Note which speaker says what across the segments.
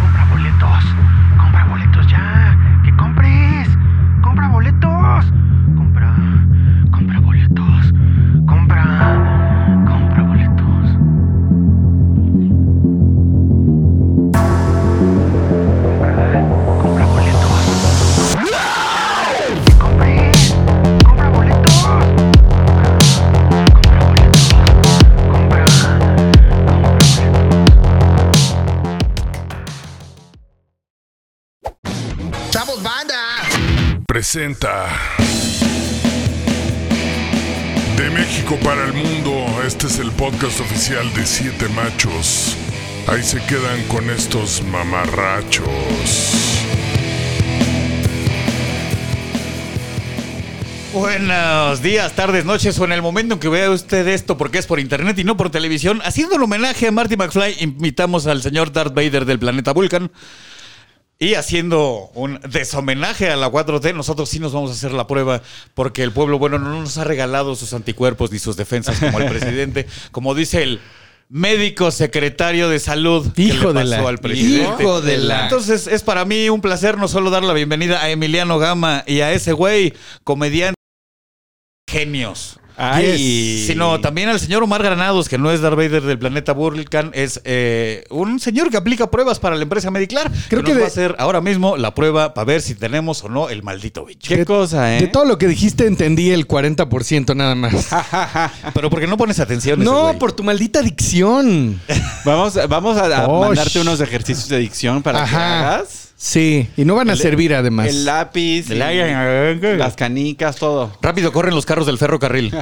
Speaker 1: Compra boletos. Compra boletos ya. Que compres. Compra boletos. Compra. Compra boletos. Compra. Compra boletos. Compra. Compra boletos. Que compres. Compra boletos. Compra. Compra boletos. Compra. Compra boletos.
Speaker 2: presenta De México para el Mundo. Este es el podcast oficial de Siete Machos. Ahí se quedan con estos mamarrachos.
Speaker 3: Buenos días, tardes, noches o en el momento en que vea usted esto, porque es por internet y no por televisión, haciendo un homenaje a Marty McFly, invitamos al señor Darth Vader del planeta Vulcan. Y haciendo un deshomenaje a la 4T, nosotros sí nos vamos a hacer la prueba, porque el pueblo bueno no nos ha regalado sus anticuerpos ni sus defensas como el presidente, como dice el médico secretario de salud
Speaker 4: Hijo
Speaker 3: que
Speaker 4: de
Speaker 3: le pasó
Speaker 4: la-
Speaker 3: al presidente.
Speaker 4: hijo de la-
Speaker 3: Entonces es para mí un placer no solo dar la bienvenida a Emiliano Gama y a ese güey comediante genios.
Speaker 4: Ay.
Speaker 3: Sino también al señor Omar Granados, que no es Darth Vader del planeta Vulcan, es eh, un señor que aplica pruebas para la empresa Mediclar. Creo
Speaker 4: Creo que
Speaker 3: que, nos
Speaker 4: de-
Speaker 3: va a hacer ahora mismo la prueba para ver si tenemos o no el maldito bicho.
Speaker 4: ¿Qué
Speaker 5: cosa, ¿eh?
Speaker 4: De todo lo que dijiste entendí el 40% nada más.
Speaker 5: Ah,
Speaker 3: Pero porque no pones atención. ese
Speaker 4: no,
Speaker 3: güey?
Speaker 4: por tu maldita adicción.
Speaker 5: Vamos, vamos a, a
Speaker 4: Osh.
Speaker 5: mandarte unos ejercicios de dicción para que
Speaker 4: Oh, Ajá.
Speaker 5: hagas.
Speaker 4: Sí, y no van a servir además.
Speaker 5: El lápiz,
Speaker 3: El-
Speaker 5: y las canicas, todo.
Speaker 3: Rápido corren los carros del ferrocarril.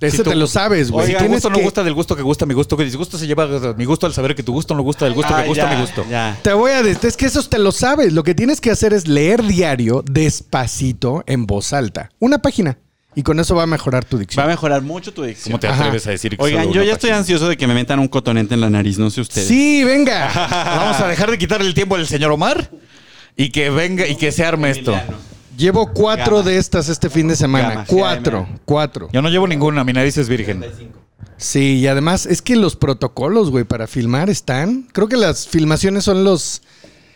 Speaker 4: Eso te lo sabes, güey.
Speaker 3: Si
Speaker 5: Oiga,
Speaker 3: tu
Speaker 4: Tienes
Speaker 3: gusto no
Speaker 4: que-
Speaker 3: gusta del gusto que gusta, mi gusto que disgusto se lleva a mi gusto al saber que tu gusto no gusta del gusto
Speaker 5: Ah,
Speaker 3: que gusta,
Speaker 5: ya,
Speaker 3: mi gusto.
Speaker 5: Ya.
Speaker 4: Te voy a decir, es que eso te lo sabes. Lo que tienes que hacer es leer diario despacito en voz alta. Una página. Y con eso va a mejorar tu
Speaker 5: Va a
Speaker 4: dicción.
Speaker 5: mejorar mucho tu
Speaker 3: ¿Cómo
Speaker 5: dicción.
Speaker 3: te
Speaker 4: Ajá.
Speaker 3: atreves a decir que
Speaker 5: Oigan,
Speaker 3: solo
Speaker 5: yo
Speaker 3: una
Speaker 5: ya estoy
Speaker 3: página?
Speaker 5: ansioso de que me metan un cotonete en la nariz, no sé ustedes.
Speaker 4: Sí, venga.
Speaker 3: Vamos a dejar de quitarle el tiempo al señor Omar y que venga y que se arme esto.
Speaker 5: Emiliano.
Speaker 4: Llevo cuatro
Speaker 5: Gama.
Speaker 4: de estas este fin de semana.
Speaker 5: Gama,
Speaker 4: cuatro,
Speaker 5: GAMA.
Speaker 4: cuatro.
Speaker 3: Yo no llevo ninguna, mi nariz es virgen.
Speaker 4: Sí, y además es que los protocolos, güey, para filmar están. Creo que las filmaciones son los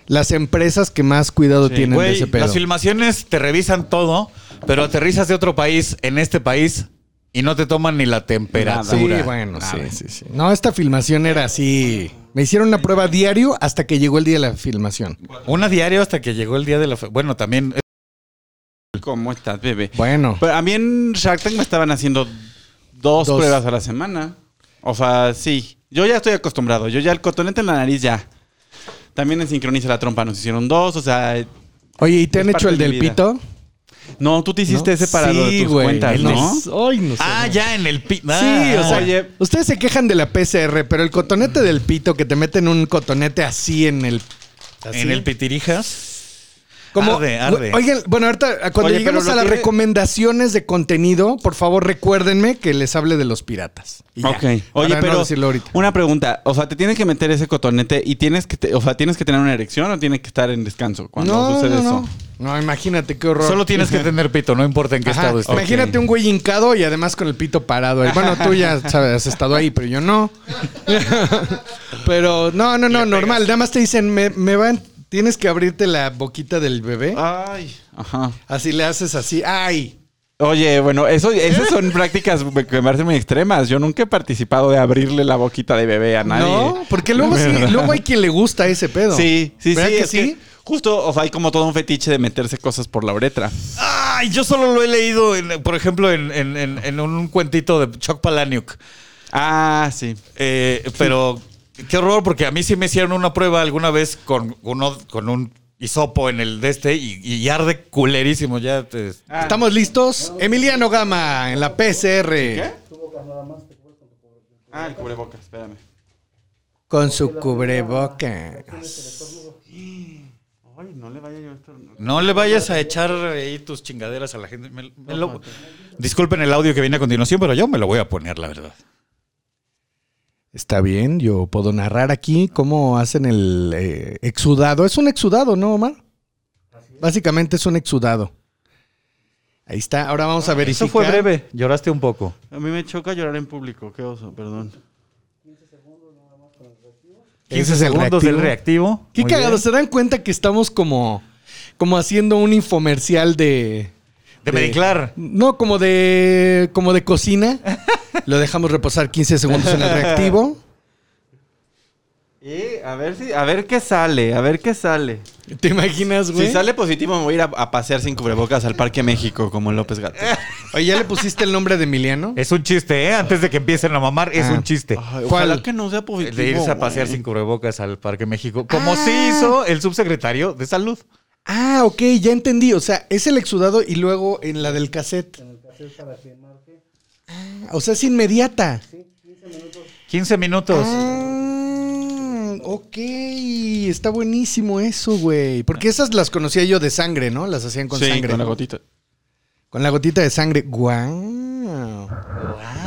Speaker 4: las empresas que más cuidado tienen de
Speaker 3: Güey,
Speaker 4: ese pedo.
Speaker 3: las filmaciones te revisan todo, pero aterrizas de otro país en este país y no te toman ni la temperatura.
Speaker 4: Sí, bueno, sí, sí, sí. No, esta filmación era así. Me hicieron una prueba diario hasta que llegó el día de la filmación.
Speaker 3: Una diario hasta que llegó el día de la... fe- Bueno, también... eh,
Speaker 5: ¿Cómo estás, bebé?
Speaker 4: Bueno,
Speaker 5: Pero a mí en Shark Tank me estaban haciendo dos,
Speaker 4: Dos.
Speaker 5: pruebas a la semana. O sea, sí. Yo ya estoy acostumbrado. Yo ya el cotonete en la nariz ya. También en sincroniza la trompa nos hicieron dos. O sea,
Speaker 4: oye, ¿y te
Speaker 5: es
Speaker 4: han hecho
Speaker 5: parte
Speaker 4: el
Speaker 5: de mi
Speaker 4: del
Speaker 5: vida.
Speaker 4: pito?
Speaker 5: no, tú te hiciste
Speaker 4: ¿No?
Speaker 5: ese para lo de
Speaker 4: Sí,
Speaker 5: tus
Speaker 4: güey.
Speaker 5: cuentas,
Speaker 4: El
Speaker 5: ¿no?
Speaker 4: des- Ay, no sé.
Speaker 3: Ah, ya en el... pi- Ah,
Speaker 4: Sí, o sea,
Speaker 5: oye.
Speaker 4: ustedes se quejan de la PCR, pero el cotonete del pito, que te meten un cotonete así en el... así.
Speaker 3: En el pitirijas.
Speaker 4: Como,
Speaker 3: Arde, arde.
Speaker 4: Oigan, bueno, ahorita eh, cuando
Speaker 5: Oye,
Speaker 4: lleguemos
Speaker 5: pero
Speaker 4: a
Speaker 5: lo
Speaker 4: las
Speaker 5: tiene-
Speaker 4: recomendaciones de contenido, por favor recuérdenme que les hable de los piratas. Y ya.
Speaker 5: Ok.
Speaker 4: Para
Speaker 5: Oye,
Speaker 4: no
Speaker 5: pero
Speaker 4: decirlo ahorita.
Speaker 5: una pregunta. O sea, te tienes que meter ese cotonete y tienes que, te- o sea, tienes que tener una erección o tienes que estar en descanso cuando
Speaker 4: No,
Speaker 5: sucede
Speaker 4: no,
Speaker 5: eso.
Speaker 4: no. No, imagínate qué horror.
Speaker 3: Solo tienes que tener pito, no importa en qué
Speaker 4: Ajá,
Speaker 5: este
Speaker 3: estado estés.
Speaker 4: Imagínate un güey hincado y además con el pito parado. ahí. Bueno, tú ya sabes, has estado ahí, pero yo no. pero no, no, no, normal. Nada más te dicen, me, me van, tienes que abrirte la boquita del bebé.
Speaker 5: Ay. Ajá.
Speaker 4: Así le haces así. ¡Ay!
Speaker 5: Oye, bueno, eso, esas son prácticas que me parecen muy extremas. Yo nunca he participado de abrirle la boquita de bebé a nadie.
Speaker 4: No, porque luego sí,
Speaker 5: ¿Verdad?
Speaker 4: luego hay quien le gusta ese pedo.
Speaker 5: Sí, sí, sí.
Speaker 4: ¿Verdad que
Speaker 5: es que
Speaker 4: sí?
Speaker 5: justo, o sea, hay como todo un fetiche de meterse cosas por la uretra.
Speaker 3: Ay, yo solo lo he leído, en- por ejemplo, en, en- en- en un cuentito de Chuck Palahniuk.
Speaker 5: Ah, sí.
Speaker 3: Eh, pero qué horror, porque a mí sí me hicieron una prueba alguna vez con uno con un hisopo en el de este y, y arde culerísimo ya. te-
Speaker 4: ¿Estamos listos? Emiliano Gama en la PCR.
Speaker 5: Ah, el cubrebocas, espérame.
Speaker 4: Con su cubrebocas.
Speaker 5: Ay, no le vaya yo esto.
Speaker 3: No le vayas a echar ahí tus chingaderas a la gente. Me- me lo- disculpen el audio que viene a continuación, pero yo me lo voy a poner, la verdad.
Speaker 4: Está bien, yo puedo narrar aquí cómo hacen el eh, exudado. Es un exudado, ¿no, Omar? Básicamente es un exudado. Ahí está. Ahora vamos a verificar.
Speaker 3: Eso fue breve. Lloraste un poco.
Speaker 5: A mí me choca llorar en público, qué oso, perdón.
Speaker 4: 15
Speaker 3: Segundos del reactivo.
Speaker 4: Qué
Speaker 3: Muy
Speaker 4: cagado.
Speaker 3: bien.
Speaker 4: ¿Se dan cuenta que estamos como, como haciendo un infomercial de.
Speaker 6: De Mediclar.
Speaker 4: No, como de. como de cocina. Lo dejamos reposar 15 segundos en el reactivo.
Speaker 5: Y a ver si, a ver qué sale, a ver qué sale.
Speaker 4: ¿Te imaginas, güey?
Speaker 5: Si sale positivo, me voy a ir a, a pasear sin cubrebocas al Parque México, como López Gato.
Speaker 4: Oye, ¿ya le pusiste el nombre de Emiliano?
Speaker 3: Es un chiste, ¿eh? Antes de que empiecen a mamar, es
Speaker 4: Ah.
Speaker 3: un chiste.
Speaker 4: ¿Cuál?
Speaker 5: Ojalá que no sea positivo.
Speaker 3: De irse a
Speaker 5: güey.
Speaker 3: pasear sin cubrebocas al Parque México, como sí hizo el subsecretario de Salud.
Speaker 4: Ah, ok, ya entendí. O sea, es el exudado y luego en la del cassette. En el cassette para que marque. Ah, o sea, es inmediata.
Speaker 3: 15 minutos.
Speaker 4: Ah, ok, está buenísimo eso, güey. Porque esas las conocía yo de sangre, ¿no? Las hacían con
Speaker 5: Sí,
Speaker 4: sangre.
Speaker 5: con la gotita.
Speaker 4: Con la gotita de sangre. ¡Guau!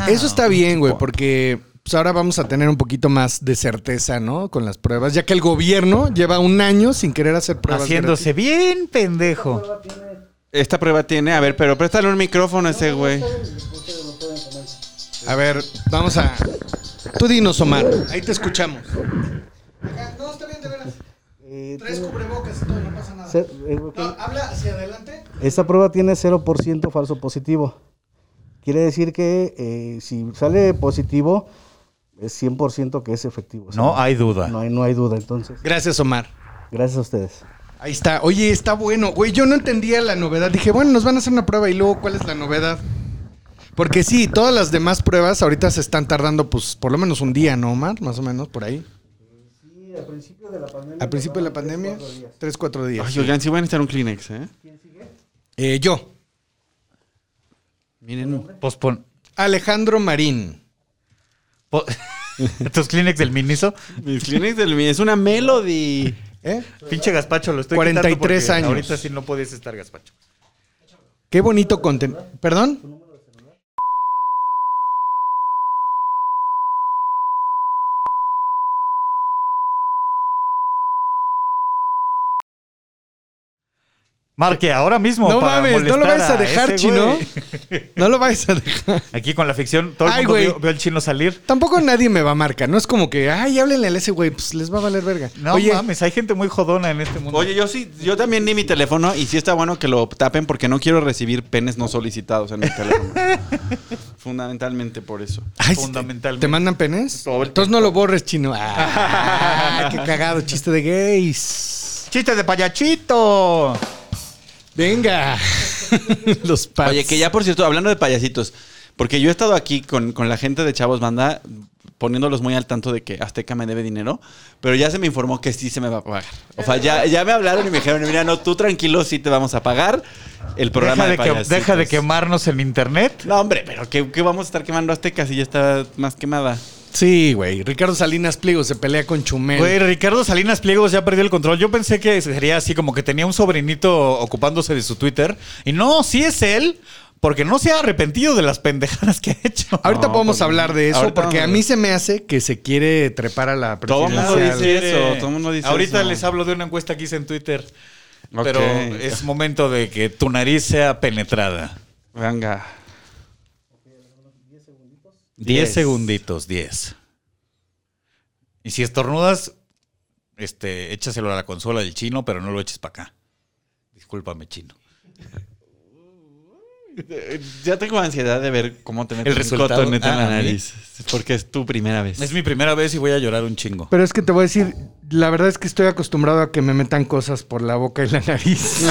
Speaker 4: Eso está bien, güey, porque pues, ahora vamos a tener un poquito más de certeza, ¿no? Con las pruebas, ya que el gobierno lleva un año sin querer hacer pruebas.
Speaker 3: Haciéndose bien pendejo.
Speaker 5: Esta prueba tiene, a ver, pero préstale un micrófono a ese güey.
Speaker 4: gratis. A ver, vamos a. Tú dinos, Omar. Ahí te escuchamos. No, está bien, de veras.
Speaker 7: Eh,
Speaker 4: Tres
Speaker 7: tiene-
Speaker 4: cubrebocas y todo, no pasa nada.
Speaker 7: se- eh, ok.
Speaker 4: No, habla hacia adelante.
Speaker 7: Esta prueba tiene 0% falso positivo. Quiere decir que eh, si sale positivo, es 100% que es efectivo. O sea,
Speaker 3: No hay duda.
Speaker 7: No hay, no hay duda, entonces.
Speaker 4: Gracias, Omar.
Speaker 7: Gracias a ustedes.
Speaker 4: Ahí está. Oye, está bueno. Güey, yo no entendía la novedad. Dije, bueno, nos van a hacer una prueba y luego, ¿cuál es la novedad? Porque sí, todas las demás pruebas ahorita se están tardando, pues, por lo menos un día, ¿no, Omar? Más o menos, por ahí.
Speaker 7: al principio de la pandemia.
Speaker 4: Al principio de la pandemia, tres, cuatro días.
Speaker 5: Ay, oigan, sí voy a necesitar un Kleenex, ¿eh?
Speaker 4: Eh, yo,
Speaker 5: Miren,
Speaker 3: Pospon.
Speaker 4: Alejandro Marín.
Speaker 3: po- Tus Kleenex del Miniso.
Speaker 5: mis Kleenex del es una melody.
Speaker 4: ¿Eh?
Speaker 3: Pinche Gaspacho, lo estoy
Speaker 4: 43
Speaker 3: quitando porque
Speaker 4: años.
Speaker 3: Ahorita sí no podías estar Gaspacho.
Speaker 4: Qué bonito contenido. ¿Perdón?
Speaker 3: Marque ahora mismo.
Speaker 4: No
Speaker 3: para
Speaker 4: mames, no lo
Speaker 3: molestar
Speaker 4: vayas a dejar,
Speaker 3: ese
Speaker 4: chino.
Speaker 3: güey.
Speaker 4: No lo vais a dejar.
Speaker 3: Aquí con la ficción, todo el
Speaker 4: Ay,
Speaker 3: mundo
Speaker 4: güey.
Speaker 3: vio, vio al chino salir.
Speaker 4: Tampoco nadie me va a marcar. No es como que, ay, háblenle a ese güey, pues les va a valer verga.
Speaker 3: No
Speaker 4: Oye,
Speaker 3: mames, hay gente muy jodona en este mundo.
Speaker 5: Oye, yo sí, yo también di mi teléfono y sí está bueno que lo tapen porque no quiero recibir penes no solicitados en mi teléfono. Fundamentalmente por eso.
Speaker 4: Ay,
Speaker 3: fundamentalmente.
Speaker 4: ¿Te mandan penes? Entonces no lo borres, chino. Ah, qué cagado, chiste de gays.
Speaker 3: ¡Chiste de payachito!
Speaker 4: Venga. Los padres.
Speaker 5: Oye, que ya por cierto, hablando de payasitos, porque yo he estado aquí con, con la gente de Chavos Banda poniéndolos muy al tanto de que Azteca me debe dinero, pero ya se me informó que sí se me va a pagar. O sea, ya, ya me hablaron y me dijeron, mira, no, tú tranquilo, sí te vamos a pagar el programa
Speaker 3: Deja de, que-
Speaker 5: payasitos".
Speaker 3: deja de quemarnos en internet.
Speaker 5: No, hombre, pero ¿qué, qué vamos a estar quemando Azteca si ya está más quemada?
Speaker 4: Sí, güey. Ricardo Salinas Pliego se pelea con Chumel.
Speaker 3: Güey, Ricardo Salinas Pliegos ya perdió el control. Yo pensé que sería así, como que tenía un sobrinito ocupándose de su Twitter. Y no, sí es él, porque no se ha arrepentido de las pendejadas que ha hecho.
Speaker 4: Ahorita
Speaker 5: No,
Speaker 4: podemos
Speaker 5: pues,
Speaker 4: hablar de eso
Speaker 5: ahorita
Speaker 4: porque a
Speaker 5: vamos a
Speaker 4: mí
Speaker 5: ver.
Speaker 4: se me hace que se quiere trepar a la
Speaker 5: Todo mundo
Speaker 4: presidencia.
Speaker 5: dice- eso, todo el mundo dice
Speaker 3: Ahorita
Speaker 5: eso.
Speaker 3: les hablo de una encuesta que hice en Twitter.
Speaker 5: Ok.
Speaker 3: Pero es momento de que tu nariz sea penetrada.
Speaker 5: Venga.
Speaker 3: 10 segunditos, 10. Y si estornudas, este, échaselo a la consola del chino, pero no lo eches para acá. Discúlpame, chino.
Speaker 5: Ya tengo ansiedad de ver cómo te metes
Speaker 3: El
Speaker 5: un
Speaker 3: resultado.
Speaker 5: cotonete en
Speaker 3: Ah,
Speaker 5: la
Speaker 3: a mí.
Speaker 5: nariz. Porque es tu primera vez.
Speaker 3: Es mi primera vez y voy a llorar un chingo.
Speaker 4: Pero es que te voy a decir, la verdad es que estoy acostumbrado a que me metan cosas por la boca y la nariz.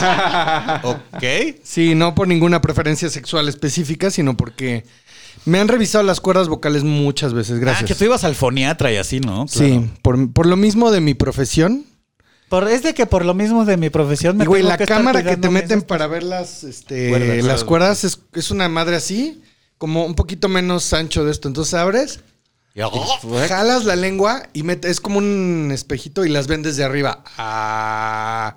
Speaker 3: ¿Ok?
Speaker 4: Sí, no por ninguna preferencia sexual específica, sino porque me han revisado las cuerdas vocales muchas veces. Gracias.
Speaker 3: Ah, que tú ibas al foniatra y así, ¿no?
Speaker 4: Sí, por, por lo mismo de mi profesión.
Speaker 3: es de que por lo mismo de mi profesión
Speaker 4: Y güey, la cámara que te meten para ver las, este,
Speaker 3: Cuerdas,
Speaker 4: las
Speaker 3: cuerdas.
Speaker 4: cuerdas es, es una madre así, como un poquito menos ancho de esto. Entonces abres,
Speaker 3: oh,
Speaker 4: jalas la lengua y mete- es como un espejito y las ven desde arriba. Ah.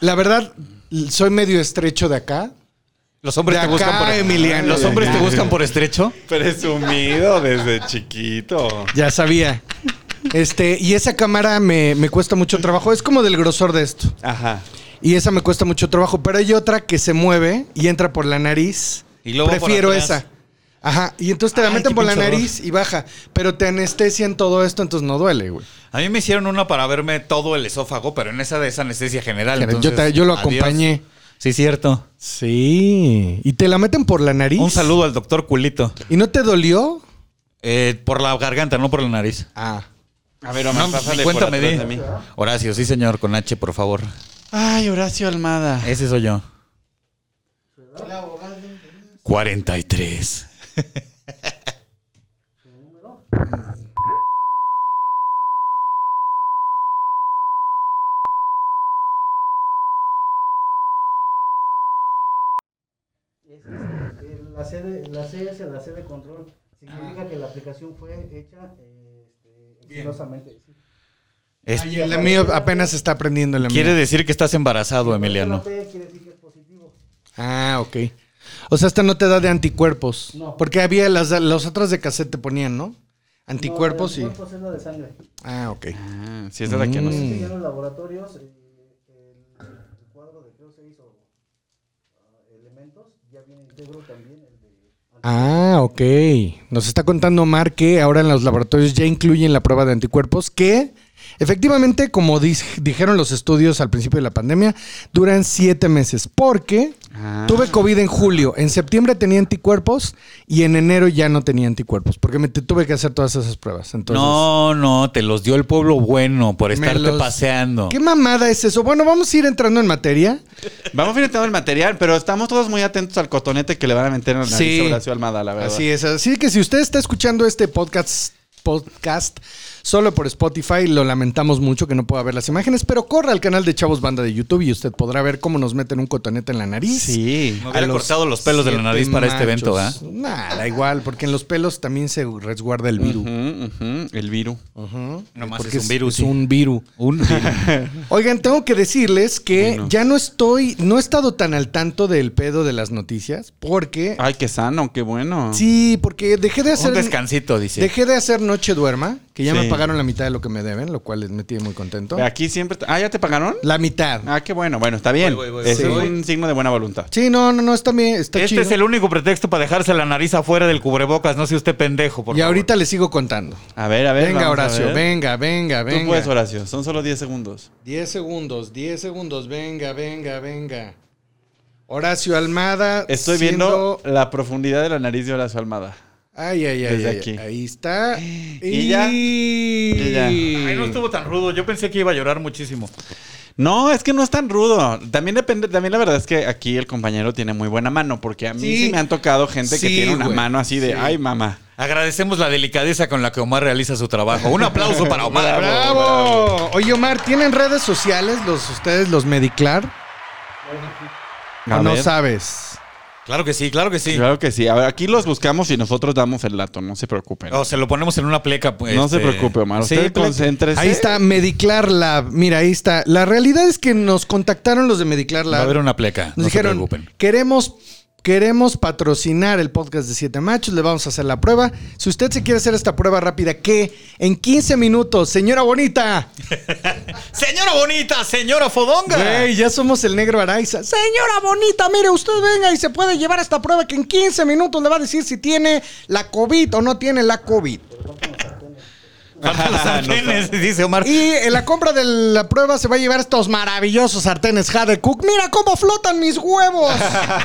Speaker 4: la verdad, l- soy medio estrecho de acá.
Speaker 3: Los hombres
Speaker 4: De
Speaker 3: te buscan
Speaker 4: acá,
Speaker 3: por
Speaker 4: Emiliano,
Speaker 3: Los
Speaker 4: de
Speaker 3: hombres te
Speaker 4: acá.
Speaker 3: buscan por estrecho.
Speaker 5: Presumido desde chiquito.
Speaker 4: Ya sabía. Este, y esa cámara me, me cuesta mucho trabajo. Es como del grosor de esto.
Speaker 5: Ajá.
Speaker 4: Y esa me cuesta mucho trabajo. Pero hay otra que se mueve y entra por la nariz.
Speaker 3: Y luego por
Speaker 4: Prefiero
Speaker 3: atrás.
Speaker 4: esa. Ajá. Y entonces te la
Speaker 3: Ay,
Speaker 4: meten
Speaker 3: qué
Speaker 4: por la
Speaker 3: pinche
Speaker 4: nariz y baja. Pero te anestesian todo esto, entonces no duele, güey.
Speaker 3: A mí me hicieron una para verme todo el esófago, pero en esa de esa anestesia general.
Speaker 4: Yo
Speaker 3: entonces,
Speaker 4: te- yo lo
Speaker 3: adiós.
Speaker 4: acompañé.
Speaker 3: Sí, cierto.
Speaker 4: Sí. Y te la meten por la nariz.
Speaker 3: Un saludo al doctor Culito.
Speaker 4: ¿Y no te dolió?
Speaker 3: Eh, por la garganta, no por la nariz.
Speaker 4: Ah.
Speaker 5: A ver, Omar,
Speaker 3: No, pues,
Speaker 5: pásale por
Speaker 3: cuéntame,
Speaker 5: atrás
Speaker 3: di.
Speaker 5: de mí.
Speaker 3: Horacio, sí, señor, con H, por favor.
Speaker 5: Ay, Horacio Almada.
Speaker 3: Ese soy yo. 43.
Speaker 8: La sede, la CS, la sede control, significa que la aplicación fue hecha eh, este, exitosamente.
Speaker 3: Es-
Speaker 4: El mío apenas está aprendiendo el
Speaker 3: quiere
Speaker 4: mío.
Speaker 3: decir que estás embarazado, Emiliano.
Speaker 8: quiere decir que es positivo.
Speaker 4: Ah, ok. O sea, esta no te da de anticuerpos. Porque había las, las otras de cassette te ponían, ¿no? Anticuerpos y.
Speaker 8: Anticuerpos es la de sangre.
Speaker 4: Ah, ok. Mm.
Speaker 5: Ah, sí, esta es la que no
Speaker 7: Mm.
Speaker 5: sé.
Speaker 8: Ya en los laboratorios, eh, el cuadro de creo 6 o ah, elementos ya viene íntegro también. El de,
Speaker 4: Ah, ok. Nos está contando Omar que ahora en los laboratorios ya incluyen la prueba de anticuerpos que, efectivamente, como dis- dijeron los estudios al principio de la pandemia, duran siete meses. Porque
Speaker 5: Ah.
Speaker 4: tuve COVID en julio, en septiembre tenía anticuerpos y en enero ya no tenía anticuerpos. Porque me te- tuve que hacer todas esas pruebas. Entonces,
Speaker 3: No, no, te los dio el pueblo bueno por
Speaker 4: me
Speaker 3: estarte
Speaker 4: los-
Speaker 3: paseando.
Speaker 4: ¿Qué mamada es eso? Bueno, vamos a ir entrando en materia.
Speaker 5: Vamos a ir todo el material, pero estamos todos muy atentos al cotonete que le van a meter en la nariz
Speaker 4: Sí.
Speaker 5: a Horacio Almada, la verdad.
Speaker 4: Así es. Así que si usted está escuchando este podcast, podcast solo por Spotify, lo lamentamos mucho que no pueda ver las imágenes, pero corra al canal de Chavos Banda de YouTube y usted podrá ver cómo nos meten un cotonete en la nariz.
Speaker 5: Sí.
Speaker 3: Me
Speaker 4: A
Speaker 3: hubiera
Speaker 4: los
Speaker 3: cortado los pelos de la
Speaker 4: siete
Speaker 3: nariz para este evento, ¿ah?
Speaker 4: machos. Nah, da igual, porque en los pelos también se resguarda el virus.
Speaker 5: Ujú, Mm, ujú, el virus.
Speaker 3: Nomás
Speaker 4: Porque
Speaker 3: es un virus.
Speaker 4: Es
Speaker 3: sí.
Speaker 4: un virus.
Speaker 3: Un virus.
Speaker 4: Oigan, tengo que decirles que ya no estoy, no he estado tan al tanto del pedo de las noticias, porque...
Speaker 5: Ay, qué sano, qué bueno.
Speaker 4: Sí, porque dejé de hacer...
Speaker 3: Ah, un descansito, dice.
Speaker 4: Dejé de hacer Noche Duerma, que ya
Speaker 5: Sí.
Speaker 4: me pagaron la mitad de lo que me deben, lo cual me tiene muy contento.
Speaker 5: Aquí siempre. Ah, ¿ya te pagaron?
Speaker 4: La mitad.
Speaker 5: Ah, qué bueno. Bueno, está bien.
Speaker 3: Voy, voy, voy,
Speaker 5: Eso
Speaker 4: voy.
Speaker 5: es un signo de buena voluntad.
Speaker 4: Sí, no, no, no, está bien, está
Speaker 3: Este
Speaker 4: chido.
Speaker 3: es el único pretexto para dejarse la nariz afuera del cubrebocas, no sea usted pendejo, por
Speaker 4: y
Speaker 3: favor.
Speaker 4: ahorita le sigo contando.
Speaker 5: A ver, a ver.
Speaker 4: venga,
Speaker 5: vamos a
Speaker 4: Horacio,
Speaker 5: ver.
Speaker 4: venga, venga, venga.
Speaker 5: Tú puedes, Horacio. Son solo 10 segundos.
Speaker 4: 10 segundos, 10 segundos, venga, venga, venga. Horacio Almada.
Speaker 5: Estoy
Speaker 4: siendo-
Speaker 5: viendo la profundidad de la nariz de Horacio Almada.
Speaker 4: Ay, ay, ay,
Speaker 5: Desde
Speaker 4: ay,
Speaker 5: aquí.
Speaker 4: Ahí está. Y,
Speaker 5: ya. Y ya.
Speaker 3: Ay, no estuvo tan rudo. Yo pensé que iba a llorar muchísimo.
Speaker 5: No, es que no es tan rudo. También depende, también la verdad es que aquí el compañero tiene muy buena mano, porque a mí sí,
Speaker 4: Sí.
Speaker 5: me han tocado gente que
Speaker 4: Sí,
Speaker 5: tiene una
Speaker 4: güey.
Speaker 5: mano así de, ay, mamá.
Speaker 3: Agradecemos la delicadeza con la que Omar realiza su trabajo. Un aplauso para Omar.
Speaker 4: Bravo. Oye, Omar, ¿tienen redes sociales los ustedes, los Mediclar?
Speaker 5: A
Speaker 4: ¿O no
Speaker 5: ver.
Speaker 4: sabes?
Speaker 3: Claro que sí, claro que sí.
Speaker 5: Claro que sí. A ver, aquí los buscamos y nosotros damos el dato, no se preocupen.
Speaker 3: O se lo ponemos en una pleca. pues,
Speaker 5: no se
Speaker 3: este,
Speaker 5: preocupe, Omar.
Speaker 3: sí,
Speaker 5: Usted
Speaker 3: pleca.
Speaker 5: concéntrese.
Speaker 4: Ahí está, Mediclar Lab. Mira, ahí está. La realidad es que nos contactaron los de Mediclar
Speaker 3: Va a
Speaker 4: Lab.
Speaker 3: haber una pleca.
Speaker 4: nos
Speaker 3: No se
Speaker 4: dijeron,
Speaker 3: preocupen.
Speaker 4: queremos, queremos patrocinar el podcast de Siete Machos, le vamos a hacer la prueba. Si usted se quiere hacer esta prueba rápida, que en 15 minutos, señora bonita.
Speaker 3: Señora bonita, señora fodonga.
Speaker 4: Güey, ya somos el negro Araiza. Señora bonita, mire, usted venga y se puede llevar esta prueba que en 15 minutos le va a decir si tiene la COVID o no tiene la COVID.
Speaker 3: Faltan los sartenes, dice Omar.
Speaker 4: Y en la compra de la prueba se va a llevar estos maravillosos sartenes Jade Cook. Mira cómo flotan mis huevos.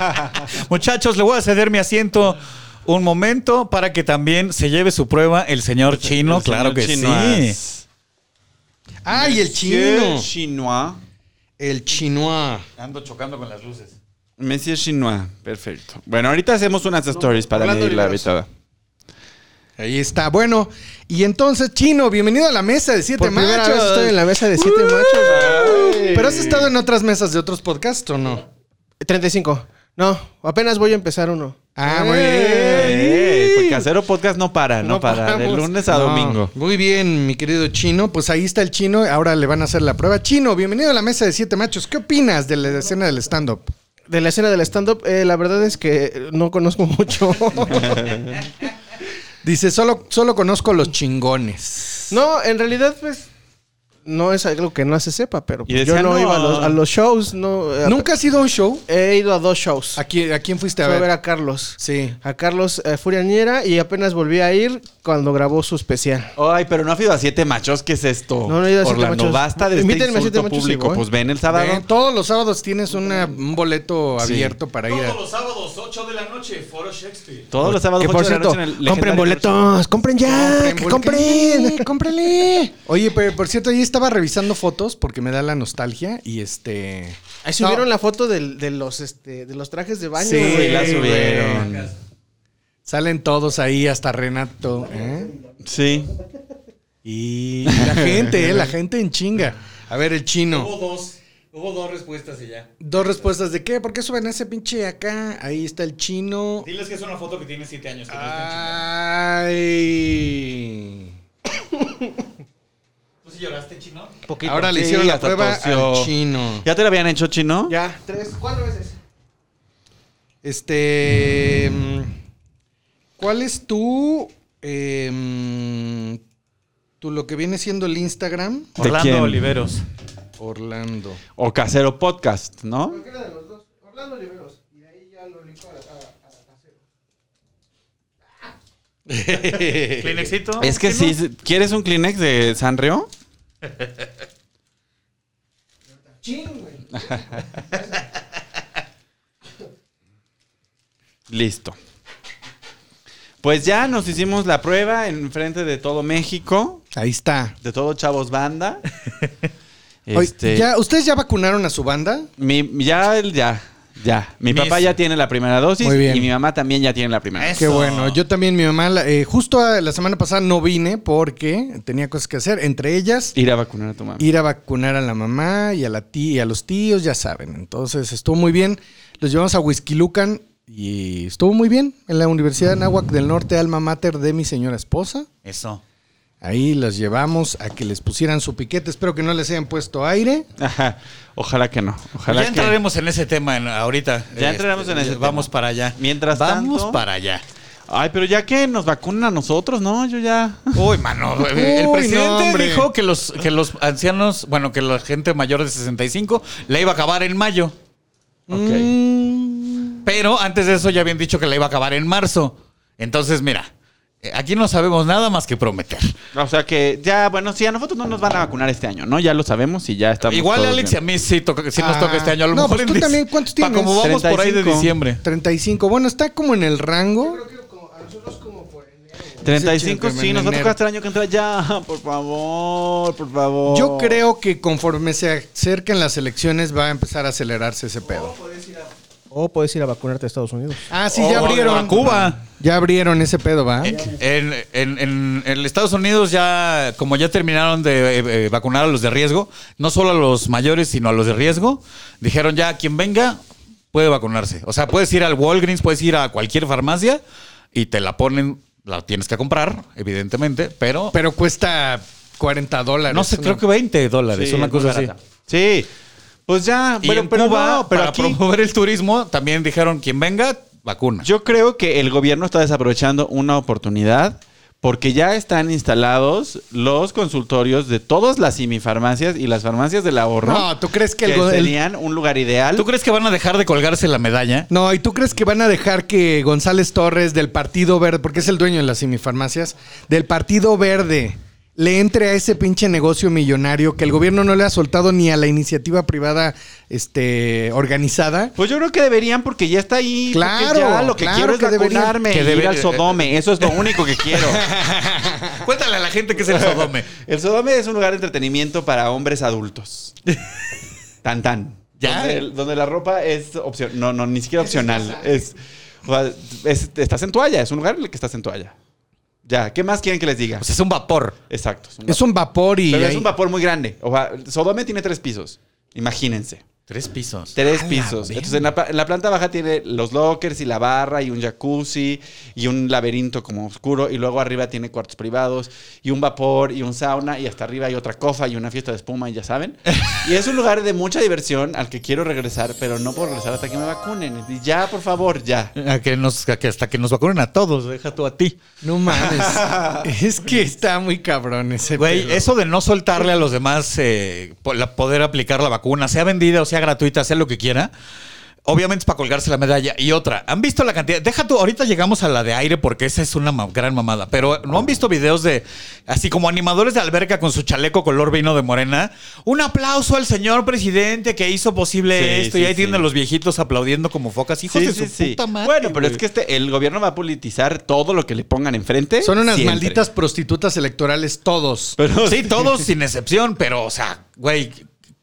Speaker 3: Muchachos, le voy a ceder mi asiento un momento para que también se lleve su prueba el señor chino.
Speaker 5: El
Speaker 3: claro
Speaker 5: señor ah,
Speaker 3: que sí.
Speaker 5: Chinois.
Speaker 4: Ay, el
Speaker 5: Monsieur
Speaker 4: chino.
Speaker 5: Chinois.
Speaker 4: El chinois.
Speaker 3: Ando chocando con las luces.
Speaker 5: Monsieur Chinois. Perfecto. Bueno, ahorita hacemos unas stories para
Speaker 4: hablando
Speaker 5: medir
Speaker 4: de
Speaker 5: la
Speaker 4: libros.
Speaker 5: habitada.
Speaker 4: Ahí está. Bueno, y entonces, chino, bienvenido a la mesa de siete
Speaker 7: Por primera
Speaker 4: machos.
Speaker 7: vez estoy en la mesa de siete machos.
Speaker 4: Pero has estado en otras mesas de otros podcasts o no?
Speaker 7: 35. No, apenas voy a empezar uno.
Speaker 4: Ah, muy
Speaker 5: Ey,
Speaker 4: bien.
Speaker 5: pues Casero Podcast no para, no,
Speaker 4: No
Speaker 5: para. De
Speaker 4: paramos.
Speaker 5: lunes a
Speaker 4: No.
Speaker 5: domingo.
Speaker 4: Muy bien, mi querido chino. Pues ahí está el chino. Ahora le van a hacer la prueba. Chino, bienvenido a la mesa de siete machos. ¿Qué opinas de la escena del stand-up?
Speaker 7: De la escena del stand-up, eh, la verdad es que eh, no conozco mucho.
Speaker 4: Dice, solo, solo conozco los chingones.
Speaker 7: no, en realidad, pues. no es algo que no se sepa, pero
Speaker 5: Y
Speaker 7: pues
Speaker 5: decía,
Speaker 7: yo no,
Speaker 5: no.
Speaker 7: iba a los, a los shows, no. eh,
Speaker 4: ¿Nunca has ido a un show?
Speaker 7: He ido a dos shows.
Speaker 4: ¿A quién, a quién fuiste a
Speaker 7: Fui a ver
Speaker 4: ver?
Speaker 7: a Carlos.
Speaker 4: Sí.
Speaker 7: A Carlos eh, Furianiera y apenas volví a ir cuando grabó su especial.
Speaker 5: Ay, pero no ha ido a siete machos, ¿qué es esto?
Speaker 7: No, no he ido a Siete
Speaker 5: Orlando,
Speaker 7: Machos.
Speaker 5: basta de este
Speaker 7: Invítenme a
Speaker 5: insulto
Speaker 7: Siete Machos y
Speaker 5: público.
Speaker 7: voy.
Speaker 5: Pues ven el sábado.
Speaker 4: Ven, ¿Eh? todos los sábados tienes una- un boleto
Speaker 5: Sí.
Speaker 4: abierto para ir a...
Speaker 3: los sábados, 8 de la noche, Foro Shakespeare.
Speaker 5: Todos los sábados
Speaker 7: Que por
Speaker 5: ocho de la
Speaker 7: cierto,
Speaker 5: noche en el legendario
Speaker 7: compren boletos, compren
Speaker 4: Compren,
Speaker 7: ya, que
Speaker 4: boletín.
Speaker 7: compren, cómprenle.
Speaker 4: Oye, pero por cierto, ahí estaba revisando fotos porque me da la nostalgia y este...
Speaker 7: Ahí subieron
Speaker 4: No.
Speaker 7: la foto del- de los este, de los trajes de baño.
Speaker 4: Sí,
Speaker 7: güey.
Speaker 5: Sí, la
Speaker 4: güey.
Speaker 5: subieron.
Speaker 4: Salen todos ahí, hasta Renato. ¿eh?
Speaker 5: Sí.
Speaker 4: Y la gente, ¿eh? la gente en chinga. A ver, el chino.
Speaker 3: Hubo dos, hubo dos respuestas y ya.
Speaker 4: Dos respuestas de qué, ¿por qué suben a ese pinche acá? Ahí está el chino.
Speaker 3: Diles que es una foto que tiene 7 años. que no es tan chingada.
Speaker 4: Ay.
Speaker 3: ¿Tú sí lloraste, chino?
Speaker 7: Poquito.
Speaker 4: Ahora le
Speaker 5: Sí,
Speaker 4: hicieron la
Speaker 5: hasta
Speaker 4: prueba al
Speaker 5: tosió.
Speaker 4: chino.
Speaker 5: ¿Ya te la habían hecho chino?
Speaker 7: Ya, tres, cuatro veces.
Speaker 4: Este. mm, ¿Cuál es tu. eh, mm, tu lo que viene siendo el Instagram?
Speaker 5: ¿De quién?
Speaker 3: Oliveros.
Speaker 4: Orlando.
Speaker 5: O Casero Podcast, ¿no?
Speaker 3: Kleenexito.
Speaker 5: Es que sí, sí. ¿quieres un Kleenex de Sanrio? Listo. Pues ya nos hicimos la prueba en frente de todo México,
Speaker 4: Ahí está.
Speaker 5: de todo Chavos Banda.
Speaker 4: Oye,
Speaker 5: Este,
Speaker 4: ¿ya- ¿Ustedes ya vacunaron a su banda?
Speaker 5: mi- ya, ya, ya. Mi
Speaker 3: Mis-
Speaker 5: papá ya tiene la primera dosis
Speaker 4: Muy bien.
Speaker 5: y mi mamá también ya tiene la primera.
Speaker 3: Eso.
Speaker 4: Qué bueno. Yo también, mi mamá, la- eh, justo a- la semana pasada no vine porque tenía cosas que hacer. Entre ellas,
Speaker 5: Ir a vacunar a tu mamá.
Speaker 4: ir a vacunar a la mamá y a la tía, y a los tíos, ya saben. Entonces estuvo muy bien. Los llevamos a Huizquilucan y estuvo muy bien en la Universidad de Náhuac del Norte, alma mater de mi señora esposa.
Speaker 3: Eso.
Speaker 4: Ahí los llevamos a que les pusieran su piquete. Espero que no les hayan puesto aire.
Speaker 5: Ajá. Ojalá que no. Ojalá
Speaker 3: ya
Speaker 5: que
Speaker 3: entraremos en ese tema en- ahorita. Este,
Speaker 5: Ya entraremos en ese
Speaker 3: Vamos
Speaker 5: tema.
Speaker 3: para allá.
Speaker 5: Mientras
Speaker 3: Vamos
Speaker 5: tanto-
Speaker 3: para allá.
Speaker 5: Ay, pero ya que nos vacunan a nosotros, ¿no? Yo ya.
Speaker 3: Uy, mano. El
Speaker 4: no,
Speaker 3: presidente
Speaker 4: hombre.
Speaker 3: dijo que los, que los ancianos, bueno, que la gente mayor de 65 la iba a acabar en mayo.
Speaker 5: Ok.
Speaker 3: Pero antes de eso ya habían dicho que la iba a acabar en marzo. Entonces, mira, eh, aquí no sabemos nada más que prometer.
Speaker 5: O sea que ya, bueno, sí, a nosotros no nos van a vacunar este año, ¿no? Ya lo sabemos y ya estamos.
Speaker 3: Igual
Speaker 5: todos
Speaker 3: Alex y a
Speaker 5: bien.
Speaker 3: mí sí, toca- sí nos
Speaker 4: Ah.
Speaker 3: toca este año. A lo
Speaker 4: No,
Speaker 3: mejor
Speaker 4: pues
Speaker 3: en
Speaker 4: tú
Speaker 3: dic-
Speaker 4: también, ¿cuántos
Speaker 3: pa'
Speaker 4: tienes?
Speaker 3: como vamos por ahí de
Speaker 5: 35.
Speaker 3: diciembre.
Speaker 4: 35. Bueno, está como en el rango.
Speaker 5: 35,
Speaker 4: Sí,
Speaker 5: sí, nos va a
Speaker 4: enero.
Speaker 5: tocar hasta el año que entra ya. Por favor, por favor.
Speaker 4: Yo creo que conforme se acerquen las elecciones va a empezar a acelerarse ese pedo.
Speaker 7: O puedes ir a vacunarte a Estados Unidos.
Speaker 4: Ah, sí, ya
Speaker 3: O
Speaker 4: abrieron.
Speaker 3: A Cuba.
Speaker 4: Ya abrieron ese pedo, ¿va?
Speaker 3: Eh, En, en- en- en Estados Unidos ya, como ya terminaron de eh, eh, vacunar a los de riesgo, no solo a los mayores, sino a los de riesgo, dijeron ya, quien venga puede vacunarse. O sea, puedes ir al Walgreens, puedes ir a cualquier farmacia y te la ponen, la tienes que comprar, evidentemente, pero,
Speaker 4: Pero cuesta 40 dólares.
Speaker 3: no sé,
Speaker 4: ¿no?
Speaker 3: creo que 20 dólares,
Speaker 5: Sí,
Speaker 3: una
Speaker 5: es
Speaker 3: cosa
Speaker 5: muy
Speaker 3: así.
Speaker 5: barata. Sí. Pues ya,
Speaker 3: Y
Speaker 5: pero,
Speaker 3: en
Speaker 5: pero
Speaker 3: Cuba,
Speaker 5: no, pero
Speaker 3: para
Speaker 5: aquí.
Speaker 3: promover el turismo, también dijeron, quien venga, vacuna.
Speaker 5: Yo creo que el gobierno está desaprovechando una oportunidad porque ya están instalados los consultorios de todas las semifarmacias y las farmacias del ahorro.
Speaker 4: No, ¿tú crees que
Speaker 5: que
Speaker 4: el go- el-
Speaker 5: serían un lugar ideal.
Speaker 3: ¿Tú crees que van a dejar de colgarse la medalla?
Speaker 4: No, ¿y tú crees que van a dejar que González Torres del Partido Verde, porque es el dueño de las semifarmacias, del Partido Verde le entre a ese pinche negocio millonario que el gobierno no le ha soltado ni a la iniciativa privada este organizada?
Speaker 5: Pues yo creo que deberían porque ya está ahí. porque
Speaker 4: Claro,
Speaker 5: ya lo que
Speaker 4: claro
Speaker 5: quiero es
Speaker 4: que deberían.
Speaker 5: vacunarme
Speaker 3: Que
Speaker 5: y ir
Speaker 3: debería-
Speaker 5: al Sodome. Eso es lo único que quiero.
Speaker 3: Cuéntale a la gente que es el Sodome.
Speaker 5: El Sodome es un lugar de entretenimiento para hombres adultos. tan tan.
Speaker 3: Ya.
Speaker 5: Donde, el- donde la ropa es opción. No, no, ni siquiera opcional. Es, o sea, es- estás en toalla. Es un lugar en el que estás en toalla. Ya. ¿Qué más quieren que les diga?
Speaker 3: O sea, es un vapor.
Speaker 5: Exacto.
Speaker 4: Es un vapor y
Speaker 5: Pero es
Speaker 4: ahí-
Speaker 5: un vapor muy grande. O sea, Sodome tiene tres pisos. Imagínense.
Speaker 3: Tres pisos.
Speaker 5: Tres pisos. Entonces, en la, pla- en la planta baja tiene los lockers y la barra y un jacuzzi y un laberinto como oscuro. Y luego arriba tiene cuartos privados y un vapor y un sauna. Y hasta arriba hay otra cofa y una fiesta de espuma, y ya saben. Y es un lugar de mucha diversión al que quiero regresar, pero no puedo regresar hasta que me vacunen. Y ya, por favor, ya.
Speaker 3: A que nos, a que hasta que nos vacunen a todos, deja tú a ti.
Speaker 4: No mames. es que está muy cabrón ese
Speaker 3: Güey,
Speaker 4: pedo.
Speaker 3: eso de no soltarle a los demás eh, po- la- poder aplicar la vacuna, sea vendida o sea gratuita, sea lo que quiera, obviamente es para colgarse la medalla. Y otra, ¿han visto la cantidad? Deja tú, ahorita llegamos a la de aire porque esa es una ma- gran mamada, pero ¿no han visto videos de, así como animadores de alberca con su chaleco color vino de morena? Un aplauso al señor presidente que hizo posible
Speaker 5: Sí,
Speaker 3: esto y
Speaker 5: sí,
Speaker 3: ahí tienen
Speaker 5: sí.
Speaker 3: a los viejitos aplaudiendo como focas, hijos
Speaker 5: Sí,
Speaker 3: de
Speaker 5: sí,
Speaker 3: su
Speaker 5: sí.
Speaker 3: puta madre.
Speaker 5: Bueno, pero es
Speaker 3: güey.
Speaker 5: que este, el gobierno va a politizar todo lo que le pongan enfrente.
Speaker 4: Son unas
Speaker 5: siempre.
Speaker 4: malditas prostitutas electorales todos.
Speaker 5: Pero
Speaker 3: Sí, todos sin excepción, pero, o sea, güey,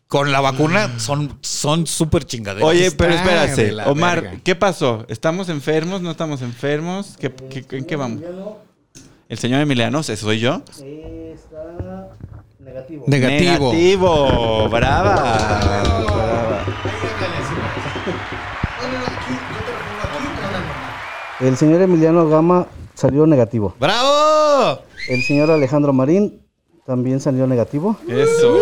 Speaker 3: con la
Speaker 4: Mm.
Speaker 3: vacuna son son súper chingaderas.
Speaker 5: Oye, pero
Speaker 4: Está de
Speaker 5: espérate,
Speaker 4: la
Speaker 5: Omar,
Speaker 4: verga.
Speaker 5: ¿qué pasó? ¿Estamos enfermos? ¿No estamos enfermos? ¿Qué, qué- qué- en qué vamos? El señor Emiliano, ¿ese soy yo?
Speaker 8: Está negativo.
Speaker 4: Negativo.
Speaker 5: Negativo, brava. brava.
Speaker 8: El señor Emiliano Gama salió negativo.
Speaker 3: ¡Bravo!
Speaker 8: El señor Alejandro Marín también salió negativo.
Speaker 5: Eso.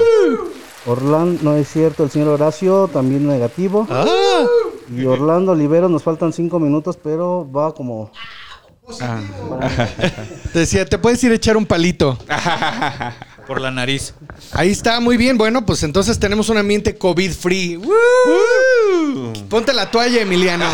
Speaker 8: Orlando, no es cierto, el señor Horacio también negativo.
Speaker 3: Ah,
Speaker 8: Y Orlando Olivero, nos faltan cinco minutos, pero va como...
Speaker 4: Decía, te puedes ir a echar un palito.
Speaker 3: por la nariz.
Speaker 4: Ahí está, muy bien. Bueno, pues entonces tenemos un ambiente COVID-free. ¡Woo! Ponte la toalla, Emiliano.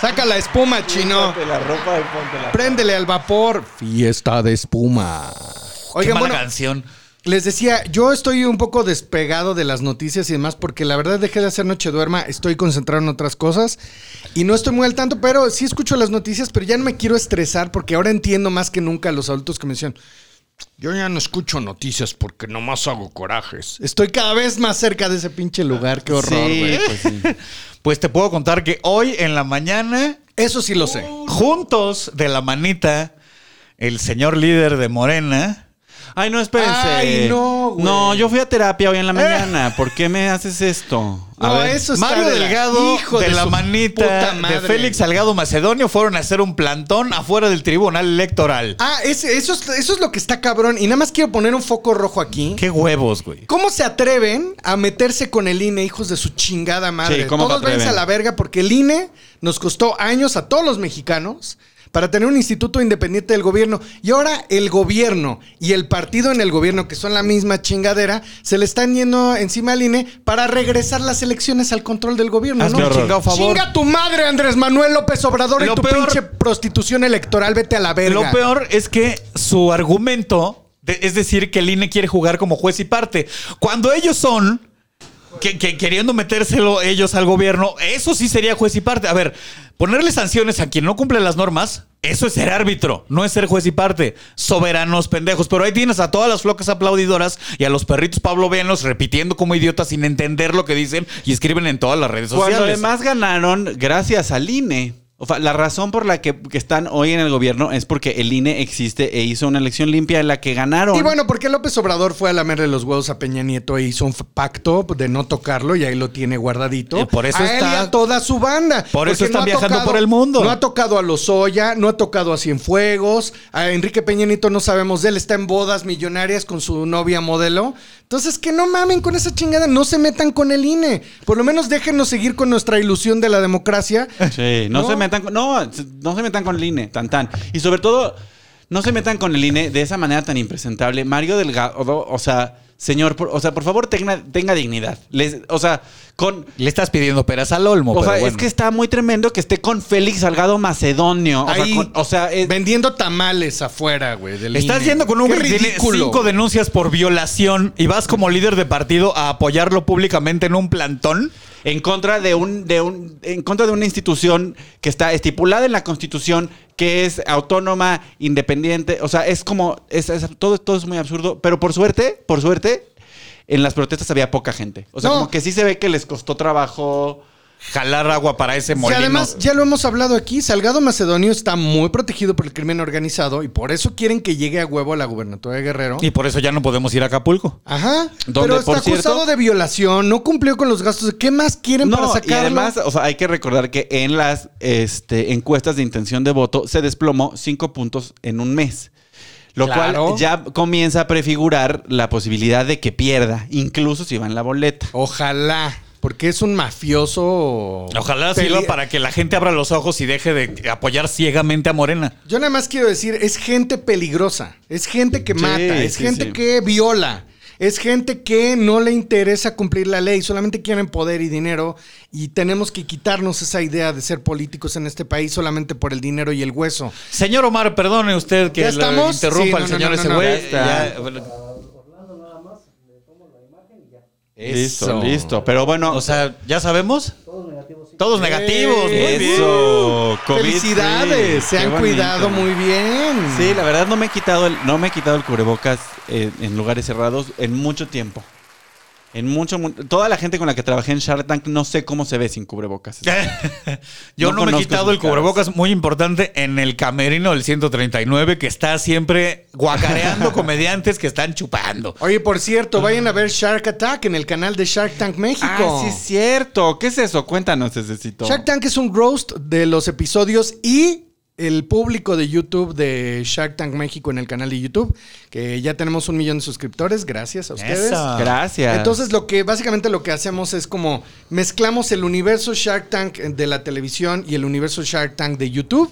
Speaker 4: Saca la espuma, chino.
Speaker 5: la ropa de póntela.
Speaker 4: Préndele al vapor. Fiesta de espuma.
Speaker 3: Oigan,
Speaker 4: Oigan, bueno,
Speaker 3: canción.
Speaker 4: les decía, yo estoy un poco despegado de las noticias y demás porque la verdad dejé de hacer noche duerma, estoy concentrado en otras cosas y no estoy muy al tanto, pero sí escucho las noticias, pero ya no me quiero estresar porque ahora entiendo más que nunca a los adultos que me decían, yo ya no escucho noticias porque nomás hago corajes. Estoy cada vez más cerca de ese pinche lugar, qué horror, güey.
Speaker 3: Pues te puedo contar que hoy en la mañana,
Speaker 4: Eso sí lo sé.
Speaker 3: juntos de la manita, el señor líder de Morena.
Speaker 5: Ay, no, espérense.
Speaker 4: Ay, no, güey.
Speaker 5: No, yo fui a terapia hoy en la mañana. ¿Por qué me haces esto? A
Speaker 4: No,
Speaker 5: ver.
Speaker 4: eso está
Speaker 3: Mario
Speaker 4: de la-
Speaker 3: Delgado
Speaker 4: hijo
Speaker 3: de, la
Speaker 4: su
Speaker 3: manita
Speaker 4: puta
Speaker 3: de
Speaker 4: madre.
Speaker 3: Félix Salgado Macedonio fueron a hacer un plantón afuera del tribunal electoral.
Speaker 4: Ah, ese- eso, es, eso es lo que está cabrón. Y nada más quiero poner un foco rojo aquí.
Speaker 3: Qué huevos, güey.
Speaker 4: ¿Cómo se atreven a meterse con el INE, hijos de su chingada madre?
Speaker 5: Sí, ¿cómo se
Speaker 4: todos
Speaker 5: atreven?
Speaker 4: váyanse a la verga porque el INE nos costó años a todos los mexicanos para tener un instituto independiente del gobierno. Y ahora el gobierno y el partido en el gobierno, que son la misma chingadera, se le están yendo encima al INE para regresar las elecciones al control del gobierno.
Speaker 5: Ah,
Speaker 3: Hazme
Speaker 4: ¿no?
Speaker 3: un chingado favor.
Speaker 4: Chinga tu madre, Andrés Manuel López Obrador,
Speaker 3: Lo
Speaker 4: y tu
Speaker 3: peor-
Speaker 4: pinche prostitución electoral, vete a la verga.
Speaker 3: Lo peor es que su argumento de- es decir que el INE quiere jugar como juez y parte. Cuando ellos son. Que, que queriendo metérselo ellos al gobierno, eso sí sería juez y parte. A ver, ponerle sanciones a quien no cumple las normas, eso es ser árbitro, no es ser juez y parte. Soberanos pendejos. Pero ahí tienes a todas las flocas aplaudidoras y a los perritos pavlovianos repitiendo como idiotas sin entender lo que dicen y escriben en todas las redes sociales.
Speaker 5: Cuando además ganaron gracias al INE. O sea, la razón por la que, que están hoy en el gobierno es porque el INE existe e hizo una elección limpia en la que ganaron.
Speaker 4: Y bueno, ¿por qué López Obrador fue a lamerle los huevos a Peña Nieto e hizo un f- pacto de no tocarlo y ahí lo tiene guardadito?
Speaker 3: Y por eso
Speaker 4: a él y
Speaker 3: está-
Speaker 4: a toda su banda.
Speaker 3: Por eso
Speaker 4: Porque
Speaker 3: están
Speaker 4: ha
Speaker 3: viajando por el mundo.
Speaker 4: No ha tocado a Lozoya, no ha tocado a Cienfuegos, a Enrique Peña Nieto no sabemos de él, está en bodas millonarias con su novia modelo. Entonces, que no mamen con esa chingada, no se metan con el INE. Por lo menos déjenos seguir con nuestra ilusión de la democracia.
Speaker 5: Sí, no,
Speaker 4: ¿No?
Speaker 5: se metan con, no, no se metan con el INE, tan tan. Y sobre todo, no se metan con el INE de esa manera tan impresentable. Mario Delgado, o sea, señor, por- o sea, por favor tenga, tenga dignidad. Les- o sea, con
Speaker 3: le estás pidiendo peras al olmo.
Speaker 5: o
Speaker 3: pero
Speaker 5: sea, es
Speaker 3: bueno.
Speaker 5: que está muy tremendo que esté con Félix Salgado Macedonio. O
Speaker 4: Ahí,
Speaker 5: sea, con- o sea, es-
Speaker 4: eh, vendiendo tamales afuera, güey. del
Speaker 3: Estás
Speaker 4: INE.
Speaker 3: yendo con un
Speaker 4: Qué
Speaker 3: güey que tiene
Speaker 4: ridículo.
Speaker 3: cinco denuncias por violación y vas como líder de partido a apoyarlo públicamente en un plantón.
Speaker 5: en contra de un, de un, en contra de una institución que está estipulada en la constitución, que es autónoma, independiente. O sea, es como, es, es- todo, todo es muy absurdo. Pero por suerte, por suerte, en las protestas había poca gente. O sea,
Speaker 4: No.
Speaker 5: como que sí se ve que les costó trabajo.
Speaker 9: jalar agua para ese
Speaker 4: Y
Speaker 9: molino.
Speaker 4: además, ya lo hemos hablado aquí, Salgado Macedonio está muy protegido por el crimen organizado y por eso quieren que llegue a huevo a la gubernatura de Guerrero.
Speaker 9: y por eso ya no podemos ir a Acapulco.
Speaker 4: Ajá.
Speaker 5: Donde,
Speaker 4: pero está
Speaker 5: por
Speaker 4: acusado
Speaker 5: cierto-
Speaker 4: de violación, no cumplió con los gastos. ¿Qué más quieren para
Speaker 5: No, y
Speaker 4: sacarlo?
Speaker 5: además, o sea, hay que recordar que en las este, encuestas de intención de voto se desplomó cinco puntos en un mes. Lo
Speaker 4: Claro.
Speaker 5: cual ya comienza a prefigurar la posibilidad de que pierda, incluso si va en la boleta.
Speaker 4: Ojalá, porque es un mafioso.
Speaker 9: Ojalá
Speaker 4: Peli-
Speaker 9: sirva para que la gente abra los ojos y deje de apoyar ciegamente a Morena.
Speaker 4: Yo nada más quiero decir, es gente peligrosa, es gente que
Speaker 5: Sí,
Speaker 4: mata, es
Speaker 5: sí,
Speaker 4: gente
Speaker 5: sí.
Speaker 4: que viola, es gente que no le interesa cumplir la ley, solamente quieren poder y dinero y tenemos que quitarnos esa idea de ser políticos en este país solamente por el dinero y el hueso.
Speaker 9: Señor Omar, perdone usted que
Speaker 4: ¿Ya
Speaker 9: lo
Speaker 4: estamos?
Speaker 9: interrumpa
Speaker 4: Sí, no,
Speaker 9: al
Speaker 4: no,
Speaker 9: señor
Speaker 4: no, no,
Speaker 9: ese
Speaker 4: no, ya
Speaker 9: güey.
Speaker 5: está.
Speaker 9: Ya, bueno,
Speaker 5: Listo, listo. Pero bueno,
Speaker 9: o sea, ¿ya sabemos? Todos negativos. Todos negativos. muy bien.
Speaker 5: eso. COVID free.
Speaker 4: Felicidades, se
Speaker 5: Qué
Speaker 4: han
Speaker 5: bonito.
Speaker 4: cuidado muy bien.
Speaker 5: Sí, la verdad no me he quitado el, no me he quitado el cubrebocas eh, en, lugares cerrados en mucho tiempo. En mucho, mu- toda la gente con la que trabajé en Shark Tank no sé cómo se ve sin cubrebocas.
Speaker 9: Yo
Speaker 5: No
Speaker 9: no, me he
Speaker 5: conozco
Speaker 9: quitado el
Speaker 5: sus caras.
Speaker 9: cubrebocas, muy importante, en el camerino del 139, que está siempre guacareando comediantes que están chupando.
Speaker 4: Oye, por cierto, vayan a ver Shark Attack en el canal de Shark Tank México.
Speaker 5: Ah, sí es cierto. ¿Qué es eso? Cuéntanos, necesito.
Speaker 4: Shark Tank es un roast de los episodios y el público de YouTube de Shark Tank México en el canal de YouTube, que ya tenemos un millón de suscriptores, gracias a ustedes.
Speaker 9: Eso.
Speaker 5: Ah, Gracias.
Speaker 4: Entonces lo que básicamente lo que hacemos es como mezclamos el universo Shark Tank de la televisión y el universo Shark Tank de YouTube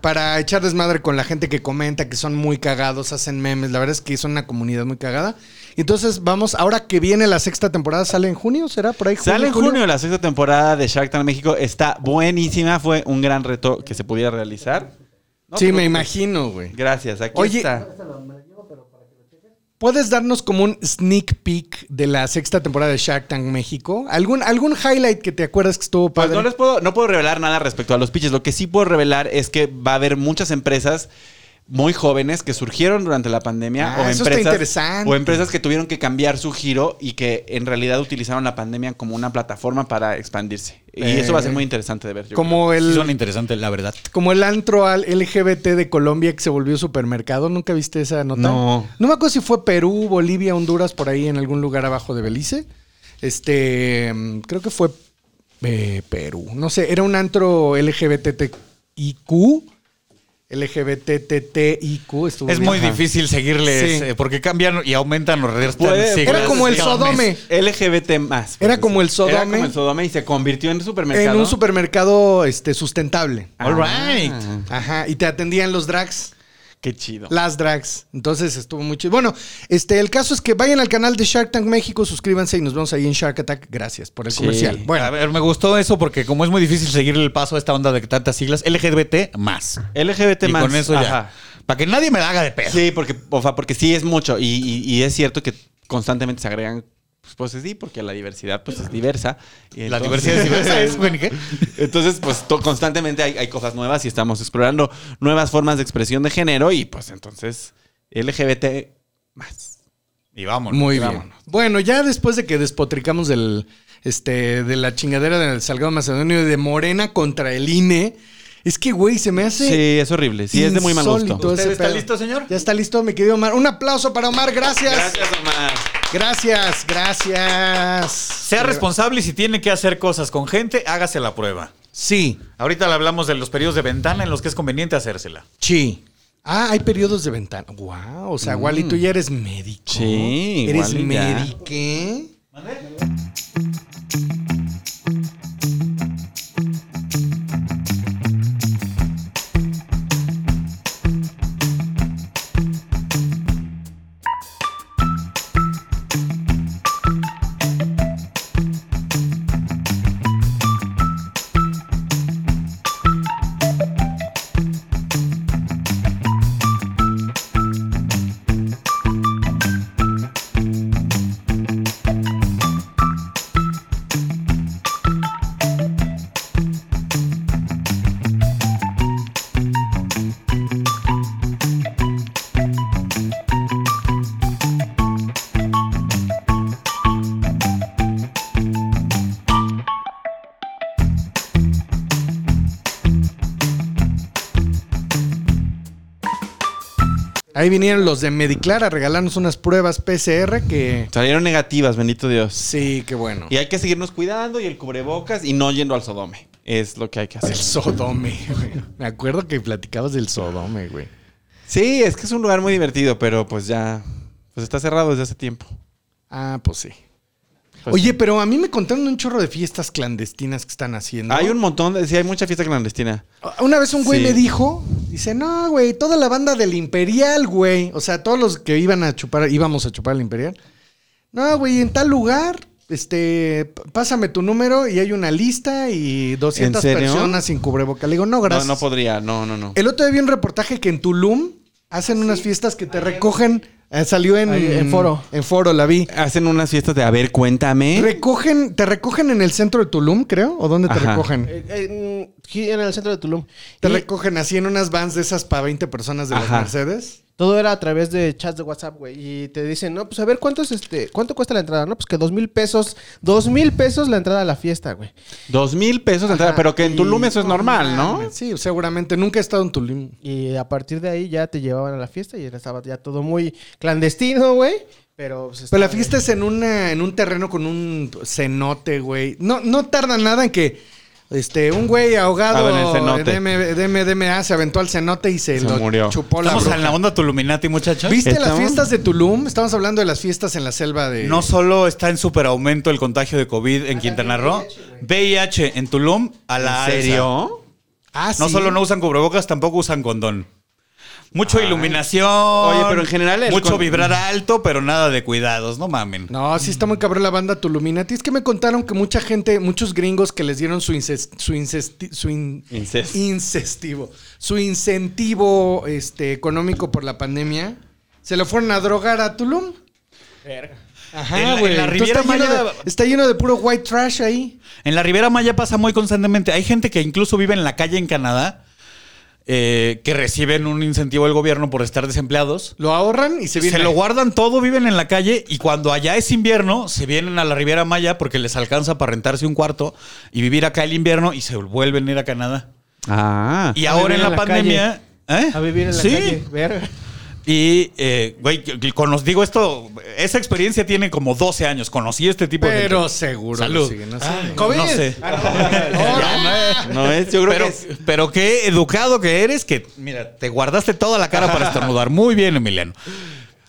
Speaker 4: para echar desmadre con la gente que comenta que son muy cagados, hacen memes, la verdad es que son una comunidad muy cagada. Entonces vamos, ahora que viene la sexta temporada, sale en junio, será por ahí. junio,
Speaker 5: Sale en junio la sexta temporada de Shark Tank México. Está buenísima. Fue un gran reto que se pudiera realizar. No
Speaker 4: sí,
Speaker 5: te
Speaker 4: me
Speaker 5: preocupes.
Speaker 4: imagino, güey.
Speaker 5: Gracias. Aquí
Speaker 4: Oye,
Speaker 5: está.
Speaker 4: ¿Puedes darnos como un sneak peek de la sexta temporada de Shark Tank México? ¿Algún, algún highlight que te acuerdas que estuvo
Speaker 5: Pues
Speaker 4: padre?
Speaker 5: no les puedo, no puedo revelar nada respecto a los pitches. Lo que sí puedo revelar es que va a haber muchas empresas muy jóvenes que surgieron durante la pandemia
Speaker 4: Ah,
Speaker 5: o
Speaker 4: eso está
Speaker 5: empresas
Speaker 4: interesante.
Speaker 5: o empresas que tuvieron que cambiar su giro y que en realidad utilizaron la pandemia como una plataforma para expandirse. Y
Speaker 4: Eh,
Speaker 5: eso va a ser muy interesante de ver. yo
Speaker 4: como
Speaker 9: Sí suena
Speaker 4: el,
Speaker 9: interesante, la verdad.
Speaker 4: como el antro al LGBT de Colombia que se volvió supermercado. ¿Nunca viste esa nota?
Speaker 5: No.
Speaker 4: No me acuerdo si fue Perú, Bolivia, Honduras, por ahí en algún lugar abajo de Belice. Este, mm, creo que fue eh, Perú. No sé, era un antro LGBTIQ. LGBTTIQ. estuvo
Speaker 9: Es
Speaker 4: bien.
Speaker 9: muy
Speaker 4: Ajá.
Speaker 9: difícil seguirles
Speaker 4: Sí.
Speaker 9: eh, porque cambian y aumentan los restos.
Speaker 5: Puede-
Speaker 4: Era como el Sodome.
Speaker 5: creo. LGBT más.
Speaker 4: Era
Speaker 5: pues,
Speaker 4: como el Sodome.
Speaker 5: Era como el Sodome y se convirtió en supermercado.
Speaker 4: En un supermercado este, sustentable.
Speaker 9: All
Speaker 4: Ah.
Speaker 9: right.
Speaker 4: Ajá, y te atendían los drags,
Speaker 5: Qué chido.
Speaker 4: las drags. Entonces estuvo muy chido. Bueno, este, el caso es que vayan al canal de Shark Tank México, suscríbanse y nos vemos ahí en Shark Attack. Gracias por el comercial.
Speaker 9: Bueno, a
Speaker 4: Bueno,
Speaker 9: ver, me gustó eso porque como es muy difícil seguirle el paso a esta onda de tantas siglas, LGBT más.
Speaker 5: LGBT
Speaker 9: Y
Speaker 5: más.
Speaker 9: con eso
Speaker 5: Ajá.
Speaker 9: ya. Para que nadie me la haga de pedo.
Speaker 5: Sí, porque, o sea, porque sí es mucho. Y, y- y es cierto que constantemente se agregan. Pues, pues, sí, porque la diversidad pues, es diversa. Y
Speaker 9: La
Speaker 5: entonces-
Speaker 9: diversidad es diversa, ¿eh? es bueno, ¿y qué?
Speaker 5: Entonces, pues to- constantemente hay, hay cosas nuevas y estamos explorando nuevas formas de expresión de género. Y pues entonces, LGBT más.
Speaker 9: Y vámonos.
Speaker 4: muy
Speaker 9: Y
Speaker 4: bien.
Speaker 9: vámonos.
Speaker 4: Bueno, ya después de que despotricamos del, este, de la chingadera del Salgado Macedonio y de Morena contra el INE, es que, güey, se me hace.
Speaker 5: Sí, es horrible. Sí, es de muy mal
Speaker 4: insólito
Speaker 5: gusto.
Speaker 4: ese
Speaker 9: ¿Usted está
Speaker 4: pedo.
Speaker 9: listo, señor?
Speaker 4: Ya está listo, mi querido Omar. Un aplauso para Omar, gracias.
Speaker 5: Gracias, Omar.
Speaker 4: Gracias, gracias.
Speaker 9: Sea responsable y si tiene que hacer cosas con gente, hágase la prueba.
Speaker 4: Sí,
Speaker 9: Ahorita le hablamos de los periodos de ventana en los que es conveniente hacérsela.
Speaker 4: sí. Ah, hay periodos de ventana. Wow, o sea, Wally, tú ya eres médico.
Speaker 5: Mm. Sí,
Speaker 4: Eres
Speaker 5: Wally ya.
Speaker 4: médico. Ahí vinieron los de Mediclar a regalarnos unas pruebas PCR que...
Speaker 5: Salieron negativas, bendito Dios.
Speaker 4: Sí, qué bueno.
Speaker 5: Y hay que seguirnos cuidando y el cubrebocas y no yendo al sodome. Es lo que hay que
Speaker 4: El
Speaker 5: hacer.
Speaker 4: Sodome, güey. Me acuerdo que platicabas del Sodome, güey.
Speaker 5: Sí, es que es un lugar muy divertido, pero pues ya. Pues está cerrado desde hace tiempo.
Speaker 4: Ah, pues sí.
Speaker 5: Pues
Speaker 4: Oye, pero a mí me contaron un chorro de fiestas clandestinas que están haciendo.
Speaker 5: Hay un montón de. Sí, hay mucha fiesta clandestina.
Speaker 4: Una vez un güey
Speaker 5: Sí.
Speaker 4: me dijo, dice, no, güey, toda la banda del Imperial, güey. O sea, todos los que iban a chupar, íbamos a chupar el Imperial. No, güey, en tal lugar, este, p- pásame tu número y hay una lista y 200
Speaker 5: serio?
Speaker 4: personas sin cubreboca. Le digo, no, gracias.
Speaker 5: No, no podría. No, no, no.
Speaker 4: el otro día vi un reportaje que en Tulum hacen
Speaker 7: ¿Ah,
Speaker 4: unas fiestas que te recogen. eh, salió en,
Speaker 7: Ahí, en Foro.
Speaker 4: En foro, la vi.
Speaker 5: Hacen unas fiestas de a ver, cuéntame.
Speaker 4: Recogen, te recogen en el centro de Tulum, creo, o dónde te
Speaker 5: Ajá.
Speaker 4: recogen.
Speaker 7: Eh, eh, mm, sí, en el centro de Tulum.
Speaker 4: Te
Speaker 7: Y
Speaker 4: recogen así en unas vans de esas para 20 personas de las
Speaker 5: Ajá.
Speaker 4: Mercedes.
Speaker 7: todo era a través de chats de WhatsApp, güey. Y te dicen, no, pues a ver cuántos, este, cuánto cuesta la entrada, ¿no? Pues que dos mil pesos, dos mil pesos la entrada a la fiesta, güey.
Speaker 5: Dos mil pesos de entrada,
Speaker 7: Ajá,
Speaker 5: pero que en
Speaker 7: y-
Speaker 5: Tulum eso es normal, ¿no?
Speaker 4: Sí, seguramente. Nunca he estado en Tulum.
Speaker 7: Y a partir de ahí ya te llevaban a la fiesta y estaba ya todo muy clandestino, güey. Pero, pues,
Speaker 4: Pero la
Speaker 7: estaba-
Speaker 4: fiesta es en, una, en un terreno con un cenote, güey. No, no tarda nada en que este, un güey ahogado
Speaker 5: Ah, en el cenote.
Speaker 4: de DM, DMDMA se aventó al cenote y se,
Speaker 5: Se
Speaker 4: lo
Speaker 5: murió.
Speaker 4: chupó la
Speaker 3: Estamos en la
Speaker 4: bruja.
Speaker 3: onda Tuluminati, muchachos.
Speaker 4: ¿Viste las
Speaker 5: Estamos-
Speaker 4: fiestas de Tulum? Estamos hablando de las fiestas en la selva de...
Speaker 3: No solo está en super aumento el contagio de COVID en Quintana Roo, VIH en Tulum a la
Speaker 5: ¿En
Speaker 3: alza.
Speaker 5: serio?
Speaker 4: Ah,
Speaker 3: No
Speaker 4: sí.
Speaker 3: solo no usan cubrebocas, tampoco usan condón. Mucho iluminación.
Speaker 5: Oye, pero en general el
Speaker 3: Mucho
Speaker 5: con-
Speaker 3: vibrar alto, pero nada de cuidados, no mamen.
Speaker 4: No, sí está muy cabrón la banda Tuluminati. Es que me contaron que mucha gente, muchos gringos que les dieron su inces- su, incesti- su in-
Speaker 5: Inces.
Speaker 4: incestivo, su incentivo este, económico por la pandemia, se lo fueron a drogar a Tulum.
Speaker 3: En la-
Speaker 4: Ajá,
Speaker 3: en
Speaker 4: güey.
Speaker 3: la
Speaker 4: Entonces
Speaker 3: Riviera
Speaker 4: está, lleno
Speaker 3: Maya-
Speaker 4: de, está lleno de puro white trash ahí.
Speaker 3: En la Ribera Maya pasa muy constantemente. Hay gente que incluso vive en la calle en Canadá eh, que reciben un incentivo del gobierno por estar desempleados.
Speaker 4: Lo ahorran y se
Speaker 3: Se
Speaker 4: vienen.
Speaker 3: lo guardan todo, viven en la calle y cuando allá es invierno se vienen a la Riviera Maya porque les alcanza para rentarse un cuarto y vivir acá el invierno y se vuelven a ir a Canadá.
Speaker 5: Ah.
Speaker 3: Y
Speaker 7: A
Speaker 3: ahora
Speaker 7: vivir
Speaker 3: en la,
Speaker 7: en la
Speaker 3: pandemia... ¿eh?
Speaker 7: A vivir en la
Speaker 3: Sí.
Speaker 7: calle, verga.
Speaker 3: Y, eh, güey, con los digo esto, esa experiencia tiene como 12 años. Conocí este tipo de...
Speaker 4: Pero
Speaker 3: gente.
Speaker 4: seguro.
Speaker 3: Salud.
Speaker 4: lo siguen haciendo.
Speaker 3: COVID. Ah, No sé.
Speaker 5: No es, yo creo
Speaker 3: Pero,
Speaker 5: que es.
Speaker 3: pero qué educado que eres, que mira, te guardaste toda la cara para estornudar. Muy bien, Emiliano.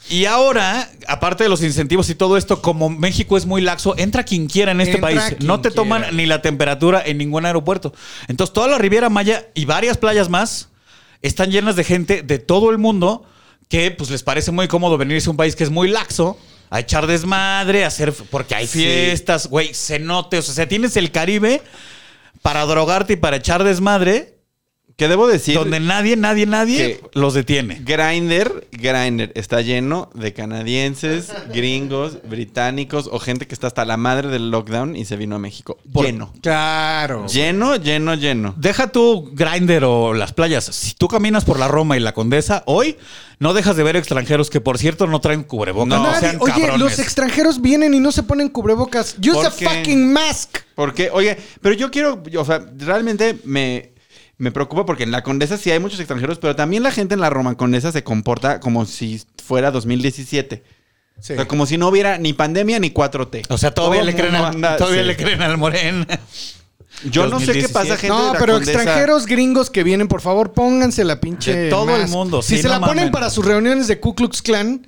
Speaker 3: Y ahora, aparte de los incentivos y todo esto, como México es muy laxo, entra quien quiera en este
Speaker 4: Entra
Speaker 3: país.
Speaker 4: quien
Speaker 3: No te toman
Speaker 4: quiera.
Speaker 3: ni la temperatura en ningún aeropuerto. Entonces, toda la Riviera Maya y varias playas más están llenas de gente de todo el mundo que pues les parece muy cómodo venirse a un país que es muy laxo a echar desmadre, a hacer porque hay fiestas, güey, cenotes, o sea, tienes el Caribe para drogarte y para echar desmadre,
Speaker 5: ¿Qué debo decir?
Speaker 3: donde nadie, nadie, nadie
Speaker 5: Que-
Speaker 3: los detiene.
Speaker 5: Grinder, Grinder está lleno de canadienses, gringos, británicos o gente que está hasta la madre del lockdown y se vino a México.
Speaker 3: Por-
Speaker 5: Lleno.
Speaker 4: Claro.
Speaker 5: Lleno, lleno, lleno.
Speaker 3: Deja tú Grinder o las playas. Si tú caminas por la Roma y la Condesa, hoy no dejas de ver extranjeros que, por cierto, no traen cubrebocas. No,
Speaker 5: No.
Speaker 3: sean
Speaker 4: Nadie- oye,
Speaker 3: cabrones.
Speaker 4: los extranjeros vienen y no se ponen cubrebocas. Use
Speaker 5: ¿Por
Speaker 4: a
Speaker 5: qué?
Speaker 4: fucking mask.
Speaker 5: Porque, oye, pero yo quiero, o sea, realmente me, me preocupa porque en la Condesa sí hay muchos extranjeros, pero también la gente en la Roma Condesa se comporta como si fuera 2017.
Speaker 4: Sí.
Speaker 5: O sea, como si no hubiera ni pandemia ni 4T.
Speaker 3: O sea, todavía,
Speaker 5: Todo
Speaker 3: le creen,
Speaker 5: mundo
Speaker 3: al,
Speaker 5: anda-
Speaker 3: todavía
Speaker 5: sí.
Speaker 3: le creen al Morena.
Speaker 5: Yo no sé qué
Speaker 3: 2017.
Speaker 5: pasa, gente.
Speaker 4: No,
Speaker 5: de la
Speaker 4: pero
Speaker 5: Condesa.
Speaker 4: extranjeros gringos que vienen, por favor, pónganse la pinche.
Speaker 3: De todo el
Speaker 4: mask.
Speaker 3: mundo,
Speaker 4: Si
Speaker 3: sí,
Speaker 4: se
Speaker 3: no
Speaker 4: la ponen
Speaker 3: mamen.
Speaker 4: para sus reuniones de Ku Klux Klan,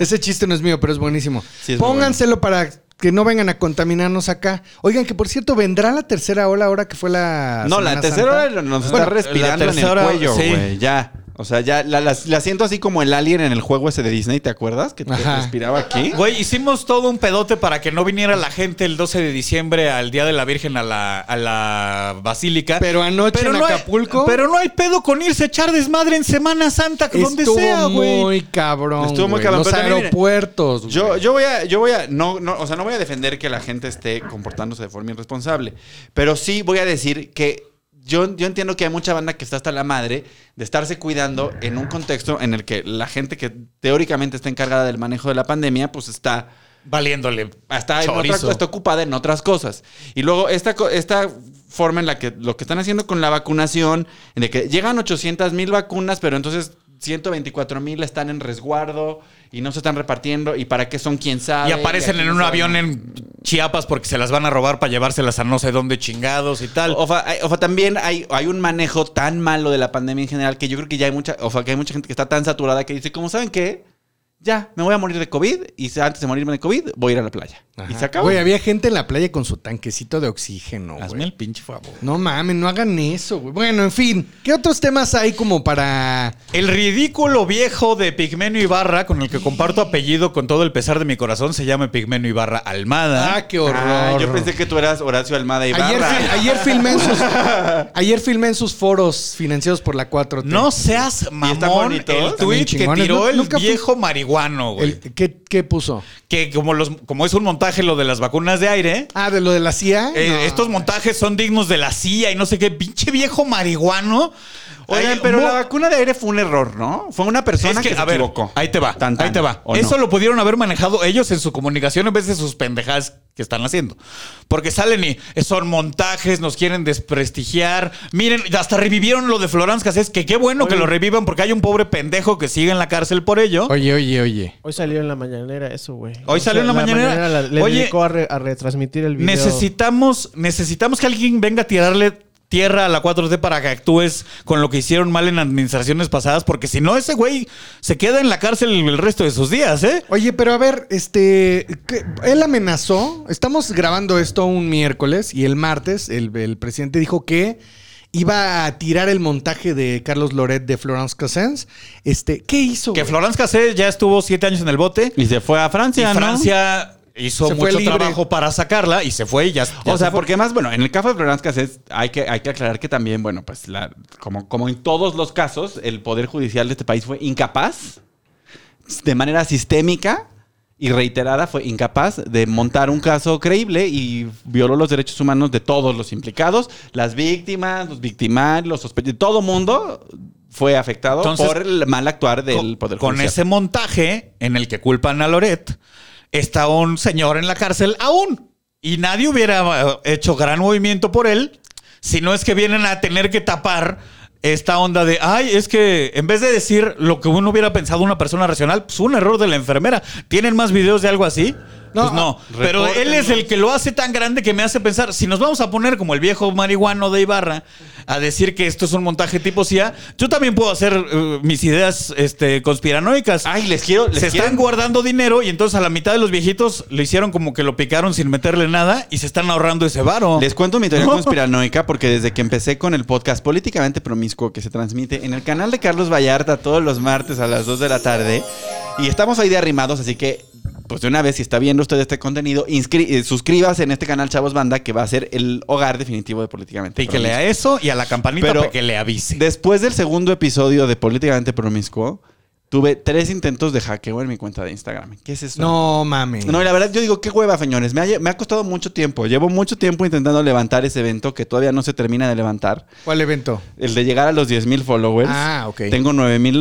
Speaker 4: ese chiste no es mío, pero es buenísimo.
Speaker 5: Sí, es muy
Speaker 4: Pónganselo para que no vengan a contaminarnos acá. Oigan, que por cierto, vendrá la tercera ola ahora que fue la.
Speaker 5: No, la
Speaker 4: Semana
Speaker 5: tercera
Speaker 4: Santa?
Speaker 5: hora nos
Speaker 3: Bueno,
Speaker 5: está respirando
Speaker 3: la tercera
Speaker 5: en
Speaker 3: hora,
Speaker 5: el cuello,
Speaker 3: sí.
Speaker 5: güey. Ya. O sea, ya la, la- la siento así como el alien en el juego ese de Disney, ¿te acuerdas? Que te
Speaker 4: Ajá.
Speaker 5: respiraba aquí.
Speaker 3: Güey, hicimos todo un pedote para que no viniera la gente el 12 de diciembre al Día de la Virgen a la, a la Basílica.
Speaker 4: Pero anoche en
Speaker 3: no hay-
Speaker 4: Acapulco.
Speaker 3: pero no hay pedo con irse a echar desmadre en Semana Santa, que donde
Speaker 4: Estuvo
Speaker 3: sea, güey.
Speaker 4: muy cabrón.
Speaker 5: Estuvo muy
Speaker 4: güey.
Speaker 5: cabrón,
Speaker 4: Los
Speaker 5: pero también, mira,
Speaker 4: aeropuertos. güey.
Speaker 5: Yo, yo voy a, yo voy a, no, no, o sea, no voy a defender que la gente esté comportándose de forma irresponsable, pero sí voy a decir que yo, yo entiendo que hay mucha banda que está hasta la madre de estarse cuidando en un contexto en el que la gente que teóricamente está encargada del manejo de la pandemia, pues está,
Speaker 3: Valiéndole.
Speaker 5: está, en otra-
Speaker 3: Chorizo.
Speaker 5: está ocupada en otras cosas. Y luego esta, co- esta forma en la que lo que están haciendo con la vacunación, en de que llegan 800 mil vacunas, pero entonces 124 mil están en resguardo y no se están repartiendo. ¿Y para qué son quién sabe?
Speaker 3: Y aparecen
Speaker 5: aquí
Speaker 3: en
Speaker 5: no
Speaker 3: un
Speaker 5: saben.
Speaker 3: avión en Chiapas porque se las van a robar para llevárselas a no sé dónde chingados y tal.
Speaker 5: Ofa, hay- ofa, también hay, hay un manejo tan malo de la pandemia en general que yo creo que ya hay mucha, ofa, que hay mucha gente que está tan saturada que dice, como saben qué? Ya, me voy a morir de COVID y se- antes de morirme de COVID voy a ir a la playa. Y se acabó.
Speaker 4: Güey, había gente en la playa con su tanquecito de oxígeno, güey.
Speaker 3: Hazme el pinche favor.
Speaker 4: No mames, no hagan eso, güey. Bueno, en fin, ¿qué otros temas hay como para.
Speaker 3: El ridículo viejo de Pigmenio Ibarra, con el que comparto apellido con todo el pesar de mi corazón, se llama Pigmenio Ibarra Almada.
Speaker 4: Ah, qué horror.
Speaker 5: Ah, yo pensé que tú eras Horacio Almada Ibarra.
Speaker 4: Ayer, fil- ayer filmé en sus, ayer filmé en sus foros financiados por la 4T.
Speaker 3: no seas
Speaker 5: están
Speaker 3: mamón.
Speaker 5: bonitos?
Speaker 3: El
Speaker 5: Están
Speaker 3: tuit
Speaker 4: bien
Speaker 3: que
Speaker 4: chingones.
Speaker 3: tiró
Speaker 4: Nu-
Speaker 3: el
Speaker 4: nunca fui-
Speaker 3: viejo marihuano, güey.
Speaker 4: El- ¿qué, qué puso?
Speaker 3: Que como, los, como es un montaje lo de las vacunas de aire,
Speaker 4: Ah, de lo de la CIA.
Speaker 3: eh,
Speaker 4: No.
Speaker 3: estos montajes son dignos de la CIA y no sé qué. Pinche viejo marihuano.
Speaker 5: Oigan,
Speaker 3: Ay,
Speaker 5: pero
Speaker 3: mo-
Speaker 5: la vacuna de aire fue un error, ¿no? Fue una persona
Speaker 3: Es
Speaker 5: que,
Speaker 3: que,
Speaker 5: se
Speaker 3: a ver,
Speaker 5: equivocó.
Speaker 3: ahí te va,
Speaker 5: Tan, tan,
Speaker 3: ahí te va.
Speaker 5: ¿o no?
Speaker 3: Eso lo pudieron haber manejado ellos en su comunicación en vez de sus pendejadas que están haciendo. Porque salen y eh, son montajes, nos quieren desprestigiar. Miren, hasta revivieron lo de Florence Cassés, que qué bueno que lo revivan porque hay un pobre pendejo que sigue en la cárcel por ello.
Speaker 4: Oye, oye, oye.
Speaker 7: Hoy salió en la mañanera eso, güey.
Speaker 3: Hoy salió en la mañanera.
Speaker 7: la- le
Speaker 3: Oye,
Speaker 7: dedicó a, re- a retransmitir el video.
Speaker 3: Necesitamos, necesitamos que alguien venga a tirarle tierra a la 4T para que actúes con lo que hicieron mal en administraciones pasadas, porque si no, ese güey se queda en la cárcel el resto de sus días, ¿eh?
Speaker 4: Oye, pero a ver, este. ¿qué- Él amenazó. Estamos grabando esto un miércoles y el martes el, el presidente dijo que iba a tirar el montaje de Carlos Loret de Florence Cousins. Este, ¿qué hizo?
Speaker 3: Que
Speaker 4: güey?
Speaker 3: Florence Cassé ya estuvo siete años en el bote.
Speaker 5: Y se fue a
Speaker 3: Y
Speaker 5: Francia, ¿no?
Speaker 3: Francia hizo
Speaker 4: Se fue
Speaker 3: mucho
Speaker 4: libre.
Speaker 3: trabajo para sacarla y se fue y ya. ya
Speaker 5: O
Speaker 3: se
Speaker 5: sea,
Speaker 3: fue.
Speaker 5: porque más, bueno, en el caso de Florence Cassés hay que, hay que aclarar que también, bueno, pues la, como, como en todos los casos, el Poder Judicial de este país fue incapaz, de manera sistémica y reiterada, fue incapaz de montar un caso creíble y violó los derechos humanos de todos los implicados, las víctimas, los victimarios, los sospechosos, todo mundo fue afectado
Speaker 3: Entonces,
Speaker 5: por el mal actuar del
Speaker 3: con,
Speaker 5: Poder
Speaker 3: con
Speaker 5: Judicial.
Speaker 3: ese montaje en el que culpan a Loret, está un señor en la cárcel aún. Y nadie hubiera eh, hecho gran movimiento por él, si no es que vienen a tener que tapar esta onda de, ay, es que en vez de decir lo que uno hubiera pensado una persona racional, pues un error de la enfermera. ¿Tienen más videos de algo así?
Speaker 4: No,
Speaker 3: pues no. Pero él es el que lo hace tan grande que me hace pensar, si nos vamos a poner como el viejo marihuano de Ibarra a decir que esto es un montaje tipo CIA, yo también puedo hacer eh, mis ideas este, conspiranoicas.
Speaker 5: Ay, les quiero... Les
Speaker 3: se
Speaker 5: quiero-
Speaker 3: están guardando dinero y entonces a la mitad de los viejitos le hicieron como que lo picaron sin meterle nada y se están ahorrando ese varo.
Speaker 5: Les cuento mi teoría conspiranoica porque desde que empecé con el podcast políticamente promiscuo que se transmite en el canal de Carlos Vallarta todos los martes a las 2 de la tarde y estamos ahí de arrimados, así que pues de una vez si está viendo usted este contenido, inscri- eh, suscríbase en este canal Chavos Banda que va a ser el hogar definitivo de políticamente.
Speaker 3: Píquele
Speaker 5: Promiscuo.
Speaker 3: a eso y a la campanita
Speaker 5: Pero-
Speaker 3: para que le avise.
Speaker 5: Después del segundo episodio de Políticamente Promiscuo, tuve tres intentos de hackeo en mi cuenta de Instagram. ¿Qué es eso?
Speaker 4: No mames.
Speaker 5: No, y la verdad yo digo, qué hueva, señores. Me ha, me ha costado mucho tiempo. Llevo mucho tiempo intentando levantar ese evento que todavía no se termina de levantar.
Speaker 4: ¿Cuál evento?
Speaker 5: El de llegar a los 10.000 followers.
Speaker 4: Ah, ok.
Speaker 5: Tengo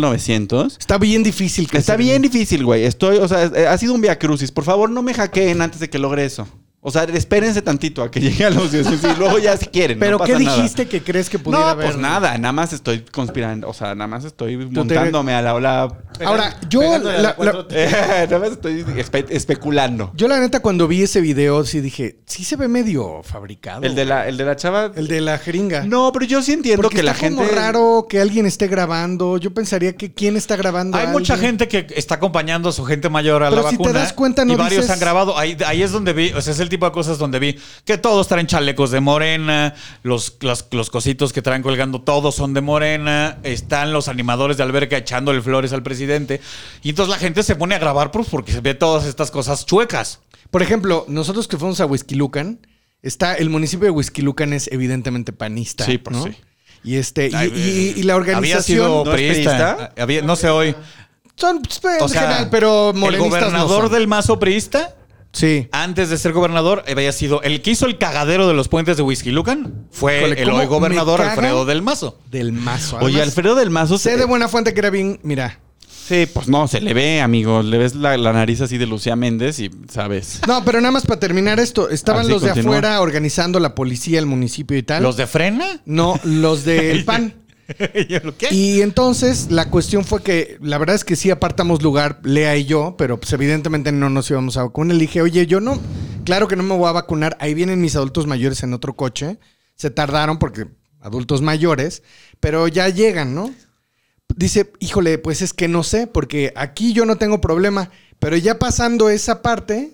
Speaker 5: 9.900.
Speaker 4: Está bien difícil. que
Speaker 5: Está
Speaker 4: se-
Speaker 5: bien difícil, güey. Estoy, o sea, es- eh, ha sido un via crucis. Por favor, no me hackeen antes de que logre eso. O sea, espérense tantito a que llegue a los 10.000 y luego ya si quieren.
Speaker 4: Pero
Speaker 5: no
Speaker 4: ¿qué
Speaker 5: pasa nada.
Speaker 4: dijiste que crees que
Speaker 5: No,
Speaker 4: pudiera haber?
Speaker 5: pues nada, nada más estoy conspirando, o sea, nada más estoy
Speaker 4: teoría-
Speaker 5: montándome a la ola.
Speaker 4: Ahora, yo
Speaker 7: Pegándole a la
Speaker 4: la, la-
Speaker 7: cuatro-
Speaker 5: nada más estoy espe- especulando.
Speaker 4: yo la neta cuando vi ese video sí dije, sí se ve medio fabricado.
Speaker 5: El de la, el de la chava.
Speaker 4: El de la jeringa.
Speaker 5: No, pero yo sí entiendo
Speaker 4: Porque
Speaker 5: que la
Speaker 4: está como
Speaker 5: gente.
Speaker 4: raro que alguien esté grabando. Yo pensaría que quién está grabando.
Speaker 3: Hay
Speaker 4: a
Speaker 3: mucha
Speaker 4: alguien.
Speaker 3: gente que está acompañando a su gente mayor a
Speaker 4: Pero
Speaker 3: la
Speaker 4: si te
Speaker 3: vacuna.
Speaker 4: das cuenta, no
Speaker 3: y varios
Speaker 4: dices-
Speaker 3: han grabado. Ahí, ahí es donde vi, o sea, es el tipo de cosas donde vi que todos traen chalecos de morena, los, las- los cositos que traen colgando, todos son de morena, están los animadores de alberca echándole flores al presidente. Y entonces la gente se pone a grabar pues, porque se ve todas estas cosas chuecas.
Speaker 4: Por ejemplo, nosotros que fuimos a Huizquilucan, está el municipio de Huizquilucan es evidentemente panista.
Speaker 5: Sí, pues
Speaker 4: ¿no?
Speaker 5: sí. eh,
Speaker 4: Y este y,
Speaker 3: Ay,
Speaker 4: y- y la
Speaker 3: Había
Speaker 4: organización
Speaker 3: sido
Speaker 5: ¿no es
Speaker 3: priista.
Speaker 5: priista?
Speaker 3: Había- no sé hoy.
Speaker 4: son pues, en
Speaker 3: O sea,
Speaker 4: general, pero
Speaker 3: el
Speaker 4: morenistas no
Speaker 3: gobernador
Speaker 4: son.
Speaker 3: del mazo priista
Speaker 4: sí.
Speaker 3: antes de ser gobernador, eh, había sido el que hizo el cagadero de los puentes de Huizquilucan fue
Speaker 4: Híjole,
Speaker 3: el
Speaker 4: ¿cómo
Speaker 3: hoy gobernador
Speaker 4: me caga?
Speaker 3: Alfredo del Mazo.
Speaker 4: del mazo.
Speaker 5: Oye,
Speaker 4: Además,
Speaker 5: Alfredo del Mazo.
Speaker 4: sé de buena fuente que era bien, mira.
Speaker 5: Sí, pues no, se le ve, amigo. Le ves la, la nariz así de Lucía Méndez y sabes.
Speaker 4: No, pero nada más para terminar esto, estaban
Speaker 5: Así
Speaker 4: los de
Speaker 5: continúa.
Speaker 4: afuera organizando la policía, el municipio y tal.
Speaker 3: ¿Los de Frena?
Speaker 4: No, los del PAN.
Speaker 3: Yo, ¿Qué?
Speaker 4: Y entonces la cuestión fue que la verdad es que sí apartamos lugar, Lea y yo, pero pues evidentemente no nos íbamos a vacunar. Le dije, oye, yo no, claro que no me voy a vacunar. Ahí vienen mis adultos mayores en otro coche. Se tardaron porque adultos mayores, pero ya llegan, ¿no? Dice, híjole, pues es que no sé, porque aquí yo no tengo problema, pero ya pasando esa parte,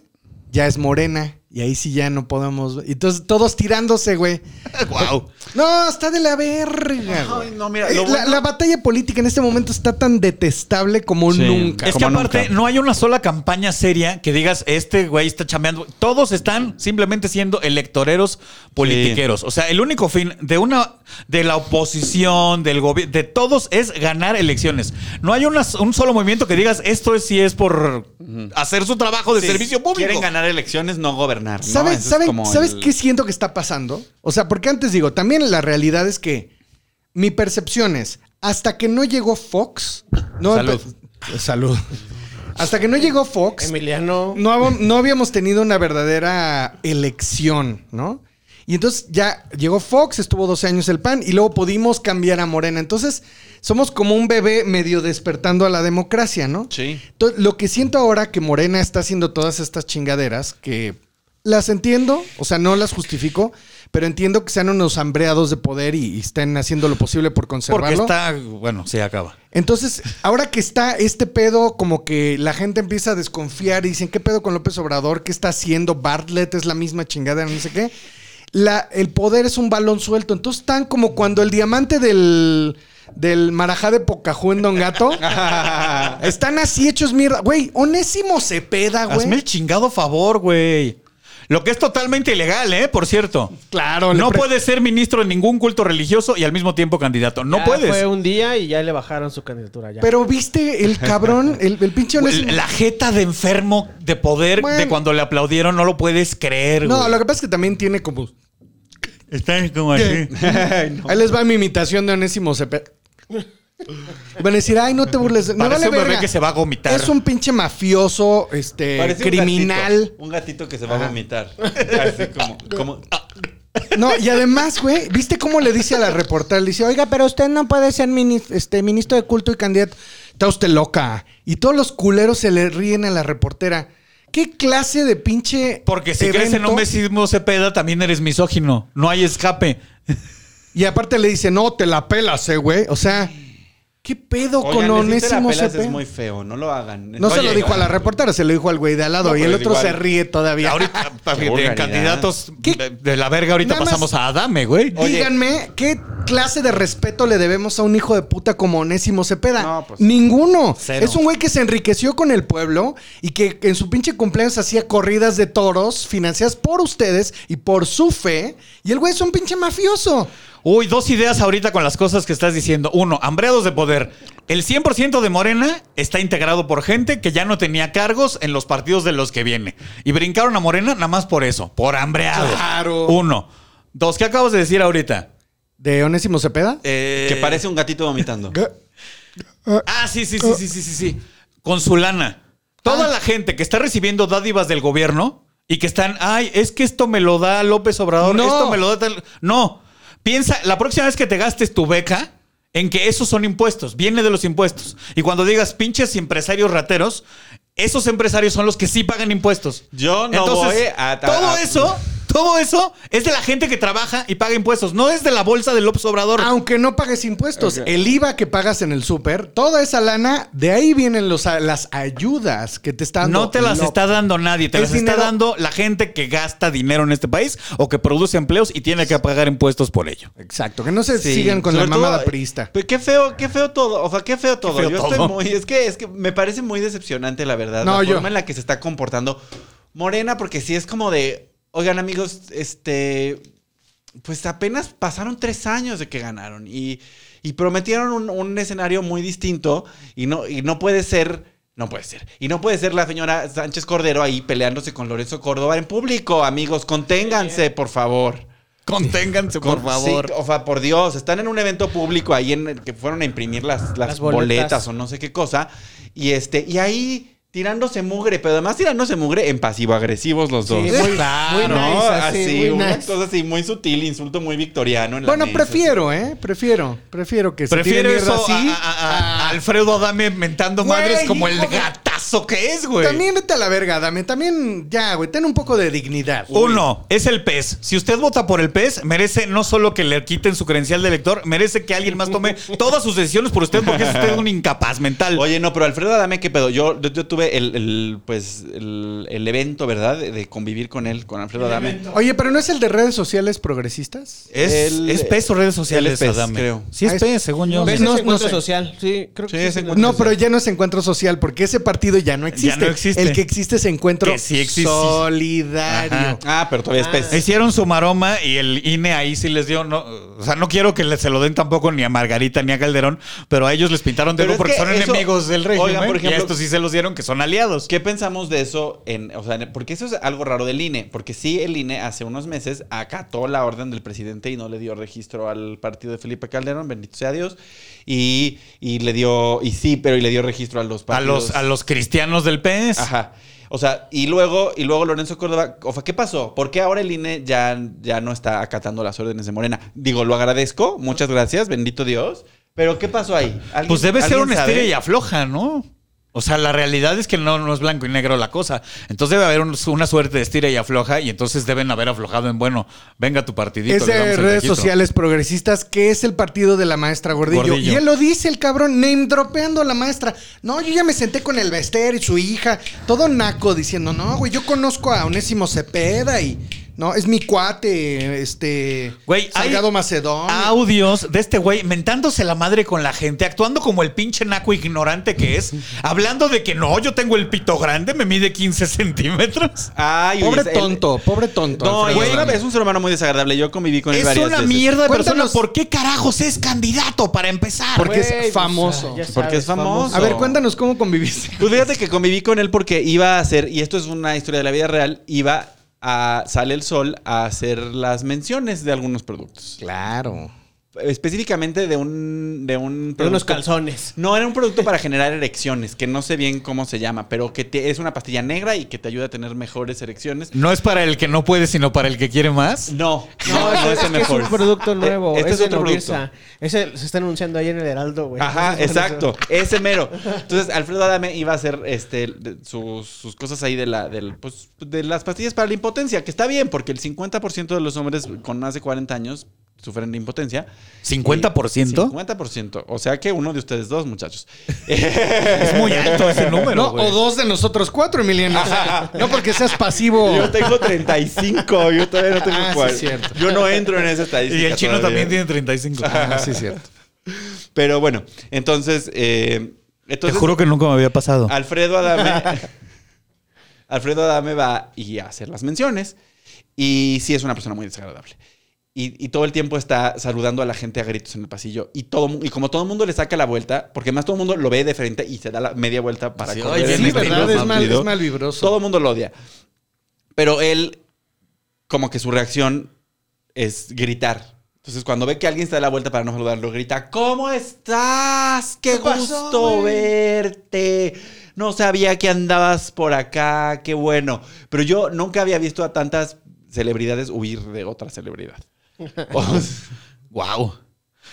Speaker 4: ya es morena. Y ahí sí ya no podemos. Entonces, todos tirándose, güey.
Speaker 3: Guau.
Speaker 4: No, está de la verga. güey.
Speaker 5: Ay, no, mira,
Speaker 4: Eh,
Speaker 5: lo
Speaker 4: la,
Speaker 5: bueno-
Speaker 4: la batalla política en este momento está tan detestable como
Speaker 5: Sí.
Speaker 4: nunca.
Speaker 3: Es que
Speaker 5: Como
Speaker 3: aparte
Speaker 5: nunca.
Speaker 3: no hay una sola campaña seria que digas, este güey está chambeando. Todos están simplemente siendo electoreros politiqueros. O sea, el único fin de una de la oposición, del gobierno, de todos es ganar elecciones. No hay una- un solo movimiento que digas, esto es si es por hacer su trabajo de
Speaker 5: Sí,
Speaker 3: servicio público.
Speaker 5: Quieren ganar elecciones, no gobernar. ¿no?
Speaker 4: ¿Saben,
Speaker 5: Eso es
Speaker 4: saben-
Speaker 5: como
Speaker 4: ¿sabes
Speaker 5: el-
Speaker 4: qué siento que está pasando? O sea, porque antes digo, también la realidad es que mi percepción es, hasta que no llegó Fox, no,
Speaker 3: Salud.
Speaker 4: eh, salud. Hasta que no llegó Fox,
Speaker 7: Emiliano.
Speaker 4: no, hab- no habíamos tenido una verdadera elección, ¿no? Y entonces ya llegó Fox, estuvo 12 años el PAN y luego pudimos cambiar a Morena. Entonces somos como un bebé medio despertando a la democracia, ¿no?
Speaker 5: Sí.
Speaker 4: To- lo que siento ahora que Morena está haciendo todas estas chingaderas, que las entiendo, o sea, no las justifico, pero entiendo que sean unos hambreados de poder y, y estén haciendo lo posible por
Speaker 3: Porque
Speaker 4: conservarlo.
Speaker 3: está, bueno, se acaba.
Speaker 4: Entonces, ahora que está este pedo, como que la gente empieza a desconfiar y dicen, ¿qué pedo con López Obrador? ¿Qué está haciendo? Bartlett es la misma chingada, no sé qué. La, el poder es un balón suelto. Entonces, tan como cuando el diamante del, del marajá de Pocahú en Don Gato. están así hechos mierda. Güey, Onésimo Cepeda, güey.
Speaker 3: Hazme el chingado favor, güey. Lo que es totalmente ilegal, ¿eh? Por cierto.
Speaker 4: Claro, le
Speaker 3: No
Speaker 4: pre-
Speaker 3: puedes ser ministro de ningún culto religioso y al mismo tiempo candidato. No
Speaker 7: Ya
Speaker 3: puedes.
Speaker 7: Fue un día y ya le bajaron su candidatura. Ya.
Speaker 4: Pero viste el cabrón, el, el pinche
Speaker 3: Güey,
Speaker 4: Onésimo.
Speaker 3: La jeta de enfermo de poder
Speaker 4: Bueno.
Speaker 3: de cuando le aplaudieron no lo puedes creer,
Speaker 4: No,
Speaker 3: güey.
Speaker 4: lo que pasa es que también tiene como.
Speaker 3: Está como así.
Speaker 4: Ahí les va mi imitación de Onésimo Cepeda. Van a decir, ay, no te burles. de- Me
Speaker 3: Parece
Speaker 4: vale
Speaker 3: un bebé
Speaker 4: verga.
Speaker 3: que se va a vomitar.
Speaker 4: Es un pinche mafioso, este,
Speaker 5: Parece un
Speaker 4: criminal.
Speaker 5: gatito, Un gatito, que se va a vomitar. Así como. como-
Speaker 4: Ah, No, y además, güey, ¿viste cómo le dice a la reportera? Le dice, oiga, pero usted no puede ser mini- este, ministro de culto y candidato. Está usted loca. Y todos los culeros se le ríen a la reportera. ¿Qué clase de pinche.
Speaker 3: Porque si crees en
Speaker 4: evento?
Speaker 3: un mesismo cepeda, también eres misógino. No hay escape.
Speaker 4: Y aparte le dice, no, te la pelas, eh, güey. O sea, ¿qué pedo
Speaker 5: Oigan,
Speaker 4: con
Speaker 5: decirte la
Speaker 4: Onésimo
Speaker 5: pelas
Speaker 4: Cepeda?
Speaker 5: es muy feo, no lo hagan.
Speaker 4: No se
Speaker 5: Oye,
Speaker 4: lo dijo a la reportera, se lo dijo al güey de al lado.
Speaker 5: No,
Speaker 4: y
Speaker 5: pero
Speaker 4: el
Speaker 5: es
Speaker 4: otro
Speaker 5: igual.
Speaker 4: se ríe todavía.
Speaker 3: Ahorita, de
Speaker 5: vulgaridad.
Speaker 3: candidatos
Speaker 4: ¿Qué?
Speaker 3: de, de la verga, ahorita
Speaker 4: Nada más-
Speaker 3: pasamos a Adame, güey.
Speaker 5: Oye.
Speaker 4: Díganme, ¿qué clase de respeto le debemos a un hijo de puta como Onésimo Cepeda?
Speaker 5: No, pues,
Speaker 4: Ninguno.
Speaker 3: cero.
Speaker 4: Es un güey que se enriqueció con el pueblo y que en su pinche cumpleaños hacía corridas de toros financiadas por ustedes y por su fe. Y el güey es un pinche mafioso.
Speaker 3: Uy, dos ideas ahorita con las cosas que estás diciendo. Uno, hambreados de poder. El 100% de Morena está integrado por gente que ya no tenía cargos en los partidos de los que viene. Y brincaron a Morena nada más por eso, por hambreados.
Speaker 4: Claro.
Speaker 3: Uno. Dos, ¿qué acabas de decir ahorita?
Speaker 4: ¿De Onésimo Cepeda?
Speaker 3: Eh,
Speaker 5: Que parece un gatito vomitando.
Speaker 3: Ah, sí, sí, sí, sí, sí, sí, sí. Con su lana. Toda la gente que está recibiendo dádivas del gobierno y que están, ay, es que esto me lo da López Obrador,
Speaker 4: No.
Speaker 3: esto me lo da tal. No. Piensa, la próxima vez que te gastes tu beca, en que esos son impuestos, viene de los impuestos. Y cuando digas pinches empresarios rateros, esos empresarios son los que sí pagan impuestos.
Speaker 5: Yo no voy a- a-
Speaker 3: Todo
Speaker 5: a-
Speaker 3: eso, todo eso es de la gente que trabaja y paga impuestos, no es de la bolsa de López Obrador.
Speaker 4: Aunque no pagues impuestos, el IVA que pagas en el súper, toda esa lana, de ahí vienen los, las ayudas que te están dando.
Speaker 3: No te las
Speaker 4: Lo-
Speaker 3: está dando nadie, te
Speaker 4: Es
Speaker 3: las
Speaker 4: dinero-
Speaker 3: está dando la gente que gasta dinero en este país o que produce empleos y tiene que pagar impuestos por ello.
Speaker 4: Exacto, que no se
Speaker 5: Sí.
Speaker 4: sigan con
Speaker 5: Sobre
Speaker 4: la mamada
Speaker 5: todo,
Speaker 4: priista.
Speaker 5: Pero qué feo, qué feo todo. O sea, qué feo todo.
Speaker 3: feo
Speaker 5: yo
Speaker 3: todo.
Speaker 5: estoy muy. Es que, es que me parece muy decepcionante, la verdad.
Speaker 4: No,
Speaker 5: la
Speaker 4: yo-
Speaker 5: forma en la que se está comportando Morena, porque sí es como de. Oigan, amigos, este. Pues apenas pasaron tres años de que ganaron. Y, y prometieron un, un escenario muy distinto. Y no, y no puede ser. No puede ser. Y no puede ser la señora Sánchez Cordero ahí peleándose con Lorenzo Córdoba en público. Amigos, conténganse, por favor.
Speaker 3: Conténganse, por
Speaker 5: Sí, o sea, por Dios, están en un evento público ahí en el que fueron a imprimir las, las
Speaker 7: Las boletas.
Speaker 5: boletas. o no sé qué cosa. Y este, y ahí tirándose mugre, pero además tirándose mugre en pasivo-agresivos los dos.
Speaker 7: muy claro. Muy
Speaker 5: no,
Speaker 7: nice, así,
Speaker 5: así,
Speaker 7: muy
Speaker 5: una
Speaker 7: nice.
Speaker 5: cosa así muy sutil, insulto muy victoriano. en la
Speaker 4: Bueno,
Speaker 5: mesa,
Speaker 4: prefiero, ¿eh? Prefiero. Prefiero que se
Speaker 3: Prefiero
Speaker 4: tiren mierda
Speaker 3: eso
Speaker 4: así.
Speaker 3: a, a- a- a Alfredo Adame mentando
Speaker 4: Güey,
Speaker 3: madres como el
Speaker 4: hijo de-
Speaker 3: gatazo que es, güey.
Speaker 4: También vete a la verga, dame. También, ya, güey, ten un poco de dignidad.
Speaker 3: Uno, es el PES. Si usted vota por el PES, merece no solo que le quiten su credencial de elector, merece que alguien más tome todas sus decisiones por usted porque es usted un incapaz mental.
Speaker 5: Oye, no, pero Alfredo Adame, ¿qué pedo? Yo, yo, yo tuve el, el, pues, el, el evento, ¿verdad? De, de convivir con él, con Alfredo Adame.
Speaker 4: Oye, pero ¿no es el de redes sociales progresistas?
Speaker 3: es,
Speaker 5: el-
Speaker 3: es PES o redes sociales,
Speaker 5: él es PES,
Speaker 3: Adame?
Speaker 5: creo.
Speaker 3: Sí es
Speaker 4: Ah, es-
Speaker 3: PES, según yo.
Speaker 7: No,
Speaker 4: ¿Ves?
Speaker 7: ese
Speaker 4: No,
Speaker 7: encuentro
Speaker 4: no sé.
Speaker 7: social. Sí, creo que
Speaker 5: Sí, ese encuentro
Speaker 4: No, pero ya no es encuentro social, porque ese partido ya no existe.
Speaker 3: no existe.
Speaker 4: El que existe es encuentro
Speaker 3: Que sí existe.
Speaker 4: solidario.
Speaker 3: Ajá.
Speaker 5: Ah, pero todavía es pez.
Speaker 3: Hicieron su maroma y el INE ahí sí les dio, no, o sea, no quiero que le- se lo den tampoco ni a Margarita ni a Calderón, pero a ellos les pintaron
Speaker 5: Pero
Speaker 3: dedo
Speaker 5: es
Speaker 3: porque
Speaker 5: que
Speaker 3: son
Speaker 5: eso-
Speaker 3: enemigos del régimen.
Speaker 5: Oigan, por
Speaker 3: y a
Speaker 5: ejemplo-
Speaker 3: estos sí se los dieron que son aliados.
Speaker 5: ¿Qué pensamos de eso? En, o sea, en- porque eso es algo raro del INE. Porque sí, el INE hace unos meses acató la orden del presidente y no le dio registro al partido de Felipe Calderón, bendito sea Dios. Y, y le dio, y sí, pero y le dio registro a los
Speaker 3: a
Speaker 5: partidos.
Speaker 3: los, a los cristianos del PES.
Speaker 5: Ajá. O sea, y luego, y luego Lorenzo Córdoba, o sea, ¿qué pasó? ¿Por qué ahora el INE ya, ya no está acatando las órdenes de Morena? Digo, lo agradezco, muchas gracias, bendito Dios. Pero ¿qué pasó ahí? ¿Alguien-
Speaker 3: Pues debe ser
Speaker 5: alguien
Speaker 3: un
Speaker 5: sabe?
Speaker 3: estilo y afloja, ¿no? O sea, la realidad es que no, no es blanco y negro la cosa. Entonces debe haber un- una suerte de estira y afloja y entonces deben haber aflojado en, bueno, venga tu partidito.
Speaker 4: Es
Speaker 3: le damos
Speaker 4: de
Speaker 3: el
Speaker 4: redes
Speaker 3: registro.
Speaker 4: sociales progresistas, que es el partido de la maestra Gordillo.
Speaker 3: Gordillo.
Speaker 4: Y él lo dice, el cabrón, name dropeando a la maestra. No, yo ya me senté con el Bester y su hija, todo naco, diciendo, no, güey, yo conozco a Onésimo Cepeda y. No, es mi cuate, este.
Speaker 3: Güey, hay
Speaker 4: Salgado Macedón.
Speaker 3: audios de este güey mentándose la madre con la gente, actuando como el pinche naco ignorante que es, hablando de que no, yo tengo el pito grande, me mide 15 centímetros.
Speaker 5: Ay,
Speaker 4: Pobre
Speaker 5: oye, el-
Speaker 4: tonto, pobre tonto.
Speaker 5: No,
Speaker 4: Alfredo
Speaker 5: y es, una-
Speaker 4: Adame.
Speaker 5: es un ser humano muy desagradable. Yo conviví con él
Speaker 3: Es
Speaker 5: varias
Speaker 3: una
Speaker 5: veces.
Speaker 3: mierda de persona.
Speaker 4: Cuéntanos-
Speaker 3: ¿Por qué carajos es candidato para empezar?
Speaker 4: Porque
Speaker 7: pues,
Speaker 4: es famoso.
Speaker 5: Porque es famoso.
Speaker 4: a ver, cuéntanos cómo conviviste.
Speaker 5: Pues fíjate que conviví con él porque iba a hacer, y esto es una historia de la vida real, iba a Sale el Sol a hacer las menciones de algunos productos.
Speaker 4: Claro.
Speaker 5: Específicamente de un. De un
Speaker 7: De unos
Speaker 5: producto-
Speaker 7: calzones.
Speaker 5: No, era un producto para generar erecciones, que no sé bien cómo se llama, pero que te- es una pastilla negra y que te ayuda a tener mejores erecciones.
Speaker 3: No es para el que no puede, sino para el que quiere más.
Speaker 5: No,
Speaker 7: No,
Speaker 5: no, no
Speaker 7: es,
Speaker 5: es el
Speaker 7: que Este es
Speaker 5: mejor.
Speaker 7: un producto nuevo.
Speaker 5: Este es
Speaker 7: de
Speaker 5: otro producto.
Speaker 7: Novieza. Ese se está anunciando ahí en el Heraldo, güey.
Speaker 5: Ajá,
Speaker 7: Entonces, por
Speaker 5: exacto.
Speaker 7: eso.
Speaker 5: Ese mero. Entonces, Alfredo Adame iba a hacer este, de- sus, sus cosas ahí de, la, del, pues, de las pastillas para la impotencia, que está bien, porque el 50% de los hombres con más de 40 años sufren de impotencia.
Speaker 3: ¿50%?
Speaker 5: 50%. O sea que uno de ustedes dos, muchachos.
Speaker 3: Es muy alto ese número.
Speaker 4: No,
Speaker 3: güey.
Speaker 4: o dos de nosotros cuatro, Emiliano. no porque seas pasivo.
Speaker 5: Yo tengo 35, yo todavía no tengo
Speaker 4: Ah, sí,
Speaker 5: cuál.
Speaker 4: cierto.
Speaker 5: Yo no entro en esa estadística.
Speaker 3: y el chino
Speaker 5: todavía.
Speaker 3: también tiene 35.
Speaker 4: Ah, sí, cierto.
Speaker 5: Pero bueno, entonces. eh,
Speaker 3: Te
Speaker 5: entonces
Speaker 3: juro que nunca me había pasado.
Speaker 5: Alfredo Adame. Alfredo Adame va y hace las menciones. Y sí es una persona muy desagradable. Y, y todo el tiempo está saludando a la gente a gritos en el pasillo. Y, todo, mu- y como todo el mundo le saca la vuelta, porque más todo el mundo lo ve de frente y se da la media vuelta para
Speaker 3: Sí,
Speaker 5: correr
Speaker 3: oye,
Speaker 5: el
Speaker 4: Sí,
Speaker 5: estilo
Speaker 4: ¿verdad? Es mal,
Speaker 5: rápido.
Speaker 4: es mal vibroso.
Speaker 5: Todo el mundo lo odia. Pero él, como que su reacción es gritar. Entonces, cuando ve que alguien se da la vuelta para no saludarlo, grita: ¿Cómo estás? ¡Qué
Speaker 7: ¿Qué pasó,
Speaker 5: gusto
Speaker 7: güey?
Speaker 5: verte! No sabía que andabas por acá, qué bueno. Pero yo nunca había visto a tantas celebridades huir de otra celebridad. O sea,
Speaker 3: Wow.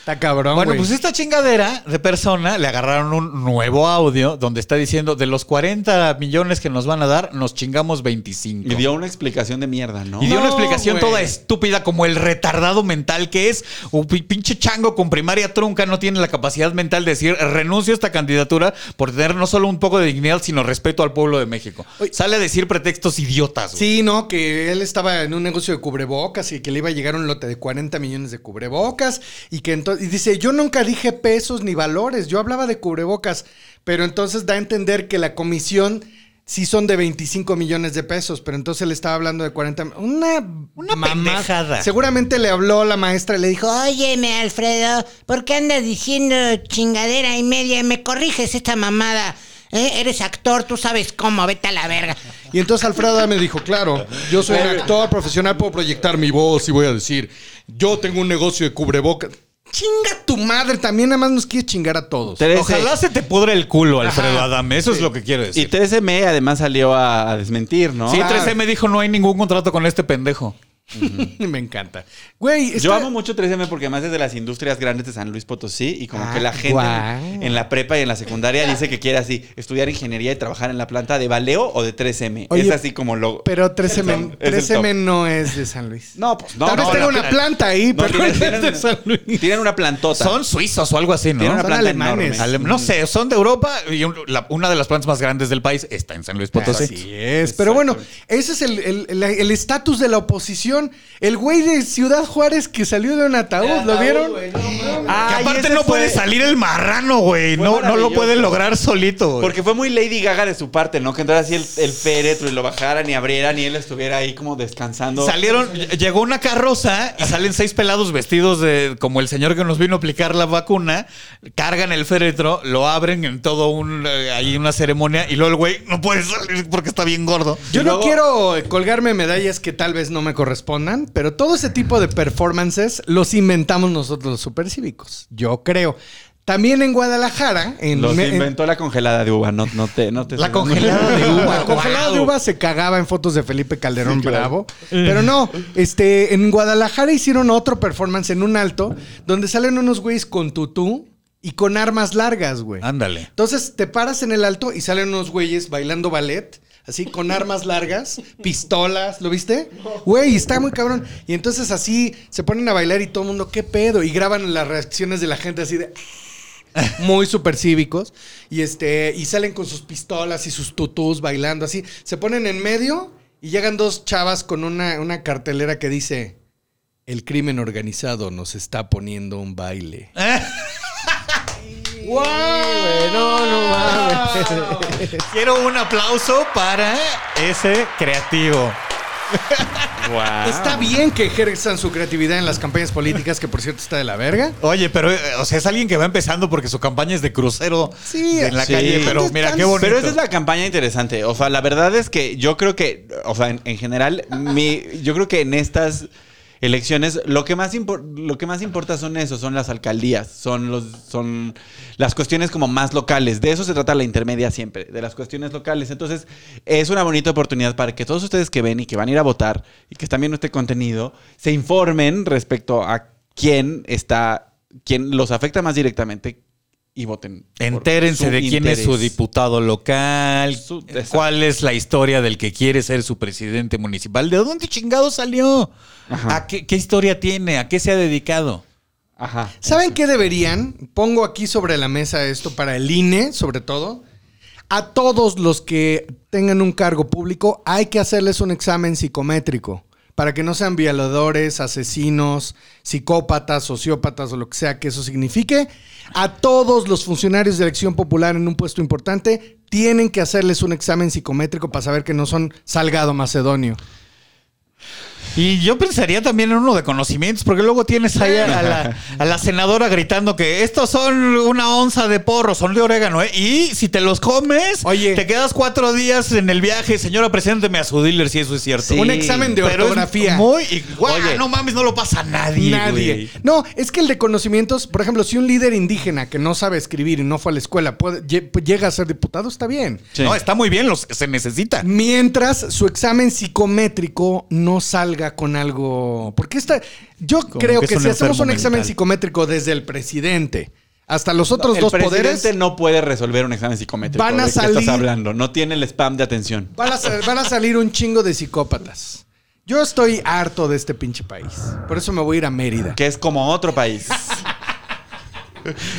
Speaker 4: Está cabrón.
Speaker 3: Bueno,
Speaker 4: güey.
Speaker 3: pues esta chingadera de persona le agarraron un nuevo audio donde está diciendo de los 40 millones que nos van a dar, nos chingamos 25.
Speaker 5: y dio una explicación de mierda, ¿no?
Speaker 3: Y dio una
Speaker 4: No,
Speaker 3: explicación
Speaker 4: güey.
Speaker 3: toda estúpida, como el retardado mental que es. Un pi- pinche chango con primaria trunca no tiene la capacidad mental de decir renuncio a esta candidatura por tener no solo un poco de dignidad, sino respeto al pueblo de México.
Speaker 4: Oye.
Speaker 3: Sale a decir pretextos idiotas. güey.
Speaker 4: Sí, no, que él estaba en un negocio de cubrebocas y que le iba a llegar un lote de 40 millones de cubrebocas y que entonces y dice, "Yo nunca dije pesos ni valores, yo hablaba de cubrebocas", pero entonces da a entender que la comisión sí son de 25 millones de pesos, pero entonces él estaba hablando de 40, mi- una
Speaker 3: Una
Speaker 4: mamá-
Speaker 3: pendejada.
Speaker 4: Seguramente le habló la maestra y le dijo, "Ah", "Ay,
Speaker 10: Óyeme, Alfredo, ¿por qué andas diciendo chingadera y media? Me corriges esta mamada. ¿Eh? Eres actor, tú sabes cómo, vete a la verga.
Speaker 4: Y entonces Alfredo me dijo, claro, yo soy un actor profesional, puedo proyectar mi voz y voy a decir, yo tengo un negocio de cubrebocas. Chinga tu madre, también nada más nos quiere chingar a todos.
Speaker 5: Trece.
Speaker 3: Ojalá se te pudre el culo, Alfredo Adame. Eso es lo que quiero
Speaker 5: Y
Speaker 3: decir.
Speaker 5: 13M además salió a, a desmentir, ¿no?
Speaker 3: Sí,
Speaker 4: Ah.
Speaker 3: 13 me dijo no hay ningún contrato con este pendejo.
Speaker 4: Me encanta. Güey,
Speaker 5: Yo
Speaker 4: está-
Speaker 5: amo mucho 3M porque además es de las industrias grandes de San Luis Potosí y como
Speaker 4: Ah,
Speaker 5: que la gente
Speaker 4: guau.
Speaker 5: en la prepa y en la secundaria dice que quiere así estudiar ingeniería y trabajar en la planta de Baleo o de 3M.
Speaker 4: Oye,
Speaker 5: es así como lo...
Speaker 4: Pero 13M,
Speaker 5: Es el
Speaker 4: 13M
Speaker 5: top.
Speaker 4: no es de San Luis.
Speaker 5: No, pues no.
Speaker 4: Tal vez
Speaker 5: no,
Speaker 4: tenga
Speaker 5: no,
Speaker 4: una
Speaker 5: no.
Speaker 4: planta ahí,
Speaker 5: No,
Speaker 4: pero no es
Speaker 5: tienen,
Speaker 4: de
Speaker 5: tienen-
Speaker 4: San Luis.
Speaker 5: tienen una plantota.
Speaker 3: Son suizos o algo así, ¿no?
Speaker 5: tienen una
Speaker 4: son
Speaker 5: planta
Speaker 4: alemanes.
Speaker 5: enorme.
Speaker 3: Ale- no sé, son de Europa y un- la- una de las plantas más grandes del país está en San Luis Potosí.
Speaker 4: Así es. Pero bueno, ese es el- el el- el estatus de la oposición. El güey de Ciudad Juárez que salió de un ataúd, ¿lo vieron?
Speaker 3: Que
Speaker 5: Ay,
Speaker 3: aparte
Speaker 5: Ah, ese
Speaker 3: no
Speaker 5: fue-
Speaker 3: puede salir el marrano, güey.
Speaker 5: Fue
Speaker 3: No, no lo
Speaker 5: maravilloso.
Speaker 3: puede lograr solito. güey.
Speaker 5: Porque fue muy Lady Gaga de su parte, ¿no? Que entrara así el, el féretro y lo bajaran y abrieran y él estuviera ahí como descansando.
Speaker 3: Salieron, ll- llegó una carroza y salen seis pelados vestidos de como el señor que nos vino a aplicar la vacuna, cargan el féretro, lo abren en todo un eh, ahí una ceremonia y luego el güey no puede salir porque está bien gordo.
Speaker 4: Yo
Speaker 5: Y
Speaker 4: no
Speaker 5: luego-
Speaker 4: quiero colgarme medallas que tal vez no me correspondan, pero todo ese tipo de performances los inventamos nosotros los supercívicos, yo creo. También en Guadalajara, en,
Speaker 5: Los
Speaker 4: me- en-
Speaker 5: inventó la congelada de uva, no, no te... No te
Speaker 3: La congelada de uva.
Speaker 4: La congelada de uva se cagaba en fotos de Felipe Calderón Bravo. Pero no, este, en Guadalajara hicieron otro performance en un alto donde salen unos güeyes con tutú y con armas largas, güey.
Speaker 3: Ándale.
Speaker 4: Entonces te paras en el alto y salen unos güeyes bailando ballet, así con armas largas, pistolas, ¿lo viste? Güey, está muy cabrón. Y entonces así se ponen a bailar y todo el mundo, ¿qué pedo? Y graban las reacciones de la gente así de muy supercívicos y este y salen con sus pistolas y sus tutús bailando así, se ponen en medio y llegan dos chavas con una, una cartelera que dice el crimen organizado nos está poniendo un baile.
Speaker 3: Ah,
Speaker 4: ¡Wow!
Speaker 7: No, no
Speaker 4: Ah,
Speaker 7: mames.
Speaker 3: Quiero un aplauso para ese creativo.
Speaker 4: Está bien que ejerzan su creatividad en las campañas políticas, que por cierto está de la verga.
Speaker 3: Oye, pero eh, o sea, es alguien que va empezando porque su campaña es de crucero
Speaker 4: Sí,
Speaker 3: en la
Speaker 4: sí.
Speaker 3: calle, pero mira qué bonito.
Speaker 5: Pero esa es la campaña interesante. O sea, la verdad es que yo creo que, o sea, en, en general, mi, yo creo que en estas elecciones lo que más impor- lo que más importa son eso, son las alcaldías, son los son las cuestiones como más locales. De eso se trata la intermedia siempre, de las cuestiones locales. Entonces, es una bonita oportunidad para que todos ustedes que ven y que van a ir a votar y que están viendo este contenido se informen respecto a quién está quién los afecta más directamente y voten. por
Speaker 3: Entérense
Speaker 5: su
Speaker 3: de quién es su
Speaker 5: interés.
Speaker 3: diputado local, eh,
Speaker 5: Su- exacto.
Speaker 3: cuál es la historia del que quiere ser su presidente municipal, de dónde chingado salió,
Speaker 5: Ajá.
Speaker 3: a qué, qué historia tiene, a qué se ha dedicado.
Speaker 5: Ajá.
Speaker 4: ¿Saben qué deberían? Pongo aquí sobre la mesa esto para el INE, sobre todo. A todos los que tengan un cargo público hay que hacerles un examen psicométrico para que no sean violadores, asesinos, psicópatas, sociópatas o lo que sea que eso signifique. A todos los funcionarios de elección popular en un puesto importante tienen que hacerles un examen psicométrico para saber que no son Salgado Macedonio.
Speaker 3: Y yo pensaría también en uno de conocimientos, porque luego tienes ahí a, a la, a la senadora gritando que estos son una onza de porro, son de orégano, ¿eh? Y si te los comes,
Speaker 4: Oye.
Speaker 3: te quedas cuatro días en el viaje, señora, presénteme a su dealer si eso es cierto.
Speaker 4: Un examen de
Speaker 3: Pero es
Speaker 4: ortografía.
Speaker 3: muy igual.
Speaker 5: Oye.
Speaker 3: No mames, no lo pasa a nadie.
Speaker 4: Nadie.
Speaker 3: güey.
Speaker 4: No, es que el de conocimientos, por ejemplo, si un líder indígena que no sabe escribir y no fue a la escuela puede- lle- pues, llega a ser diputado, está bien.
Speaker 5: Sí.
Speaker 3: No, está muy bien, los, se necesita.
Speaker 4: Mientras su examen psicométrico no salga con algo. Porque esta. Yo creo
Speaker 3: que
Speaker 4: que,
Speaker 3: es un
Speaker 4: si hacemos
Speaker 3: enfermo
Speaker 4: un examen
Speaker 3: mental.
Speaker 4: psicométrico desde el presidente hasta los otros
Speaker 5: el
Speaker 4: dos
Speaker 5: presidente
Speaker 4: poderes.
Speaker 5: no puede resolver un examen psicométrico.
Speaker 4: Van a
Speaker 5: ¿De qué
Speaker 4: salir-
Speaker 5: estás hablando? No tiene el spam de atención.
Speaker 4: Van a, sal- van a salir un chingo de psicópatas. Yo estoy harto de este pinche país. Por eso me voy a ir a Mérida.
Speaker 5: Que es como otro país.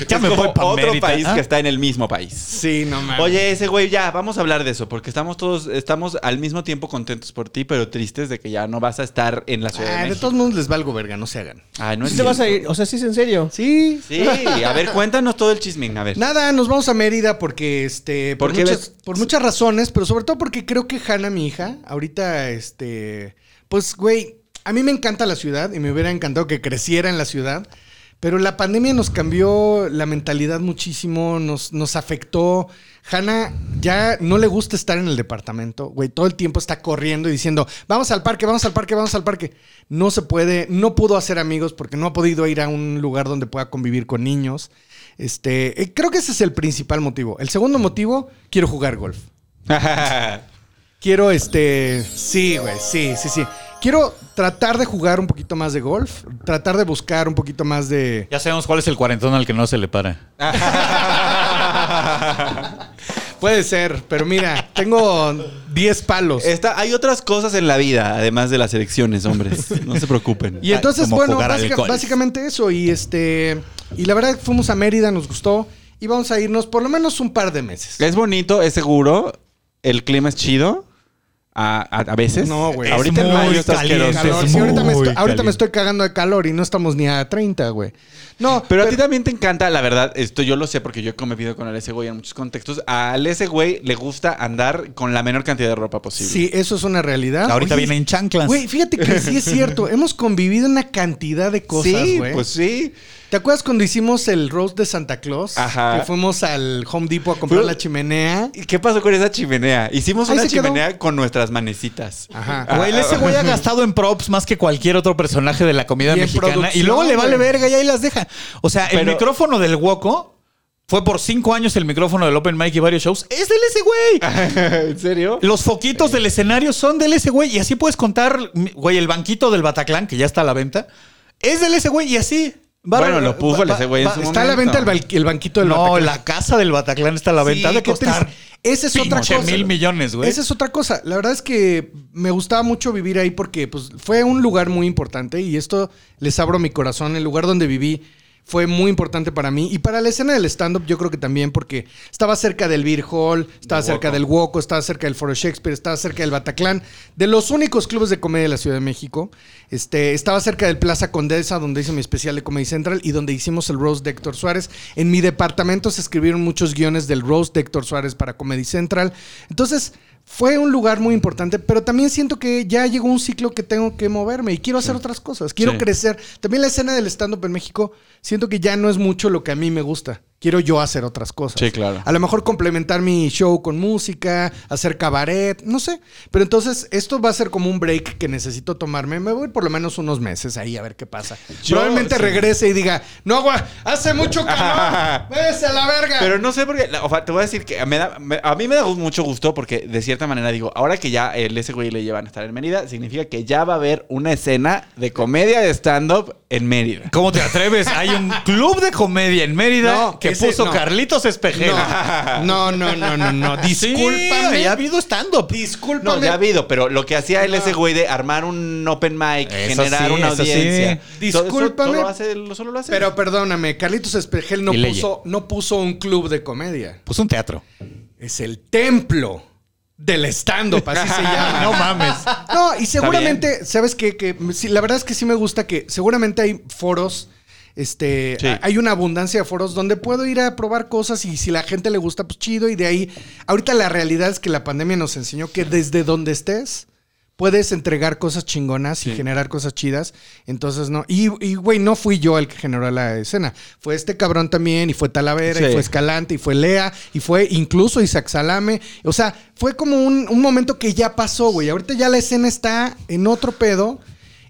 Speaker 3: Ya
Speaker 5: Es
Speaker 3: me
Speaker 5: como
Speaker 3: voy pa'
Speaker 5: otro
Speaker 3: Mérida,
Speaker 5: país
Speaker 3: ¿ah?
Speaker 5: que está en el mismo país.
Speaker 4: Sí, no mames.
Speaker 5: Oye, ese güey, ya, vamos a hablar de eso, porque estamos todos, estamos al mismo tiempo contentos por ti, pero tristes de que ya no vas a estar en la ciudad
Speaker 4: Ah,
Speaker 5: de
Speaker 4: de
Speaker 5: México.
Speaker 4: todos modos les valgo verga, no se hagan.
Speaker 5: Ay, no es
Speaker 7: ¿Sí te vas a
Speaker 5: cierto.
Speaker 7: ir? O sea, sí es en serio.
Speaker 4: Sí.
Speaker 5: Sí, a ver, cuéntanos todo el chismín, a ver.
Speaker 4: Nada, nos vamos a Mérida porque, este, por,
Speaker 5: ¿Por qué
Speaker 4: muchas,
Speaker 5: ves?
Speaker 4: por muchas razones, pero sobre todo porque creo que Hannah, mi hija, ahorita, este, pues, güey, a mí me encanta la ciudad y me hubiera encantado que creciera en la ciudad, Pero la pandemia nos cambió la mentalidad muchísimo, nos, nos afectó. Hanna ya no le gusta estar en el departamento, güey. Todo el tiempo está corriendo y diciendo, vamos al parque, vamos al parque, vamos al parque. No se puede, no pudo hacer amigos porque no ha podido ir a un lugar donde pueda convivir con niños. Este, eh, creo que ese es el principal motivo. El segundo motivo, quiero jugar golf. Quiero este. Sí, güey, sí, sí, sí. Quiero tratar de jugar un poquito más de golf, tratar de buscar un poquito más de.
Speaker 9: Ya sabemos cuál es el cuarentón al que no se le para.
Speaker 4: Puede ser, pero mira, tengo 10 palos.
Speaker 5: Esta- hay otras cosas en la vida, además de las elecciones, hombres. No se preocupen.
Speaker 4: Y entonces,
Speaker 9: como
Speaker 4: bueno,
Speaker 9: jugar al
Speaker 4: básica-
Speaker 9: golf.
Speaker 4: básicamente eso. Y este. Y la verdad, fuimos a Mérida, nos gustó. Y vamos a irnos por lo menos un par de meses.
Speaker 5: Es bonito, es seguro. El clima es chido. A, a- a veces.
Speaker 4: No, güey.
Speaker 5: Ahorita en
Speaker 9: muy
Speaker 5: mayo está
Speaker 9: caliente,
Speaker 5: asqueroso.
Speaker 4: Calor.
Speaker 9: es
Speaker 4: Sí, ahorita, me
Speaker 9: muy
Speaker 4: estoy, ahorita me
Speaker 9: caliente.
Speaker 4: estoy cagando de calor y no estamos ni a 30, güey. No,
Speaker 5: Pero a ti también te encanta, la verdad, esto yo lo sé porque yo he convivido con el ese güey en muchos contextos. Al ese güey le gusta andar con la menor cantidad de ropa posible.
Speaker 4: Sí, eso es una realidad.
Speaker 9: Ahorita
Speaker 4: Oye,
Speaker 9: viene en chanclas.
Speaker 4: Güey, fíjate que sí es cierto. Hemos convivido una cantidad de cosas,
Speaker 5: Sí,
Speaker 4: güey.
Speaker 5: pues sí.
Speaker 4: ¿Te acuerdas cuando hicimos el roast de Santa Claus?
Speaker 5: Ajá.
Speaker 4: Que fuimos al Home Depot a comprar
Speaker 5: Fue-
Speaker 4: la chimenea.
Speaker 5: ¿Y qué pasó con esa chimenea? Hicimos
Speaker 4: Ahí
Speaker 5: una
Speaker 4: se quedó.
Speaker 5: chimenea con nuestras manecitas. Ah,
Speaker 4: Ajá.
Speaker 9: Güey, ese güey ha gastado en props más que cualquier otro personaje de la comida
Speaker 4: Y en
Speaker 9: mexicana. Y
Speaker 4: producción,
Speaker 9: luego le vale
Speaker 4: güey.
Speaker 9: verga y ahí las deja. O sea, el
Speaker 5: Pero-
Speaker 9: micrófono del Woco fue por cinco años el micrófono del Open Mic y varios shows. ¡Es del ese güey!
Speaker 5: ¿En serio?
Speaker 9: Los foquitos del escenario son del ese güey. Y así puedes contar, mi- güey, el banquito del Bataclan, que ya está a la venta, es del ese güey. Y así. va-
Speaker 5: Bueno, lo puso el
Speaker 9: va-
Speaker 5: ese güey en
Speaker 9: va-
Speaker 5: su
Speaker 4: Está a la
Speaker 5: momento.
Speaker 4: venta el, bal- el banquito del
Speaker 9: No,
Speaker 4: Bataclan.
Speaker 9: la casa del Bataclan está a la venta.
Speaker 4: Sí,
Speaker 9: Ha de
Speaker 4: qué
Speaker 9: costar
Speaker 4: triste. Esa es otra
Speaker 9: pinche
Speaker 4: cosa.
Speaker 9: mil millones, güey.
Speaker 4: Esa es otra cosa. La verdad es que me gustaba mucho vivir ahí porque pues, fue un lugar muy importante y esto les abro mi corazón. El lugar donde viví fue muy importante para mí y para la escena del stand-up yo creo que también porque estaba cerca del Beer Hall, estaba cerca del Woco, estaba cerca del Foro Shakespeare, estaba cerca del Bataclan, de los únicos clubes de comedia de la Ciudad de México. Este, estaba cerca del Plaza Condesa donde hice mi especial de Comedy Central y donde hicimos el Rose de Héctor Suárez. En mi departamento se escribieron muchos guiones del Rose de Héctor Suárez para Comedy Central. Entonces, fue un lugar muy importante, pero también siento que ya llegó un ciclo que tengo que moverme y quiero hacer otras cosas, quiero
Speaker 9: Sí.
Speaker 4: crecer. También la escena del stand-up en México, siento que ya no es mucho lo que a mí me gusta. Quiero yo hacer otras cosas.
Speaker 5: Sí, claro.
Speaker 4: A lo mejor complementar mi show con música, hacer cabaret, no sé. Pero entonces esto va a ser como un break que necesito tomarme. Me voy por lo menos unos meses ahí a ver qué pasa.
Speaker 5: Yo-
Speaker 4: Probablemente
Speaker 5: sí.
Speaker 4: regrese y diga, no, agua, hace mucho calor. Váyase a la verga.
Speaker 5: Pero no sé por qué, la- o sea, te voy a decir que me da- me- a mí me da mucho gusto porque de cierta manera digo, ahora que ya el ese güey le llevan a estar en Mérida, significa que ya va a haber una escena de comedia de stand-up en Mérida.
Speaker 9: ¿Cómo te atreves? Hay un club de comedia en Mérida
Speaker 4: No,
Speaker 9: que
Speaker 4: ese-
Speaker 9: puso
Speaker 4: no.
Speaker 9: Carlitos Espejel.
Speaker 4: No, no, no, no, no.
Speaker 9: Discúlpame.
Speaker 4: Discúlpame.
Speaker 9: ha habido stand-up.
Speaker 4: Discúlpame.
Speaker 5: No, ya ha habido, pero lo que hacía el ese güey de armar un open mic,
Speaker 9: Eso
Speaker 5: generar
Speaker 9: sí,
Speaker 5: una
Speaker 9: eso sí.
Speaker 5: audiencia. Todo eso-
Speaker 4: Discúlpame,
Speaker 5: todo hace- lo- solo lo hace.
Speaker 4: Pero perdóname, Carlitos Espejel no
Speaker 9: Y Leye.
Speaker 4: puso, no puso un club de comedia.
Speaker 9: Pues un teatro.
Speaker 4: Es el templo del stand-up, así se llama.
Speaker 9: No mames.
Speaker 4: No, y seguramente, ¿sabes qué? Que, sí, la verdad es que sí me gusta que seguramente hay foros. Este,
Speaker 5: Sí.
Speaker 4: a- hay una abundancia de foros donde puedo ir a probar cosas y si la gente le gusta, pues chido. Y de ahí, ahorita la realidad es que la pandemia nos enseñó que desde donde estés puedes entregar cosas chingonas y generar cosas chidas. Entonces, no. Y, y, güey, no fui yo el que generó la escena. Fue este cabrón también, y fue Talavera, y
Speaker 5: Sí.
Speaker 4: fue Escalante, y fue Lea, y fue incluso Isaac Salame. O sea, fue como un, un momento que ya pasó, güey. Ahorita ya la escena está en otro pedo.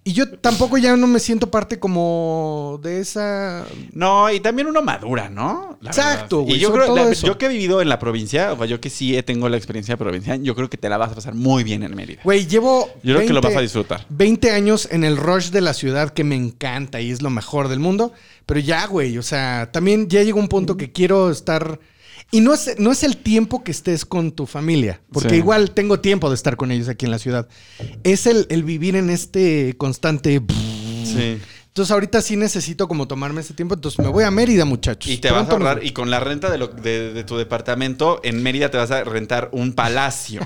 Speaker 4: Y yo tampoco ya no me siento parte como de esa...
Speaker 5: No, y también uno madura, ¿no? La
Speaker 4: Exacto,
Speaker 5: verdad.
Speaker 4: güey,
Speaker 5: Y yo
Speaker 4: sobre
Speaker 5: creo,
Speaker 4: todo
Speaker 5: la-
Speaker 4: eso.
Speaker 5: yo que he vivido en la provincia, o sea, yo que sí tengo la experiencia provincial, yo creo que te la vas a pasar muy bien en Mérida.
Speaker 4: Güey, llevo.
Speaker 5: Yo creo que lo vas a disfrutar.
Speaker 4: 20 años en el rush de la ciudad que me encanta y es lo mejor del mundo. Pero ya, güey, o sea, también ya llegó un punto que quiero estar. Y no es, no es el tiempo que estés con tu familia, porque
Speaker 5: Sí.
Speaker 4: igual tengo tiempo de estar con ellos aquí en la ciudad. Es el, el vivir en este constante.
Speaker 5: Sí.
Speaker 4: Entonces, ahorita sí necesito como tomarme ese tiempo. Entonces, me voy a Mérida, muchachos.
Speaker 5: Y te vas a
Speaker 4: Pronto me-
Speaker 5: ahorrar, y con la renta de, lo- de- de tu departamento, en Mérida te vas a rentar un palacio.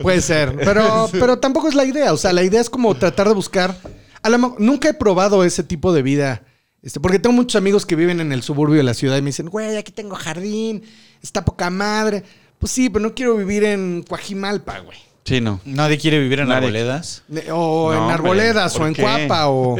Speaker 4: Puede ser, pero, pero tampoco es la idea. O sea, la idea es como tratar de buscar. A lo mejor- nunca he probado ese tipo de vida. Este, porque tengo muchos amigos que viven en el suburbio de la ciudad y me dicen, güey, aquí tengo jardín, está poca madre. Pues sí, pero no quiero vivir en Coajimalpa, güey.
Speaker 5: Sí, no.
Speaker 3: Nadie quiere vivir en
Speaker 5: Nadie.
Speaker 3: arboledas.
Speaker 4: Ne- O
Speaker 5: No,
Speaker 4: en
Speaker 5: hombre,
Speaker 4: Arboledas,
Speaker 5: ¿por
Speaker 4: o en
Speaker 5: qué?
Speaker 4: Cuapa, o...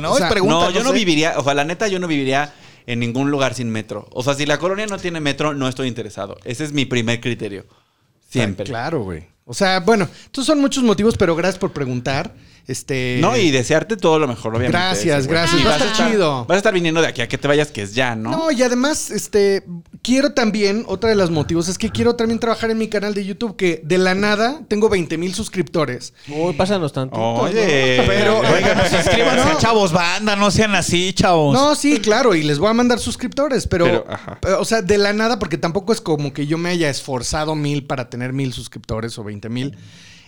Speaker 3: No,
Speaker 4: O sea,
Speaker 3: es pregunta.
Speaker 5: no, yo no
Speaker 3: sé.
Speaker 5: viviría, o sea, la neta, yo no viviría en ningún lugar sin metro. O sea, si la colonia no tiene metro, no estoy interesado. Ese es mi primer criterio. Siempre.
Speaker 4: Claro, güey. O sea, bueno, estos son muchos motivos, pero gracias por preguntar. Este...
Speaker 5: No, y desearte todo lo mejor, obviamente.
Speaker 4: Gracias,
Speaker 5: ese, güey.
Speaker 4: gracias.
Speaker 5: Y
Speaker 4: Va a
Speaker 5: vas
Speaker 4: estar
Speaker 5: estar-
Speaker 4: chido.
Speaker 5: Vas a estar viniendo de aquí a que te vayas, que es ya, ¿no?
Speaker 4: No, y además, este, quiero también, otra de los motivos es que quiero también trabajar en mi canal de YouTube, que de la nada tengo 20 mil suscriptores.
Speaker 7: Uy, pásanos tanto.
Speaker 5: Oh. Oye.
Speaker 3: Pero, oigan, pues inscríbanse,
Speaker 4: No.
Speaker 3: chavos, banda, no sean así, chavos.
Speaker 4: No, sí, claro, y les voy a mandar suscriptores, pero,
Speaker 5: Pero, ajá.
Speaker 4: pero, o sea, de la nada, porque tampoco es como que yo me haya esforzado mil para tener mil suscriptores o 20 mil.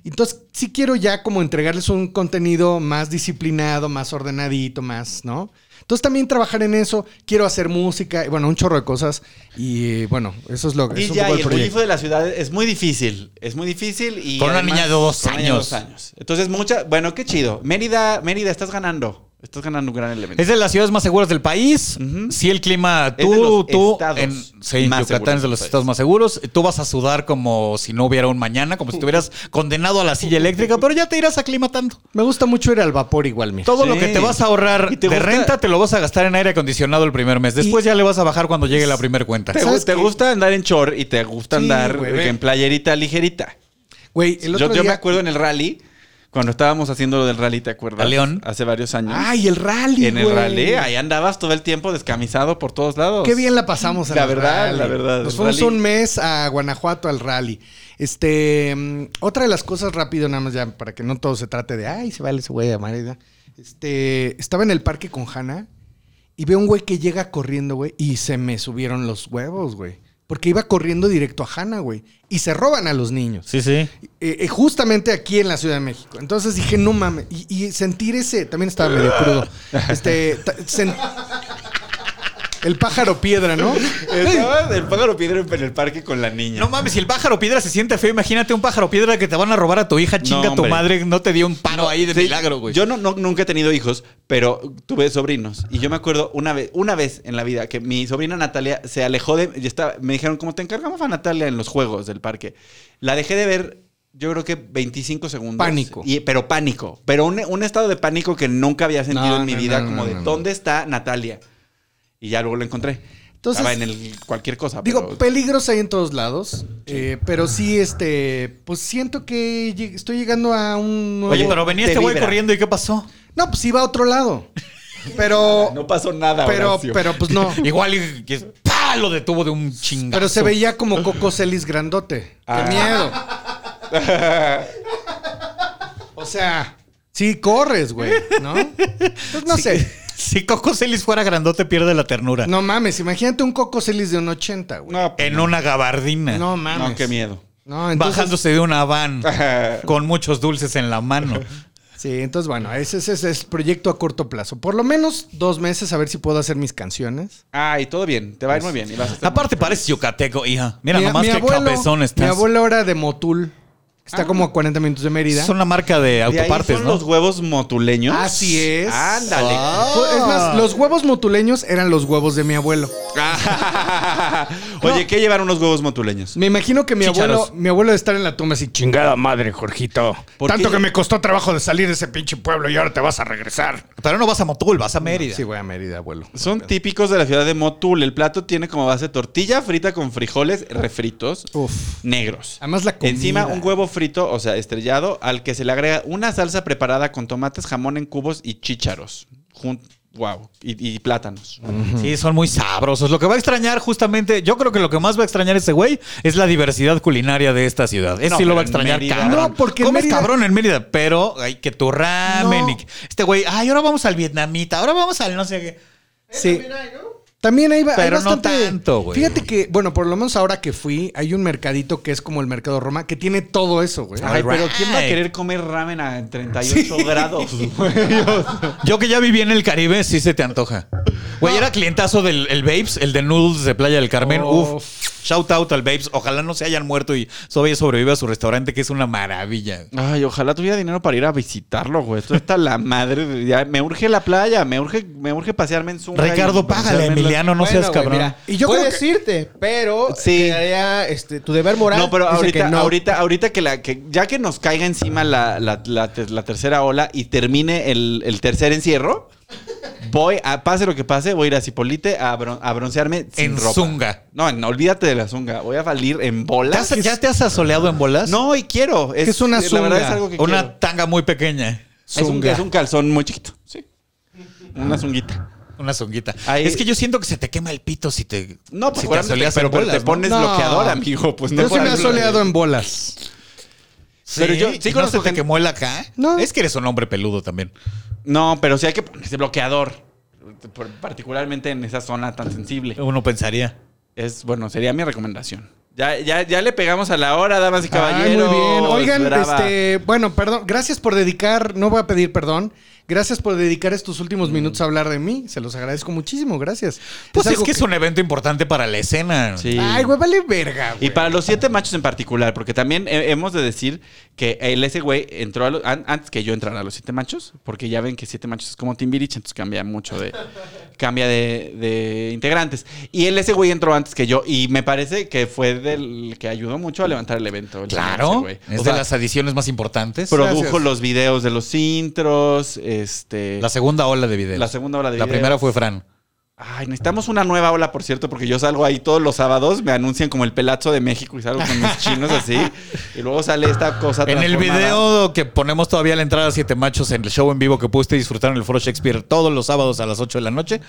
Speaker 4: Entonces, sí quiero ya como entregarles un contenido más disciplinado, más ordenadito, más, ¿no? Entonces también trabajar en eso, quiero hacer música, y, bueno, un chorro de cosas y bueno, eso es lo que
Speaker 5: Y
Speaker 4: es un
Speaker 5: ya,
Speaker 4: poco el
Speaker 5: y el bullizo
Speaker 4: proyecto.
Speaker 5: de la ciudad es muy difícil. Es muy difícil y.
Speaker 3: Con una niña de dos
Speaker 5: con una niña de
Speaker 3: años.
Speaker 5: Entonces, mucha. Bueno, qué chido. Mérida, Mérida, estás ganando. Estás ganando un gran elemento.
Speaker 3: Es de las ciudades más seguras del país.
Speaker 5: Ujú.
Speaker 3: Sí, el clima.
Speaker 5: Es de
Speaker 3: Tú,
Speaker 5: los
Speaker 3: tú.
Speaker 5: estados
Speaker 3: En, sí,
Speaker 5: más seguros
Speaker 3: Yucatán es de
Speaker 5: del
Speaker 3: los
Speaker 5: país.
Speaker 3: estados más seguros. Tú vas a sudar como si no hubiera un mañana, como si estuvieras condenado a la silla eléctrica, pero ya te irás aclimatando.
Speaker 4: Me gusta mucho ir al vapor igual, mira.
Speaker 3: Todo lo
Speaker 5: Sí.
Speaker 3: que te vas a ahorrar
Speaker 5: ¿Y te
Speaker 3: de
Speaker 5: gusta?
Speaker 3: renta te lo vas a gastar en aire acondicionado el primer mes. Después ya le vas a bajar cuando llegue la primera cuenta.
Speaker 5: Te,
Speaker 4: ¿Sabes
Speaker 5: te
Speaker 4: qué?
Speaker 5: gusta andar en short y te gusta
Speaker 4: Sí,
Speaker 5: andar
Speaker 4: güey,
Speaker 5: de que
Speaker 4: ve.
Speaker 5: en playerita ligerita.
Speaker 4: Güey, el
Speaker 5: Yo,
Speaker 4: otro
Speaker 5: yo me
Speaker 4: día-
Speaker 5: acuerdo en el rally, cuando estábamos haciendo lo del rally, ¿te acuerdas?
Speaker 3: ¿A León?
Speaker 5: Hace varios años.
Speaker 4: Ay, el rally,
Speaker 5: en el
Speaker 4: güey.
Speaker 5: rally, ahí andabas todo el tiempo descamisado por todos lados.
Speaker 4: Qué bien la pasamos. en
Speaker 5: La
Speaker 4: el
Speaker 5: verdad,
Speaker 4: rally.
Speaker 5: la verdad,
Speaker 4: Nos
Speaker 5: el
Speaker 4: fuimos
Speaker 5: rally.
Speaker 4: un mes a Guanajuato al rally. Este, mm, otra de las cosas rápido, nada más ya, para que no todo se trate de, ay, se vale ese güey de Mérida". Este, estaba en el parque con Hanna y veo un güey que llega corriendo, güey, y se me subieron los huevos, güey. Porque iba corriendo directo a Hanna, güey. Y se roban a los niños.
Speaker 3: Sí, sí.
Speaker 4: Eh, eh, justamente aquí en la Ciudad de México. Entonces dije, no mames. Y, y sentir ese. También estaba medio crudo. Este. ta- sen- el pájaro piedra, ¿no?
Speaker 5: Estabas el pájaro piedra en el parque con la niña.
Speaker 3: No mames, si el pájaro piedra se siente feo, imagínate un pájaro piedra que te van a robar a tu hija, chinga tu
Speaker 5: hombre.
Speaker 3: madre, no te dio un paro ahí de
Speaker 5: Sí,
Speaker 3: milagro, güey.
Speaker 5: Yo no, no- nunca he tenido hijos, pero tuve sobrinos. Y yo me acuerdo una vez, una vez en la vida que mi sobrina Natalia se alejó de. y estaba- me dijeron, como te encargamos a Natalia en los juegos del parque. La dejé de ver, yo creo que 25 segundos.
Speaker 4: Pánico.
Speaker 5: Y- pero pánico. Pero un, un estado de pánico que nunca había sentido
Speaker 4: No,
Speaker 5: en mi
Speaker 4: no,
Speaker 5: vida,
Speaker 4: no,
Speaker 5: como
Speaker 4: no,
Speaker 5: de
Speaker 4: no, no.
Speaker 5: ¿dónde está Natalia? Y ya luego lo encontré.
Speaker 4: Entonces-
Speaker 5: estaba en el cualquier cosa.
Speaker 4: Digo,
Speaker 5: pero-
Speaker 4: peligros hay en todos lados. eh, pero sí, este. Pues siento que lleg- estoy llegando a un nuevo.
Speaker 3: Oye, pero venía
Speaker 5: te
Speaker 3: este güey
Speaker 5: vibra.
Speaker 3: corriendo y ¿qué pasó?
Speaker 4: No, pues iba a otro lado. Pero.
Speaker 5: no pasó nada.
Speaker 4: pero,
Speaker 5: Horacio.
Speaker 4: pero, pues no.
Speaker 3: Igual y que ¡pa! lo detuvo de un chingazo.
Speaker 4: Pero se veía como Coco Celis grandote.
Speaker 3: Ah.
Speaker 4: ¡Qué miedo! o sea, sí corres, güey, ¿no? Entonces, no sé.
Speaker 3: Si Coco Celis fuera grandote, pierde la ternura.
Speaker 4: No mames, imagínate un Coco Celis de un 80, güey.
Speaker 5: No,
Speaker 3: en una gabardina.
Speaker 4: No, mames.
Speaker 5: no, qué miedo.
Speaker 4: No, entonces-
Speaker 3: bajándose de una van con muchos dulces en la mano.
Speaker 4: Sí, entonces, bueno, ese ese- ese es proyecto a corto plazo. Por lo menos dos meses a ver si puedo hacer mis canciones.
Speaker 5: Ay, todo bien, te va a ir muy
Speaker 4: Pues,
Speaker 5: bien. y vas a estar
Speaker 3: Aparte, pareces yucateco, hija. Mira nomás qué cabezón
Speaker 4: Mi
Speaker 3: estás. Ah.
Speaker 4: abuelo era de Motul, que está como a 40 minutos de Mérida.
Speaker 3: Es una marca de
Speaker 5: De ahí
Speaker 3: autopartes,
Speaker 5: son
Speaker 3: ¿no?
Speaker 5: los huevos motuleños.
Speaker 4: Así es.
Speaker 5: Ándale.
Speaker 4: Pues, Es
Speaker 3: Ah.
Speaker 4: más, los huevos motuleños eran los huevos de mi abuelo. Ah.
Speaker 5: Oye, ¿qué llevaron unos huevos motuleños?
Speaker 4: Me imagino que mi
Speaker 3: Chícharos.
Speaker 4: abuelo, mi abuelo de estar en la tumba así, chingada madre, Jorgito.
Speaker 5: ¿Por
Speaker 4: Tanto
Speaker 5: qué?
Speaker 4: que me costó trabajo de salir de ese pinche pueblo y ahora te vas a regresar.
Speaker 3: Pero no vas a Motul, vas a Mérida.
Speaker 4: Sí, voy a Mérida, abuelo.
Speaker 5: Son típicos de la ciudad de Motul. El plato tiene como base tortilla frita con frijoles refritos
Speaker 4: Uf.
Speaker 5: negros.
Speaker 4: Además la comida.
Speaker 5: Encima un huevo frito, o sea, estrellado, al que se le agrega una salsa preparada con tomates, jamón en cubos y chícharos. Jun- wow. Y, y plátanos.
Speaker 3: Sí, son muy sabrosos. Lo que va a extrañar justamente, yo creo que lo que más va a extrañar ese güey es la diversidad culinaria de esta ciudad. Eso
Speaker 5: No,
Speaker 3: sí lo
Speaker 5: pero
Speaker 3: va a extrañar,
Speaker 5: en Mérida-
Speaker 3: cabrón.
Speaker 4: No, porque en
Speaker 3: Comes
Speaker 4: Mérida-
Speaker 3: cabrón en Mérida, pero hay que tu ramen
Speaker 4: No.
Speaker 3: y que- Este güey, ay, ahora vamos al vietnamita, ahora vamos al no sé qué.
Speaker 4: Sí. También ahí va. hay
Speaker 3: Pero no
Speaker 4: bastante-
Speaker 3: tanto, güey.
Speaker 4: Fíjate que, bueno, por lo menos ahora que fui, hay un mercadito que es como el mercado Roma, que tiene todo eso, güey.
Speaker 5: Ay, pero ¿quién va a
Speaker 3: Alright.
Speaker 5: querer comer ramen a 38 grados? güey?
Speaker 3: Yo que ya viví en el Caribe, sí se te antoja. Güey, era clientazo del el Babes, el de Noodles de Playa del Carmen.
Speaker 4: Oh.
Speaker 3: Uf. Shout out al Babes. Ojalá no se hayan muerto y todavía sobreviva a su restaurante, que es una maravilla.
Speaker 5: Ay, ojalá tuviera dinero para ir a visitarlo, güey. Esto está la madre. de- ya, me urge la playa, me urge, me urge pasearme en Zumba.
Speaker 3: Ricardo,
Speaker 5: y
Speaker 3: págale,
Speaker 5: pasearme en la-
Speaker 3: Emiliano, no
Speaker 7: Bueno,
Speaker 3: seas
Speaker 7: güey,
Speaker 3: cabrón.
Speaker 7: mira, y yo puedes irte, pero
Speaker 5: Sí.
Speaker 7: quedaría, este, tu deber moral.
Speaker 5: No, pero
Speaker 7: dice
Speaker 5: ahorita,
Speaker 7: que no.
Speaker 5: ahorita, ahorita que la, que ya que nos caiga encima la, la- la ter- la tercera ola y termine el, el tercer encierro, voy a, pase lo que pase, voy a ir a Cipolite a, bron- a broncearme sin
Speaker 3: En
Speaker 5: ropa.
Speaker 3: zunga.
Speaker 5: No, no, olvídate de la zunga. Voy a salir en
Speaker 3: ¿Te
Speaker 5: bolas.
Speaker 3: has- ¿Ya te has asoleado en bolas?
Speaker 5: No, y quiero. Es,
Speaker 4: ¿Qué es una
Speaker 5: La verdad
Speaker 4: zunga?
Speaker 5: es algo que
Speaker 3: Una
Speaker 5: quiero.
Speaker 3: tanga muy pequeña.
Speaker 5: Es un,
Speaker 4: Zunga.
Speaker 5: es un calzón muy chiquito. Sí. Una zunguita.
Speaker 3: Una zonguita.
Speaker 5: Ahí-
Speaker 3: Es que yo siento que se te quema el pito si te.
Speaker 5: No, pues
Speaker 3: si
Speaker 5: seguramente,
Speaker 3: asoleas
Speaker 5: pero,
Speaker 3: en
Speaker 5: pero
Speaker 3: bolas,
Speaker 5: te
Speaker 3: ¿no?
Speaker 5: pones
Speaker 4: ¿no?
Speaker 5: bloqueador, amigo. Pues no
Speaker 4: Yo sí me he
Speaker 5: puedes-
Speaker 4: soleado en bolas.
Speaker 3: Pero yo
Speaker 5: sí
Speaker 3: sí
Speaker 5: conozco
Speaker 3: conozco que
Speaker 5: gente-
Speaker 3: quemó el acá.
Speaker 4: No.
Speaker 3: Es que eres un hombre peludo también.
Speaker 5: No, pero sí hay que ponerse bloqueador. Por- Particularmente en esa zona tan sensible.
Speaker 3: Uno pensaría.
Speaker 5: Es, bueno, sería mi recomendación. Ya, ya, ya le pegamos a la hora, damas y
Speaker 4: Ay,
Speaker 5: caballeros.
Speaker 4: muy bien. Oigan,
Speaker 5: pues, Brava.
Speaker 4: este, bueno, perdón, gracias por dedicar, no voy a pedir perdón. Gracias por dedicar estos últimos minutos a hablar de mí. Se los agradezco muchísimo, gracias.
Speaker 3: Pues es,
Speaker 4: algo
Speaker 3: que, es un evento importante para la escena.
Speaker 5: Sí.
Speaker 4: Ay, güey, vale verga,
Speaker 5: Y
Speaker 4: güey.
Speaker 5: para los siete machos en particular, porque también he- hemos de decir que el ese güey entró a los- an- antes que yo entrara a los siete machos, porque ya ven que siete machos es como Timbirich, entonces cambia mucho de cambia de, de integrantes. Y el ese güey entró antes que yo y me parece que fue del que ayudó mucho a levantar el evento. el ese
Speaker 3: Claro.
Speaker 5: güey.
Speaker 3: Es
Speaker 5: O
Speaker 3: de
Speaker 5: sea,
Speaker 3: las adiciones más importantes.
Speaker 5: produjo
Speaker 4: Gracias.
Speaker 5: los videos de los intros, este
Speaker 3: la segunda ola de video.
Speaker 5: la segunda ola de
Speaker 3: La
Speaker 5: videos.
Speaker 3: primera fue Fran.
Speaker 5: Ay, necesitamos una nueva ola, por cierto, porque yo salgo ahí todos los sábados, me anuncian como el pelazo de México y salgo con mis chinos así. Y luego sale esta cosa
Speaker 3: En el
Speaker 5: transformada.
Speaker 3: video que ponemos todavía a la entrada a Siete Machos en el show en vivo que pudiste disfrutar en el Foro Shakespeare todos los sábados a las 8 de la noche,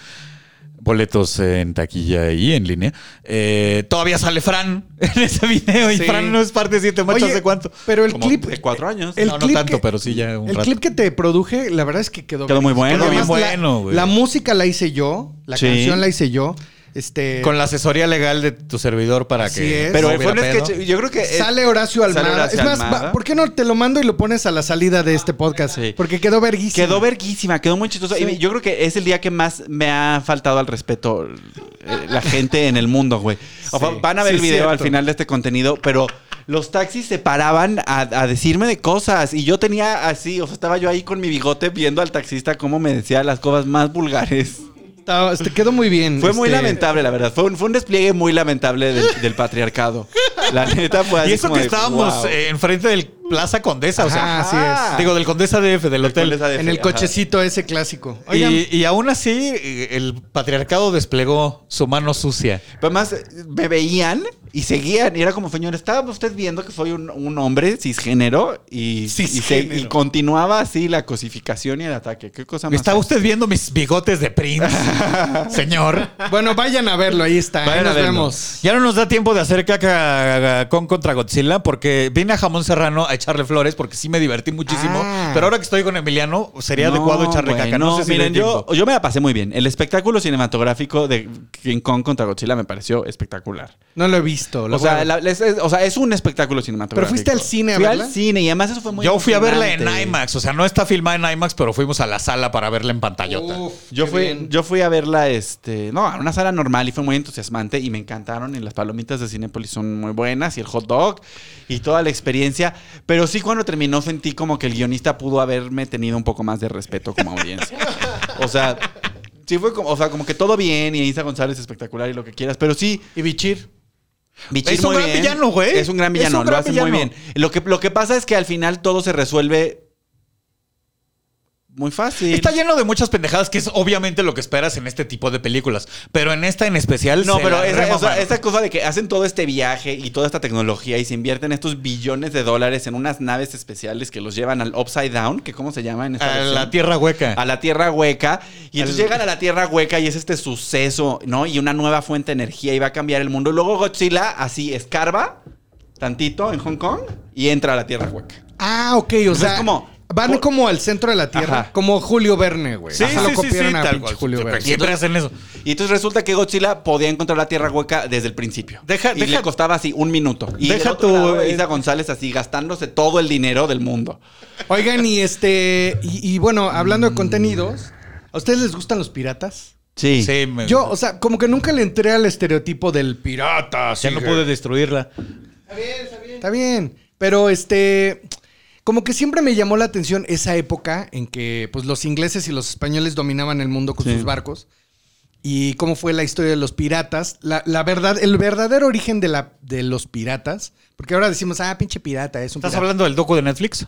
Speaker 3: boletos en taquilla y en línea, eh, todavía sale Fran en ese video y
Speaker 5: Sí.
Speaker 3: Fran no es parte de Siete Machos
Speaker 4: Oye,
Speaker 3: hace cuánto.
Speaker 4: Pero el
Speaker 5: Como
Speaker 4: clip.
Speaker 5: de cuatro años.
Speaker 4: el
Speaker 3: no, no
Speaker 4: clip
Speaker 3: tanto,
Speaker 4: que-
Speaker 3: pero sí ya un
Speaker 4: El
Speaker 3: rato.
Speaker 4: clip que te produje, la verdad es que quedó,
Speaker 5: Quedó muy
Speaker 4: verga.
Speaker 5: bueno.
Speaker 4: Quedó
Speaker 3: Bien
Speaker 4: además la-
Speaker 3: bueno, güey.
Speaker 4: La, música la hice yo, la
Speaker 5: Sí.
Speaker 4: canción la hice yo. Este
Speaker 3: Con la asesoría legal de tu servidor para
Speaker 4: Así
Speaker 3: que...
Speaker 4: es.
Speaker 5: Pero
Speaker 3: no
Speaker 5: fue un
Speaker 3: hubiera pedo.
Speaker 5: sketch, yo creo que... es-
Speaker 4: sale Horacio
Speaker 5: sale
Speaker 4: Almada.
Speaker 5: Horacio
Speaker 4: es más,
Speaker 5: Almada.
Speaker 4: va- ¿por qué no te lo mando y lo pones a la salida de este podcast?
Speaker 5: Sí.
Speaker 4: Porque quedó verguísimo.
Speaker 5: Quedó verguísima, quedó muy chistoso. Y yo creo que es el día que más me ha faltado al respeto eh, la gente en el mundo, güey. O sea, Van a ver
Speaker 4: sí,
Speaker 5: el video
Speaker 4: cierto.
Speaker 5: al final de este contenido, pero los taxis se paraban a, a decirme de cosas. Y yo tenía así, o sea, estaba yo ahí con mi bigote viendo al taxista cómo me decía las cosas más vulgares.
Speaker 4: Estaba- este, quedó muy bien.
Speaker 5: Fue muy
Speaker 4: este,
Speaker 5: lamentable, la verdad. Fue un, fue un despliegue muy lamentable del, del patriarcado. La neta fue así.
Speaker 3: Y eso
Speaker 5: como
Speaker 3: que
Speaker 5: de,
Speaker 3: estábamos
Speaker 5: wow.
Speaker 3: eh, enfrente del Plaza Condesa, o sea...
Speaker 4: Ajá, así
Speaker 5: ajá.
Speaker 4: es.
Speaker 3: Digo, del Condesa DF, del hotel.
Speaker 5: Condesa DF,
Speaker 4: En el
Speaker 5: ajá.
Speaker 4: cochecito ese clásico. Oigan,
Speaker 3: Y, y aún así, eh, el patriarcado desplegó su mano sucia.
Speaker 5: Pero además eh, me veían y seguían. Y era como, señor, estaba usted viendo que soy un, un hombre cisgénero y, y se- Y, continuaba así la cosificación y el ataque. Qué cosa más.
Speaker 3: ¿Estaba usted viendo mis bigotes de Prince? Señor.
Speaker 4: bueno, vayan a verlo, ahí está.
Speaker 5: Vayan
Speaker 4: ahí
Speaker 5: a
Speaker 4: nos
Speaker 5: verlo.
Speaker 4: vemos.
Speaker 3: Ya no nos da tiempo de hacer caca con contra Godzilla porque vine a Jamón Serrano a echarle flores porque sí me divertí muchísimo.
Speaker 5: Ah.
Speaker 3: Pero ahora que estoy con Emiliano, sería
Speaker 5: No,
Speaker 3: adecuado echarle
Speaker 5: güey,
Speaker 3: caca. No,
Speaker 5: No,
Speaker 3: sé si
Speaker 5: miren,
Speaker 3: dé
Speaker 5: yo,
Speaker 3: tiempo.
Speaker 5: yo me la pasé muy bien. El espectáculo cinematográfico de King Kong contra Godzilla me pareció espectacular.
Speaker 4: No lo he visto. lo
Speaker 5: O sea,
Speaker 4: voy a-
Speaker 5: la- es, es- o sea, es un espectáculo cinematográfico.
Speaker 4: fuiste al cine a
Speaker 5: Fui
Speaker 4: verla?
Speaker 5: al cine y además eso fue muy
Speaker 3: Yo fui a verla en
Speaker 5: emocionante.
Speaker 3: IMAX. O sea, no está filmada en IMAX, pero fuimos a la sala para verla en pantallota.
Speaker 4: Uf,
Speaker 5: Yo
Speaker 4: qué
Speaker 5: fui,
Speaker 4: bien.
Speaker 5: yo fui a verla, este, no, a una sala normal y fue muy entusiasmante y me encantaron y las palomitas de Cinépolis son muy buenas y el hot dog y toda la experiencia, pero sí cuando terminó sentí como que el guionista pudo haberme tenido un poco más de respeto como audiencia. O sea, sí fue como, o sea, como que todo bien y Isa González espectacular y lo que quieras, pero sí
Speaker 4: Y Bichir.
Speaker 5: Bichir
Speaker 3: Es un
Speaker 5: muy
Speaker 3: gran
Speaker 5: bien.
Speaker 3: villano, güey.
Speaker 5: Es un gran
Speaker 3: Es
Speaker 5: villano,
Speaker 3: un
Speaker 5: lo
Speaker 3: gran
Speaker 5: hace muy
Speaker 3: villano.
Speaker 5: bien. Lo que, lo que pasa es que al final todo se resuelve muy fácil.
Speaker 3: Está lleno de muchas pendejadas, que es obviamente lo que esperas en este tipo de películas. Pero en esta en especial.
Speaker 5: No,
Speaker 3: se
Speaker 5: pero
Speaker 3: la
Speaker 5: esa, o sea,
Speaker 3: remamaron.
Speaker 5: esa cosa de que hacen todo este viaje y toda esta tecnología y se invierten estos billones de dólares en unas naves especiales que los llevan al Upside Down, que cómo se llama en esta
Speaker 3: A
Speaker 5: versión?
Speaker 3: la tierra hueca.
Speaker 5: A la Tierra Hueca. Y entonces llegan a la Tierra Hueca y es este suceso, ¿no? Y una nueva fuente de energía y va a cambiar el mundo. Luego Godzilla así escarba tantito en Hong Kong y entra a la Tierra Hueca.
Speaker 4: Ah, ok, o
Speaker 5: es
Speaker 4: sea,
Speaker 5: como-
Speaker 4: van
Speaker 5: por-
Speaker 4: como al centro de la tierra,
Speaker 5: Ajá.
Speaker 4: como Julio Verne, güey.
Speaker 3: Sí,
Speaker 4: Ajá,
Speaker 3: sí,
Speaker 4: lo
Speaker 3: sí, sí,
Speaker 4: copiaron a
Speaker 3: tal
Speaker 4: pinche
Speaker 3: cual.
Speaker 4: Julio Verne.
Speaker 3: Siempre hacen eso.
Speaker 5: Y entonces resulta que Godzilla podía encontrar la Tierra Hueca desde el principio.
Speaker 3: Deja-
Speaker 5: y
Speaker 3: deja-
Speaker 5: le costaba así un minuto. Y
Speaker 3: Deja eh.
Speaker 5: deja tu
Speaker 3: tu-
Speaker 5: Isa González así gastándose todo el dinero del mundo.
Speaker 4: Oigan, y este, y, y bueno, hablando de contenidos, ¿a ustedes les gustan los piratas?
Speaker 5: Sí.
Speaker 3: Sí, me-
Speaker 4: Yo, o sea, como que nunca le entré al estereotipo del pirata.
Speaker 3: ya no
Speaker 4: sigue.
Speaker 3: pude destruirla.
Speaker 4: Está bien, pero este... Como que siempre me llamó la atención esa época en que pues, los ingleses y los españoles dominaban el mundo con
Speaker 5: Sí.
Speaker 4: sus barcos. Y cómo fue la historia de los piratas. La, la verdad, el verdadero origen de, la, de los piratas. Porque ahora decimos, ah, pinche pirata, es un
Speaker 3: ¿Estás
Speaker 4: pirata".
Speaker 3: hablando del docu de Netflix?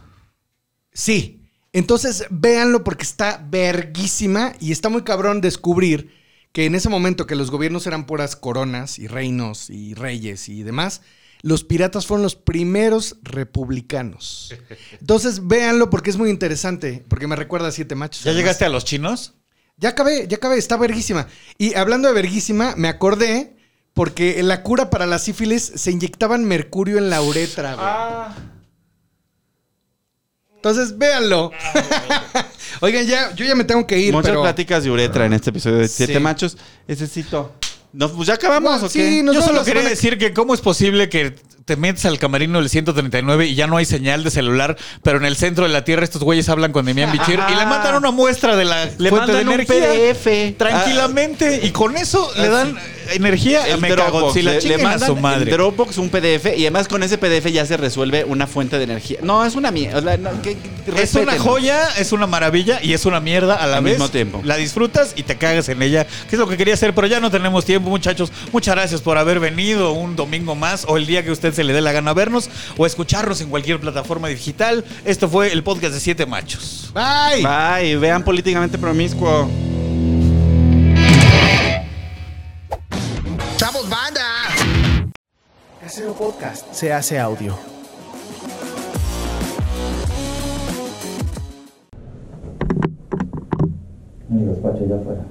Speaker 4: Sí. Entonces, véanlo porque está verguísima y está muy cabrón descubrir que en ese momento que los gobiernos eran puras coronas y reinos y reyes y demás, los piratas fueron los primeros republicanos. Entonces, véanlo porque es muy interesante, porque me recuerda a Siete Machos.
Speaker 3: ¿Ya
Speaker 4: además.
Speaker 3: llegaste a los chinos?
Speaker 4: Ya acabé, ya acabé, está verguísima. Y hablando de verguísima, me acordé porque la cura para la sífilis se inyectaban mercurio en la uretra, güey. Entonces, véanlo. Oigan, ya, yo ya me tengo que ir,
Speaker 5: Muchas
Speaker 4: pero...
Speaker 5: pláticas de uretra en este episodio de Siete
Speaker 4: Sí.
Speaker 5: Machos. Necesito. No, pues ya acabamos,
Speaker 4: Bueno,
Speaker 5: ¿o
Speaker 4: sí,
Speaker 5: qué?
Speaker 4: Nos
Speaker 3: Yo
Speaker 4: vemos
Speaker 3: solo
Speaker 4: la
Speaker 3: quería
Speaker 4: semana-
Speaker 3: decir que cómo es posible que te metes al camarino del 139 y ya no hay señal de celular, pero en el centro de la Tierra estos güeyes hablan con Demián Bichir y le mandan una muestra de la
Speaker 5: Le
Speaker 3: fuente de
Speaker 5: mandan un
Speaker 3: energía.
Speaker 4: Ah.
Speaker 5: PDF.
Speaker 3: Tranquilamente, y con eso le dan energía a
Speaker 5: El
Speaker 3: Mechagodzilla.
Speaker 5: Dropbox.
Speaker 3: Si la
Speaker 5: le, le
Speaker 3: chinguen a
Speaker 5: mandan
Speaker 3: su madre.
Speaker 5: en Dropbox un PDF y además con ese PDF ya se resuelve una fuente de energía. No, es una mierda.
Speaker 3: Es una joya, es una maravilla y es una mierda a la
Speaker 5: Al
Speaker 3: vez.
Speaker 5: mismo tiempo.
Speaker 3: La disfrutas y te cagas en ella, que es lo que quería hacer, pero ya no tenemos tiempo, muchachos. Muchas gracias por haber venido un domingo más o el día que usted se le dé la gana vernos o escucharnos en cualquier plataforma digital. Esto fue el podcast de Siete Machos.
Speaker 4: Bye.
Speaker 5: Bye, vean políticamente promiscuo.
Speaker 4: ¡Chavos, banda!
Speaker 11: Casero Podcast se hace audio.
Speaker 10: Mi despacho ya afuera.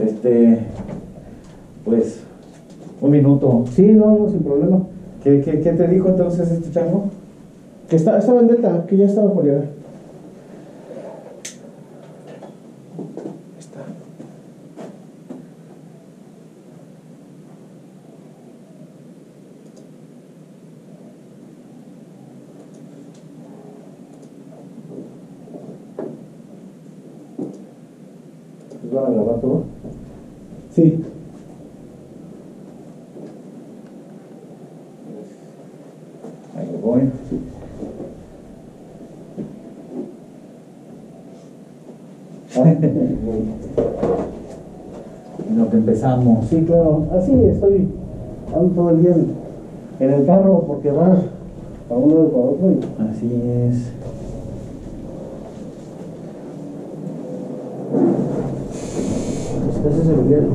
Speaker 10: Este. Pues. Un minuto. Sí, no, no, sin problema. ¿Qué, qué, qué te dijo entonces este chango? Que está, estaba en Delta, que ya estaba por llegar. Está. ¿Nos van a grabar todo? Sí. Ahí me voy. Lo que empezamos. Sí, claro. Así estoy ando todo el día en el carro porque va a un lado para otro. Así es. Ese es el Miguel.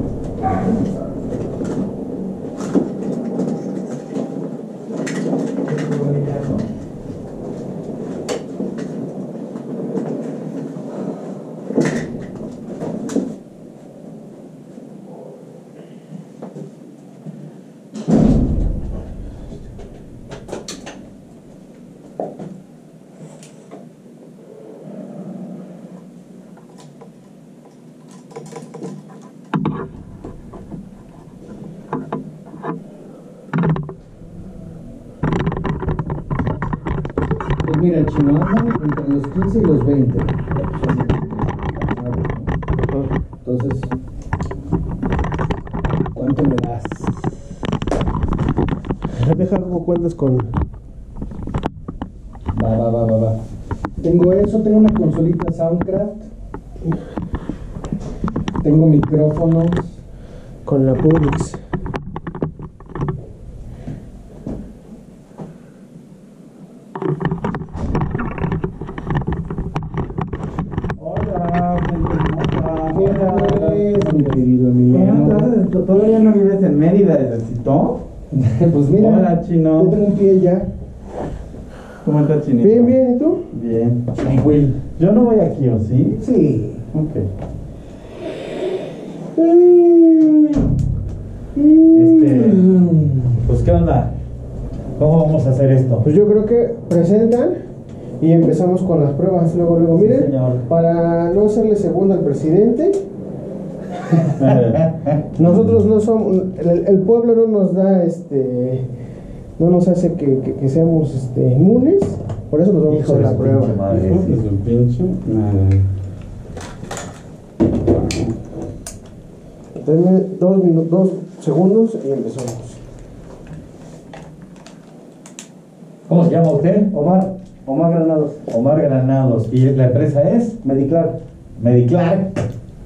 Speaker 10: Pues mira, chino anda entre los 15 y los 20. Entonces, ¿cuánto me das?
Speaker 12: Deja como cuentas con.
Speaker 10: Va, va, va, va, va. Tengo eso, tengo una consolita Soundcraft. Tengo micrófonos.
Speaker 12: Con la Publix.
Speaker 10: Hola, ¿qué tal? Mi querido
Speaker 5: Todavía no vives en Mérida, ¿necesito?
Speaker 10: Pues mira,
Speaker 5: Hola, chino.
Speaker 10: yo tengo un pie ya.
Speaker 5: ¿Cómo estás, chinito?
Speaker 10: Bien, bien, ¿y tú?
Speaker 5: Bien. Yo no voy aquí, ¿o sí?
Speaker 10: Sí.
Speaker 5: Ok.
Speaker 10: Este,
Speaker 5: Pues, ¿qué onda? ¿Cómo vamos a hacer esto?
Speaker 10: pues yo creo que presentan y empezamos con las pruebas. Luego, luego, miren,
Speaker 5: señor.
Speaker 10: para no hacerle segunda al presidente, nosotros no somos, el, el pueblo no nos da, este, no nos hace que, que- que seamos este, inmunes, por eso nos vamos a hacer la prueba.
Speaker 5: Madre,
Speaker 10: Ujú.
Speaker 5: pinche madre.
Speaker 13: Denme dos, minu- dos segundos y empezamos.
Speaker 10: ¿Cómo se llama usted?
Speaker 13: Omar, Omar Granados,
Speaker 10: Omar Granados. ¿Y la empresa es?
Speaker 13: Mediclar,
Speaker 10: ¿Mediclar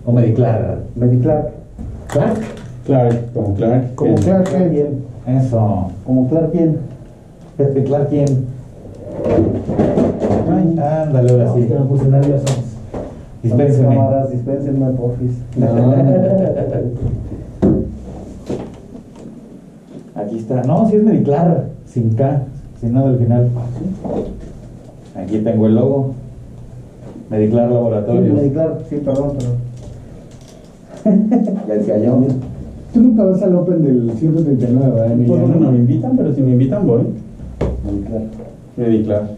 Speaker 10: o Mediclar?
Speaker 13: Mediclar,
Speaker 10: ¿Clark? Clark, como Clark.
Speaker 13: como Clark Kent,
Speaker 10: Eso.
Speaker 13: como Clark Kent.
Speaker 10: Pepe Clark, ¿quién? Ay, ándale, ahora sí.
Speaker 13: me puse nervioso.
Speaker 10: Dispénseme.
Speaker 13: Cámaras, dispénsenme, porfis.
Speaker 10: Aquí está. No, sí es Mediclar, sin K, sin nada al final. Aquí tengo el logo. Mediclar Laboratorios.
Speaker 13: Mediclar, sí, perdón, pero...
Speaker 10: Ya decía yo.
Speaker 13: Tú nunca vas al Open del 139, ¿verdad,
Speaker 10: Por
Speaker 13: Emiliano?
Speaker 10: uno Pues no me invitan, pero si me invitan voy.
Speaker 13: Mediclar.
Speaker 10: Mediclar.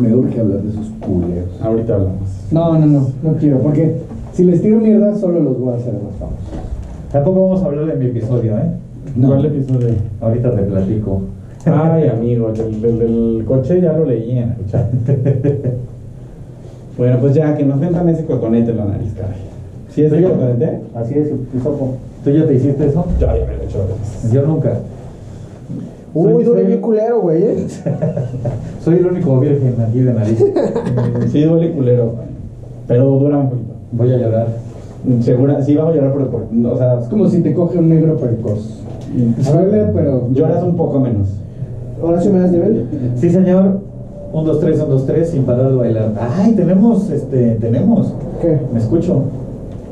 Speaker 13: Me urge hablar de esos culeros.
Speaker 10: Ahorita hablamos.
Speaker 13: No, no, no, no quiero, porque si les tiro mierda, solo los voy a hacer más famosos.
Speaker 10: Tampoco vamos a hablar de mi episodio, ¿eh?
Speaker 13: No.
Speaker 10: ¿Cuál episodio? Ahorita te platico. Ay, amigo, el del, del- del coche ya lo leí en el chat. bueno, pues ya, que nos vendan ese cotonete en la nariz, caray. ¿Sí es el cotonete?
Speaker 13: Así es, Pisopo.
Speaker 10: ¿Tú ya te hiciste eso? Yo ya me lo he hecho. Yo nunca.
Speaker 13: Uy,
Speaker 10: Soy-
Speaker 13: duele
Speaker 10: soy-
Speaker 13: bien culero, güey, ¿eh?
Speaker 10: Soy el único virgen aquí de nariz. sí, duele culero, pero dura un poquito. Voy a llorar. Segura, sí vas a llorar, pero por, no, o sea,
Speaker 13: Es como si te coge un negro precoz. Duele, pero...
Speaker 10: lloras un poco menos.
Speaker 13: Ahora sí me das nivel.
Speaker 10: Sí, señor. 1, 2, 3, 1, 2, 3, sin parar de bailar. Ay, tenemos, este, tenemos.
Speaker 13: ¿Qué?
Speaker 10: Me escucho.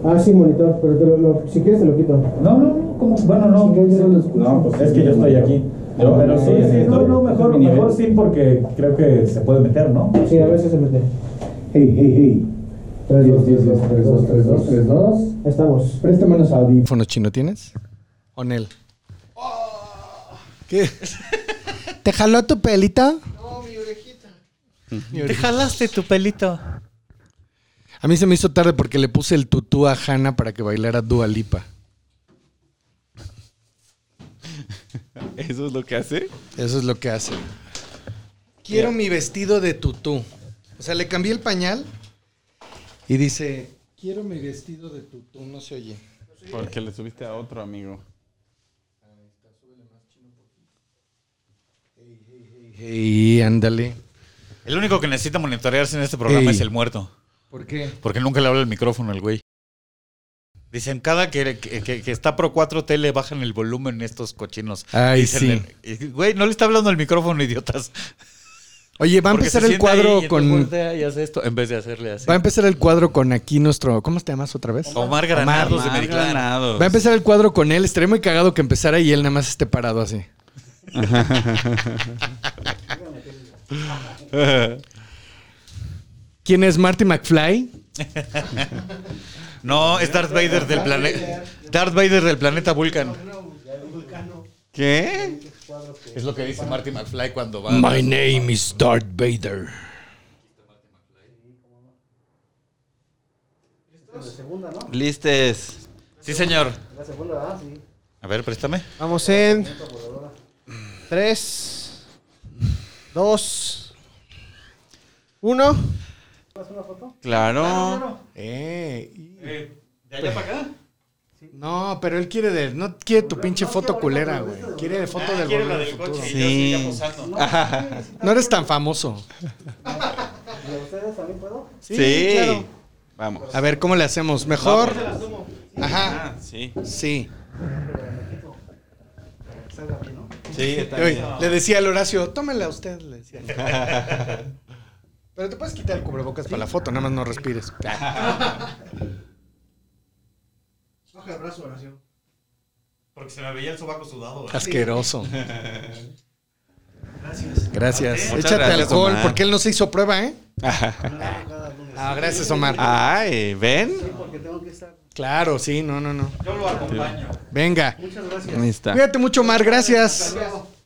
Speaker 13: Ah, sí, monitor, pero te lo, lo- si quieres te lo quito.
Speaker 10: No, no, no, como, bueno, no.
Speaker 13: Sí, que yo lo escucho.
Speaker 10: No, pues es que yo estoy aquí. Yo, eh, pero sí, sí, no, no, mejor, mejor sí, porque creo que se puede meter, ¿no?
Speaker 13: Sí, a veces se mete.
Speaker 10: Hey, hey, hey.
Speaker 13: 3, 2, 3, 2, 3, 2, 3, 2, 3, 2. Estamos. Pues Préstame unos audífonos.
Speaker 4: ¿Teléfono chino tienes? Onel. ¿Qué? ¿Te jaló tu pelita?
Speaker 3: Te jalaste tu pelito.
Speaker 4: A mí se me hizo tarde porque le puse el tutú a Hanna para que bailara Dua Lipa.
Speaker 5: ¿Eso es lo que hace?
Speaker 4: Eso es lo que hace. Quiero mi vestido de tutú. O sea, le cambié el pañal y dice, quiero mi vestido de tutú. No se oye.
Speaker 5: Porque le subiste a otro amigo.
Speaker 4: Hey, ándale.
Speaker 3: El único que necesita monitorearse en este programa
Speaker 4: Ey.
Speaker 3: es el muerto.
Speaker 4: ¿Por qué?
Speaker 3: Porque nunca le habla el micrófono al güey. Dicen, cada que, que- que- que está Pro 4 Tele, bajan el volumen estos cochinos.
Speaker 4: Ay,
Speaker 3: Dicen, eh, Güey, no le está hablando el micrófono, idiotas.
Speaker 4: Oye, va a
Speaker 3: Porque
Speaker 4: empezar
Speaker 3: se
Speaker 4: el
Speaker 3: sienta ahí
Speaker 4: cuadro
Speaker 3: y entonces
Speaker 4: con...
Speaker 3: voltea y hace esto, en vez de hacerle así.
Speaker 4: Va a empezar el cuadro con aquí nuestro... ¿Cómo te llamas otra vez?
Speaker 3: Omar Granados de Mediclana.
Speaker 4: Va a empezar el cuadro con él. Estaría muy cagado que empezara y él nada más esté parado así. ¿Quién es Marty McFly?
Speaker 3: No, es Darth Vader del planeta. Darth Vader del planeta Vulcan.
Speaker 5: ¿Qué?
Speaker 3: Es lo que dice Marty McFly cuando va.
Speaker 4: My name is Darth Vader.
Speaker 5: Listes.
Speaker 3: Sí, señor. A ver, préstame.
Speaker 7: Vamos en. Tres. Dos. Uno.
Speaker 5: Claro.
Speaker 3: Eh, ¿De allá para acá?
Speaker 4: No, pero él quiere de- no quiere tu pinche foto culera, güey. Quiere de foto del
Speaker 3: Quiero la
Speaker 4: Volver al
Speaker 3: del
Speaker 4: Futuro.
Speaker 3: coche y yo
Speaker 5: Sí.
Speaker 3: siga posando.
Speaker 4: No eres tan famoso.
Speaker 5: Sí. Vamos.
Speaker 4: A ver, ¿cómo le hacemos? Mejor. Ajá.
Speaker 5: Ah, Sí.
Speaker 4: Sí.
Speaker 5: Sí, está
Speaker 4: Oye,
Speaker 5: bien.
Speaker 4: le decía al Horacio, tómela usted, le decía. Pero te puedes quitar el cubrebocas para la foto, nada más no respires.
Speaker 5: Ah,
Speaker 7: Baja el brazo, oración.
Speaker 3: Porque se me veía el sobaco sudado. güey.
Speaker 4: Asqueroso.
Speaker 7: Gracias.
Speaker 4: Gracias.
Speaker 5: Muchas
Speaker 4: Échate
Speaker 5: gracias,
Speaker 4: alcohol,
Speaker 5: Omar.
Speaker 4: porque él no se hizo prueba, ¿eh? Ah, gracias, Omar.
Speaker 5: Ay, ¿ven?
Speaker 7: Porque tengo que estar.
Speaker 4: Claro, sí, no, no, no.
Speaker 3: Yo lo acompaño.
Speaker 4: Venga.
Speaker 7: Muchas gracias.
Speaker 5: Ahí está.
Speaker 4: Cuídate mucho, Omar, gracias.
Speaker 7: Gracias.